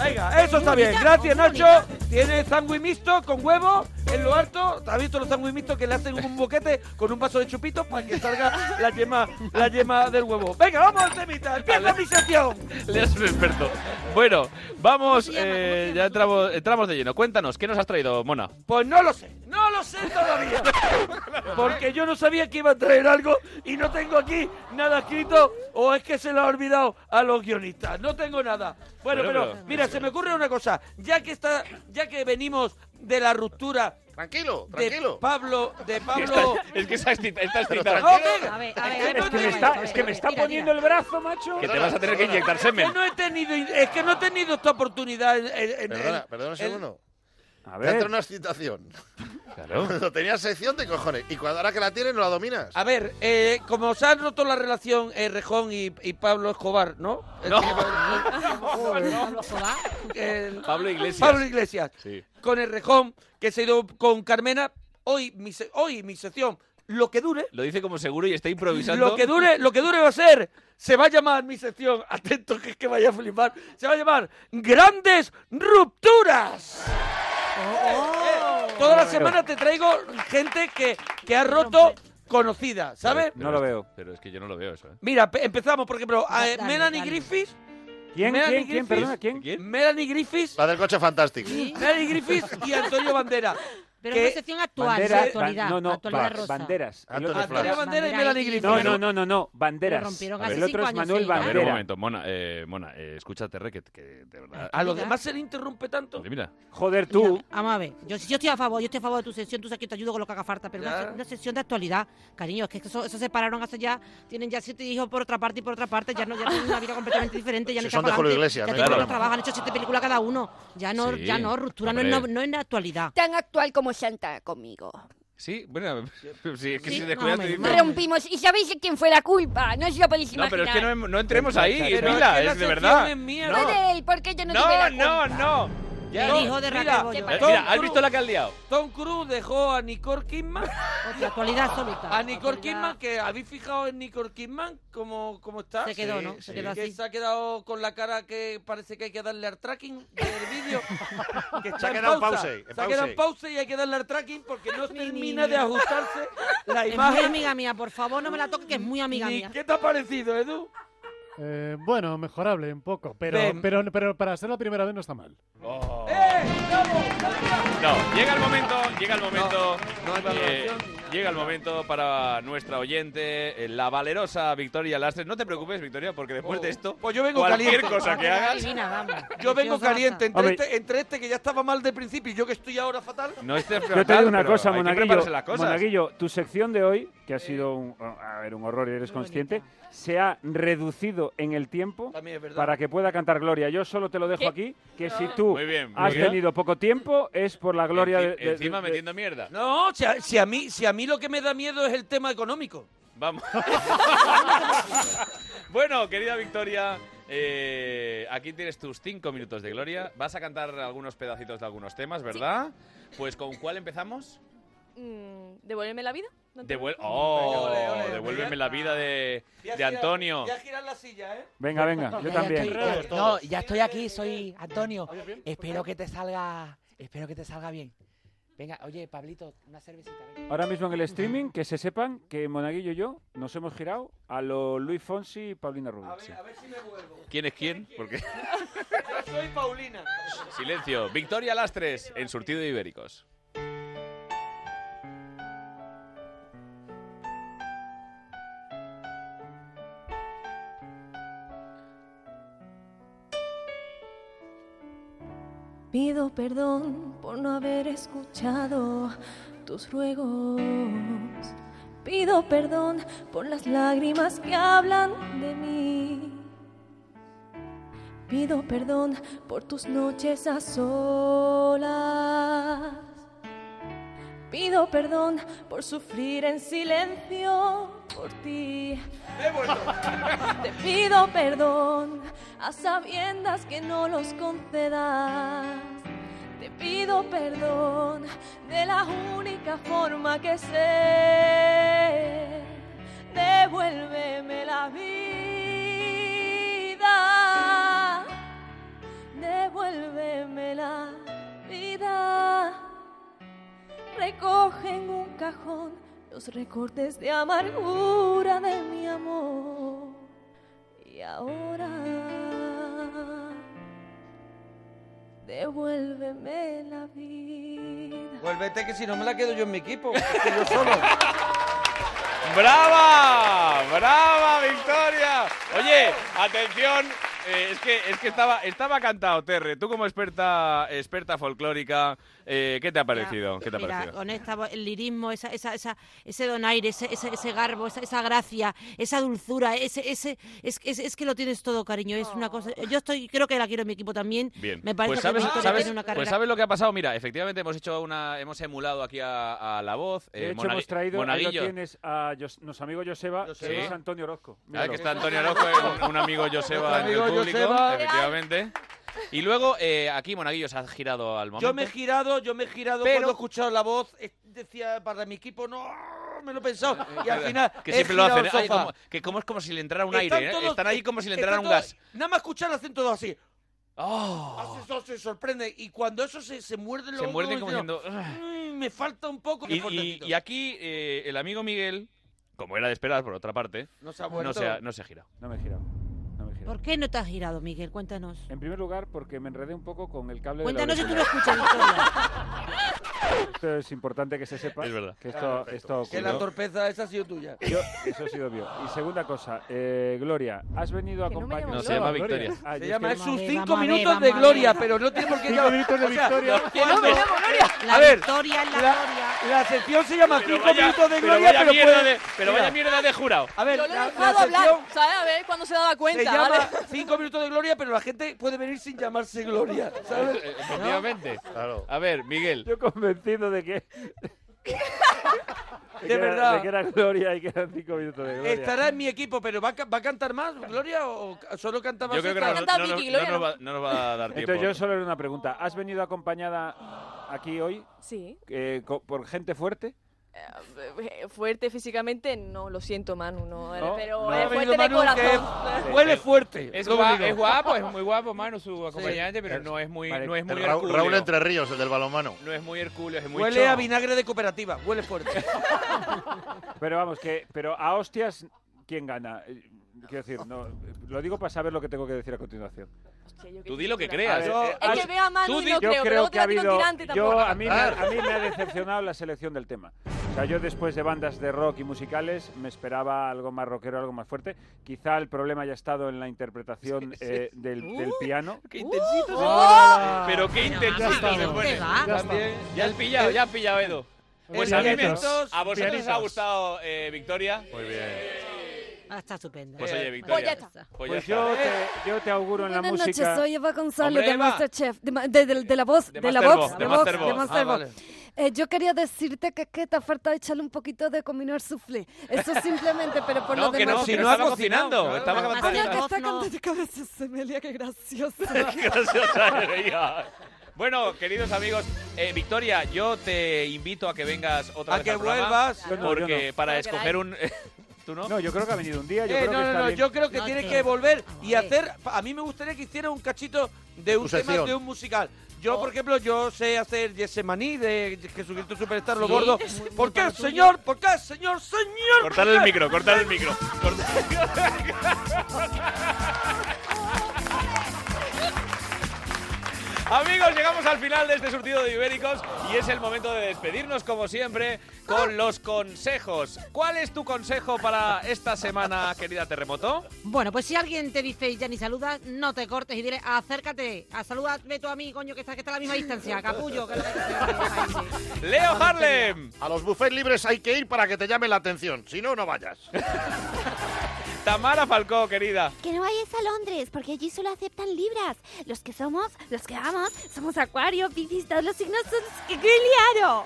S6: Venga, eso está bien. Gracias, Nacho. Tiene sándwich mixto con huevo en lo alto. ¿Has visto los sándwich mixtos que le hacen un boquete con un vaso de chupito para que salga la yema, la yema del huevo? Venga, vamos al temita. Empieza mi sección.
S1: Le haces un experto. Bueno, vamos, eh, ya entramos, entramos de lleno. Cuéntanos, ¿qué nos has traído, Mona?
S6: Pues no lo sé, no lo sé todavía. Porque yo no sabía que iba a traer algo y no tengo aquí nada escrito o es que se lo ha olvidado a los guionistas. No tengo nada.
S1: Bueno,
S6: Bueno, pero,
S1: pero-
S6: mira, se me ocurre una cosa. Ya que está, ya que venimos de la ruptura.
S3: Tranquilo,
S6: tranquilo. De Pablo, de Pablo.
S1: Está- es que estás, cita- estás
S6: Pero
S1: citada.
S6: tranquilo. Oh, venga.
S4: A ver,
S6: a ver,
S5: Es que me está, es que me está poniendo el brazo, macho.
S1: Que te vas a tener que inyectar semen.
S6: Que no he tenido, es que no he tenido esta oportunidad. en- en- en-
S3: Perdona,
S6: en-
S3: perdona un
S6: en-
S3: segundo.
S5: A
S3: Te ha entrado una excitación.
S1: Claro.
S3: Cuando tenías sección de cojones. Y cuando ahora que la tienes, no la dominas.
S6: A ver, eh, como se han roto la relación eh, Rejón y, y Pablo Escobar, ¿no?
S1: No.
S4: Pablo Escobar.
S6: El-
S1: Pablo Iglesias.
S6: Pablo Iglesias.
S1: Sí.
S6: Con el Rejón, que se ha ido con Carmena. Hoy mi, se- hoy mi sección, lo que dure,
S1: Lo dice como seguro y está improvisando.
S6: lo que dure, lo que dure va a ser. Se va a llamar mi sección, atento que es que vaya a flipar, se va a llamar Grandes Rupturas.
S4: Oh,
S6: Eh, eh, toda la
S5: Pero-
S6: semana te traigo gente que, que ha roto conocida, ¿sabes?
S5: No lo veo.
S1: Pero es que yo no lo veo eso, ¿eh?
S6: Mira, pe- empezamos, por ejemplo, a, eh,
S4: Dale,
S6: Melanie
S4: dale.
S6: Griffith.
S5: ¿Quién,
S6: Melanie
S5: quién, quién?
S6: Griffith.
S5: Perdona, ¿quién?
S6: Melanie Griffith.
S3: La del coche fantástico.
S6: Melanie Griffith y Antonio Bandera.
S4: Pero
S6: que-
S4: una sección actual,
S5: Bandera-
S4: de actualidad.
S5: ba- no, no,
S4: actualidad
S5: ba-
S4: rosa.
S5: banderas. El
S3: Anthony
S5: otro-
S3: Flash. Antonio
S6: Bandera y
S4: Bandera
S6: Melanie
S4: y-
S6: Griffith.
S5: No, no, no, no, no,
S4: Lo
S5: banderas.
S4: rompieron hace
S5: El otro
S4: cinco
S5: es
S4: años
S5: Manuel
S4: seguidos.
S1: A ver, un
S5: Bandera.
S1: momento, Mona, eh, Mona eh, escúchate, Requet, que de verdad...
S6: A los demás se le interrumpe tanto.
S1: Mira,
S5: Joder, tú.
S4: Vamos a ver, yo, yo estoy a favor, yo estoy a favor de tu sesión, tú sabes que te ayudo con lo que haga falta, pero
S6: Ya.
S4: una, se- una sesión de actualidad, cariño, es que eso, eso se pararon hace ya, tienen ya siete hijos por otra parte y por otra parte, ya no, ya tienen una vida completamente diferente, ya
S3: Si
S4: no echan
S3: son de
S4: pa'lante,
S3: Julio Iglesias, no
S4: ya
S3: hay
S4: tienen otro
S3: problema.
S4: trabajo, han hecho siete películas cada uno, ya no,
S1: Sí,
S4: ya no, ruptura no es,
S1: hombre.
S4: no, no es la actualidad.
S18: Tan actual como Santa conmigo.
S1: sí, bueno, sí, es que
S4: Sí,
S1: si descuidas te
S4: más o menos,
S1: dice...
S4: más o menos.
S18: Rompimos. ¿Y sabéis de quién fue la culpa? No os lo podéis
S1: No,
S18: imaginar.
S1: pero es que no, em- no entremos ahí,
S5: Pero es que
S1: mira,
S6: la
S1: es de
S6: sección
S1: verdad.
S6: es mía.
S18: Fue de él, porque yo no, tuve la culpa.
S1: no, no. Ya.
S4: El
S1: no.
S4: hijo de
S6: Mira,
S4: Raquel
S18: ¿qué
S4: Bollo.
S1: Eh,
S6: Tom
S1: Mira, ¿has
S6: Cruise.
S1: visto la que has liado?
S6: Tom Cruise dejó a Nicole Kidman.
S4: Otra actualidad absoluta.
S6: A Nicole Kidman,
S4: Actualidad.
S6: que habéis fijado en Nicole Kidman, cómo, cómo está.
S4: Se quedó,
S1: Sí,
S4: ¿no?
S1: sí.
S4: Se quedó
S6: Que
S4: así.
S6: se ha quedado con la cara que parece que hay que darle al tracking del vídeo. que está
S3: ha
S6: en
S3: quedado en
S6: pausa.
S3: pause, en
S6: Se ha quedado en
S3: pause.
S6: pausa y hay que darle al tracking porque no
S4: Ni,
S6: termina
S4: ni,
S6: de
S4: ni.
S6: ajustarse la
S4: Es muy
S6: imagen.
S4: amiga mía, por favor, no me la toques, que es muy amiga
S6: Ni-
S4: mía.
S6: ¿Qué te ha parecido, Edu?
S8: Eh, bueno, mejorable un poco, pero,
S6: Ven.
S8: pero, pero para ser la primera vez no está mal.
S1: No, llega el momento, llega el momento.
S6: No, no hay
S1: eh,
S6: valoración ni nada.
S1: llega el momento para nuestra oyente, eh, la valerosa Victoria Lastres. No te preocupes, Victoria, porque después de esto,
S6: Pues yo vengo
S1: cualquier
S6: caliente.
S1: cosa que hagas,
S4: Adivina, vamos.
S6: Yo vengo
S4: Preciosa.
S6: caliente. Entre
S5: Hombre.
S6: este, entre este que ya estaba mal de principio y yo que estoy ahora fatal.
S1: no estés
S5: Yo te digo una
S1: pero
S5: cosa,
S1: hay que
S5: Monaguillo.
S1: prepararse las cosas.
S5: Monaguillo, tu sección de hoy, que ha sido un, a ver, un horror y eres consciente, se ha reducido en el tiempo
S6: También es verdad.
S5: para que pueda cantar Gloria. Yo solo te lo dejo aquí, que si tú
S1: Muy bien, muy
S5: has
S1: bien.
S5: tenido poco tiempo es por la gloria
S1: Enci-
S5: de, de-
S1: encima
S5: de-
S1: metiendo mierda.
S6: No, si a, si a mí, si a mí lo que me da miedo es el tema económico.
S1: Vamos. bueno, querida Victoria, eh, aquí tienes tus cinco minutos de gloria. Vas a cantar algunos pedacitos de algunos temas, ¿verdad? Pues con cuál empezamos?
S18: Mm, ¿Devuélveme la vida? No te-
S1: Devuel- oh,
S6: Ole, ole, ole.
S1: devuélveme la vida de, de Antonio.
S6: Ya girar la silla, ¿eh?
S5: Venga, venga, yo
S16: Ya, ya
S5: también.
S16: estoy- ya- no, ya estoy aquí, soy Antonio. Espero que te salga, espero que te salga bien. Venga, oye, Pablito, una cervecita. venga.
S5: Ahora mismo en el streaming, que se sepan que Monaguillo y yo nos hemos girado a lo Luis Fonsi y Paulina Rubio.
S6: A ver, a ver si me vuelvo.
S1: ¿Quién es quién? Porque eh,
S6: Yo soy Paulina.
S1: silencio. Victoria Lastres en surtido de ibéricos.
S18: Pido perdón por no haber escuchado tus ruegos. Pido perdón por las lágrimas que hablan de mí. Pido perdón por tus noches a solas. Pido perdón por sufrir en silencio por ti. Te pido perdón a sabiendas que no los concedas. Te pido perdón de la única forma que sé. Devuélveme la vida. Devuélveme la vida. Recoge en un cajón los recortes de amargura de mi amor. Y ahora devuélveme la vida.
S6: Vuélvete que si no me la quedo yo en mi equipo. que yo solo.
S1: ¡Brava! ¡Brava, Victoria! Oye, atención. eh, es que, es que estaba, estaba cantado, Terre. Tú como experta, experta folclórica, eh, ¿qué te ha parecido? ¿Qué te ha
S4: Mira,
S1: parecido?
S4: con esta voz, el lirismo, esa, esa, esa, ese donaire, ese, ese, ese garbo, esa, esa gracia, esa dulzura, ese, ese, es, es, es que lo tienes todo, cariño. Es una cosa. Yo estoy, creo que la quiero en mi equipo también.
S1: Bien.
S4: Me parece
S1: pues sabes,
S4: que Victoria
S1: sabes-
S4: tiene una
S1: pues
S4: carrera.
S1: sabes lo que ha pasado. Mira, efectivamente hemos hecho una, hemos emulado aquí a, a la voz.
S5: De
S1: eh,
S5: hecho,
S1: Monagui-
S5: hemos traído, ahí lo
S1: Monaguillo.
S5: tienes, a Jos- nuestro amigo Joseba, que
S1: Sí.
S5: es Antonio Orozco.
S1: Ah,
S5: Míralo.
S1: que está Antonio Araujo, un, un amigo Joseba en el
S5: Amigo
S1: público,
S5: Joseba.
S1: efectivamente. Y luego, eh, aquí Monaguillo se ha girado al momento.
S6: Yo me he girado, yo me he girado
S1: Pero-
S6: cuando he escuchado la voz. eh, Decía para mi equipo, no, me lo he pensado. Y al
S1: Que-
S6: final.
S1: Eh, que
S6: he
S1: siempre lo
S6: girado
S1: hacen,
S6: el
S1: ¿eh? Ay,
S6: sofá.
S1: como- que como es como si le entrara un
S6: Están
S1: aire, ¿eh?
S6: todos-
S1: están ahí como si le
S6: están
S1: entrara un
S6: todos-
S1: gas. Oh.
S6: Nada más escuchar hacen todo así. Hacen todo, se sorprende. Y cuando eso se, se muerde los
S1: Se muerden
S6: ojos,
S1: como
S6: diciendo,
S1: diciendo,
S6: "Ay, me falta un poco.
S1: Y, y- y aquí eh, el amigo Miguel, como era de esperar por otra parte,
S6: No se ha
S1: no
S6: vuelto.
S1: se ha, no se ha girado.
S5: No me he girado. No me he girado.
S4: ¿Por qué no te has girado, Miguel? Cuéntanos.
S5: En primer lugar, porque me enredé un poco con el cable
S4: Cuéntanos
S5: de la
S4: si tú lo
S5: auricular.
S4: escuchas, Victoria.
S5: Esto es importante que se sepa.
S1: Es verdad.
S5: Que
S6: Claro,
S5: esto,
S6: perfecto.
S5: esto
S6: Que la
S5: ocurrió.
S6: torpeza esa ha sido tuya.
S5: Yo- eso ha sido obvio. Y segunda cosa, eh, Gloria, Ah, has venido a
S6: Que no me
S5: acompañar.
S6: llamo No, se llama Gloria. Victoria. Se llama- es sus
S5: sus
S6: cinco minutos de gloria, pero no tiene por qué
S5: Cinco
S6: llamar-
S5: minutos de
S6: o sea,
S5: victoria.
S6: los
S5: Que no me
S6: cuantos-
S5: llamo Gloria.
S6: A
S5: La
S6: ver,
S5: victoria es la
S6: La sección se llama cinco
S1: vaya-
S6: minutos de
S1: pero
S6: gloria,
S1: vaya
S6: pero
S1: mierda
S6: puede-
S1: de- pero vaya mierda de jurado.
S6: A ver,
S31: Yo le he
S6: la- la
S31: dejado hablar,
S6: sección-
S31: ¿sabes? A ver cuándo se daba cuenta,
S6: se llama
S31: ¿vale?
S6: cinco minutos de gloria, pero la gente puede venir sin llamarse Gloria, ¿sabes?
S1: Eh, Efectivamente. A ver, Miguel.
S5: Yo convencido de que.
S6: De
S5: que era-
S6: verdad.
S5: de que era Gloria y que eran cinco minutos de gloria.
S6: Estará en mi equipo, pero ¿va a, ca- va a cantar más, Gloria? ¿O ca- solo canta más?
S1: Yo creo que no, nos- no nos- no nos va, no nos va a dar tiempo.
S5: Entonces, yo solo era una pregunta. ¿Has venido acompañada aquí hoy?
S18: Sí.
S5: eh, co- ¿Por gente fuerte?
S18: Eh, Fuerte físicamente, no, lo siento, Manu, no,
S5: No,
S18: pero
S5: no.
S18: es
S5: Ha venido
S18: fuerte de
S5: Manu, que
S18: corazón.
S6: Huele fuerte.
S32: Es,
S6: lo
S32: gua-
S6: único.
S32: es guapo, es muy guapo, Manu, su acompañante, pero no es muy,
S3: Vale,
S32: no es muy
S3: Ra-
S32: hercúleo.
S3: Raúl Entre Ríos, el del balonmano.
S32: No es muy hercúleo, es muy
S6: Huele
S32: chorro.
S6: a vinagre de cooperativa, huele fuerte.
S5: Pero vamos, que pero a hostias, ¿quién gana? Eh, Quiero decir, no, eh, lo digo para saber lo que tengo que decir a continuación.
S1: Tú di lo que
S5: A
S1: creas.
S5: ver,
S1: Yo-
S5: eh,
S1: Es que
S5: has-
S1: veo a Manu
S5: tú
S1: y
S5: di-
S1: no creo,
S5: yo
S1: pero
S5: creo
S1: no te
S5: que
S1: la
S5: ha
S1: tiro
S5: habido. yo,
S1: tirante tampoco.
S5: a, mí me,
S1: Claro.
S5: a mí me ha decepcionado la selección del tema. O sea, yo después de bandas de rock y musicales me esperaba algo más rockero, algo más fuerte. Quizá el problema haya estado en la interpretación
S32: Sí, sí,
S5: eh,
S32: sí.
S5: del,
S1: Uh,
S5: del piano.
S32: ¡Qué intensito!
S5: Uh,
S32: se
S5: hola.
S32: pone!
S1: Pero qué intensito se pone. También- Ya has pillado, ya has pillado, Edo. Pues a mí me-
S32: Pianitos,
S1: a vosotros os ha
S32: pianitos.
S1: gustado eh, Victoria. Muy bien.
S4: Ah, está estupenda.
S1: Pues oye,
S4: Eh,
S1: Victoria.
S4: pues ya está.
S1: Pues ya
S5: Pues
S1: está.
S5: yo te, yo te auguro en la
S15: Buenas
S5: música.
S15: noches, soy Eva González
S5: Hombre,
S15: de
S5: Eva.
S15: Masterchef, de, ma- de- de- de la voz,
S5: De
S15: de, la
S5: Mastervoz,
S15: voz,
S5: de
S15: de voz,
S5: Mastervoz.
S15: de
S5: Ah,
S15: Mastervoz.
S5: vale.
S15: Eh, yo quería decirte que, que te falta echarle un poquito de cocinar soufflé. Eso simplemente, pero por
S1: No,
S15: lo
S1: que
S15: demás.
S1: no, que no estaba cocinando. Estaba
S15: Ah, no, que
S1: cantando.
S15: está cantando cabeza Semelia, qué gracioso.
S1: Graciosa alegría. Bueno, queridos amigos, eh, Victoria, yo te invito a que vengas otra
S6: A
S1: vez
S6: que
S1: al programa,
S6: vuelvas.
S5: no,
S6: Yo
S5: yo
S1: Porque
S5: no.
S1: para
S5: Cuando
S1: escoger un... ¿Tú no?
S5: No, yo creo que ha venido un día. Yo
S6: Eh,
S5: creo
S6: no,
S5: que
S6: no,
S5: está
S6: no,
S5: bien.
S6: yo creo que
S5: No,
S6: tiene
S5: que-
S6: que volver y hacer. A mí me gustaría que hiciera un cachito de un
S5: Tu
S6: tema
S5: sección. Oh.
S6: de un musical. Yo, por ejemplo, yo sé hacer Yesemaní de Jesucristo Superstar, lo
S1: Sí.
S6: gordo.
S1: Es muy-
S6: ¿Por
S1: muy
S6: qué,
S1: para tuyo.
S6: señor? ¿Por qué, señor? ¡Señor!
S1: Cortar el micro, cortar el micro. Amigos, llegamos al final de este surtido de ibéricos y es el momento de despedirnos, como siempre, con los consejos. ¿Cuál es tu consejo para esta semana, querida Terremoto?
S4: Bueno, pues si alguien te dice y ya ni saludas, no te cortes y dile acércate, a saluda, ve tú a mí, coño, que está, que está a la misma distancia, capullo. Que lo que
S1: Leo Harlem.
S3: A los buffets libres hay que ir para que te llamen la atención. Si no, no vayas.
S1: Tamara Falcó, querida.
S7: Que no vayas a Londres, porque allí solo aceptan libras. Los que somos, los que vamos, somos Acuario, Piscis, todos los signos son Grigliano.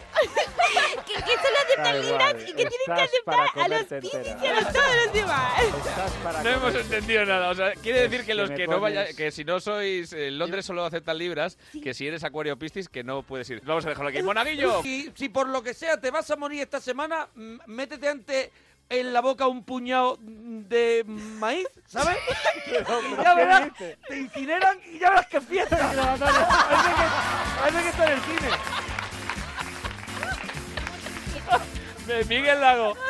S7: que, que solo aceptan
S5: Da
S7: libras
S5: igual,
S7: y que tienen que
S5: estás para
S7: aceptar a los
S5: comerte
S7: Piscis y a
S5: entera.
S7: los todos los demás.
S1: No hemos entendido nada. O sea, quiere decir que
S5: que
S1: los
S5: me
S1: que no
S5: pones-
S1: vayan, que si no sois eh, Londres solo aceptan libras, que si eres Acuario Piscis, que no puedes ir. Vamos a dejarlo aquí. Monaguillo.
S6: Si, si por lo que sea te vas a morir esta semana, mm, métete ante en la boca un puñado de maíz, ¿sabes? y ya
S5: ¿qué
S6: verás,
S5: dices?
S6: te incineran y ya verás qué fiesta.
S5: Parece que está en el cine.
S1: De eh, Miguel Lago.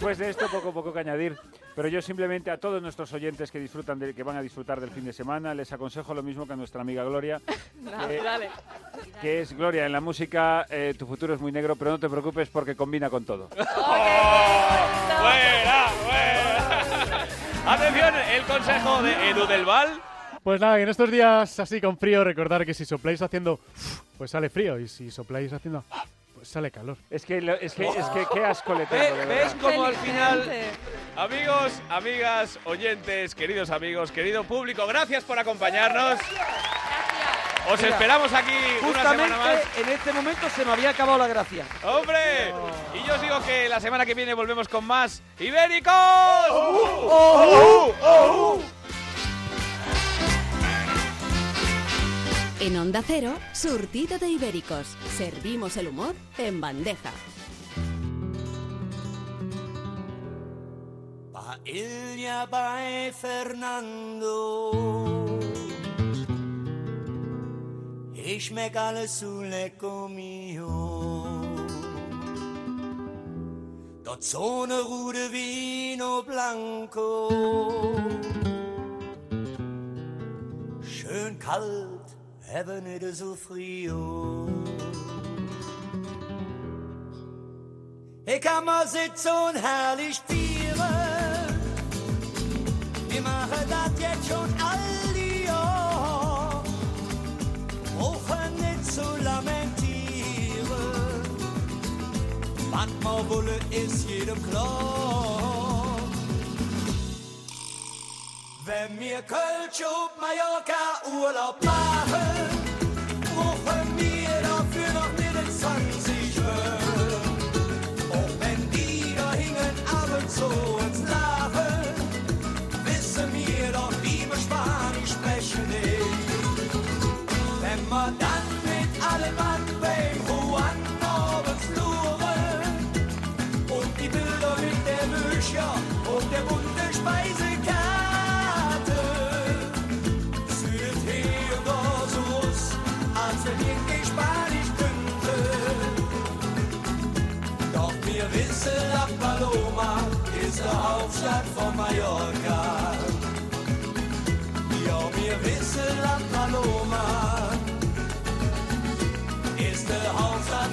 S5: Pues de esto poco poco que añadir. Pero yo simplemente a todos nuestros oyentes que disfrutan de- que van a disfrutar del fin de semana les aconsejo lo mismo que a nuestra amiga Gloria, que, que es Gloria en la música. eh, tu futuro es muy negro, pero no te preocupes porque combina con todo.
S1: ¡Fuera! ¡Fuera! Atención, el consejo de Edu del Val.
S8: Pues nada, que en estos días así con frío, recordar que si sopláis haciendo pues sale frío y si sopláis haciendo pues sale calor.
S5: Es que, lo- es que, es que qué asco le
S1: Ve-
S5: tengo. de
S1: ¿Ves
S5: verdad.
S1: como al final... Amigos, amigas, oyentes, queridos amigos, querido público, gracias por acompañarnos. Os
S6: Mira,
S1: esperamos aquí una
S6: Justamente
S1: semana más.
S6: en este momento se me había acabado la gracia.
S1: ¡Hombre! Y yo os digo que la semana que viene volvemos con más Ibéricos. ¡Oh!
S2: En Onda Cero, surtido de ibéricos. Servimos el humor en bandeja.
S20: Paella by Fernando. Ich schmeck alles lecker mio. Dort so ne Rude Vino Blanco. Schön kalt, heaven it is so frio. Ich kann mal sitzen und herrlich bieren. Wir machen das jetzt schon all die Jahre. Brauchen nicht zu lamentieren. Was man wolle, ist jedem klar. Wenn wir Kölsch und Mallorca Urlaub machen, brauchen wir dafür noch mindestens 20 Euro. Auch wenn die da hingen abends so ins Lachen, wissen wir doch, wie wir Spanisch sprechen nicht. Wenn wir dann mit allem Mann beim Juan abends luren und die Bilder mit der Milchja und der bunten Speisekarte, fühlt hier doch so aus, als wenn ich Spanisch könnte. Doch wir wissen, La Paloma ist die Hauptstadt von Mallorca. Ja, wir wissen, La Paloma ist die Hauptstadt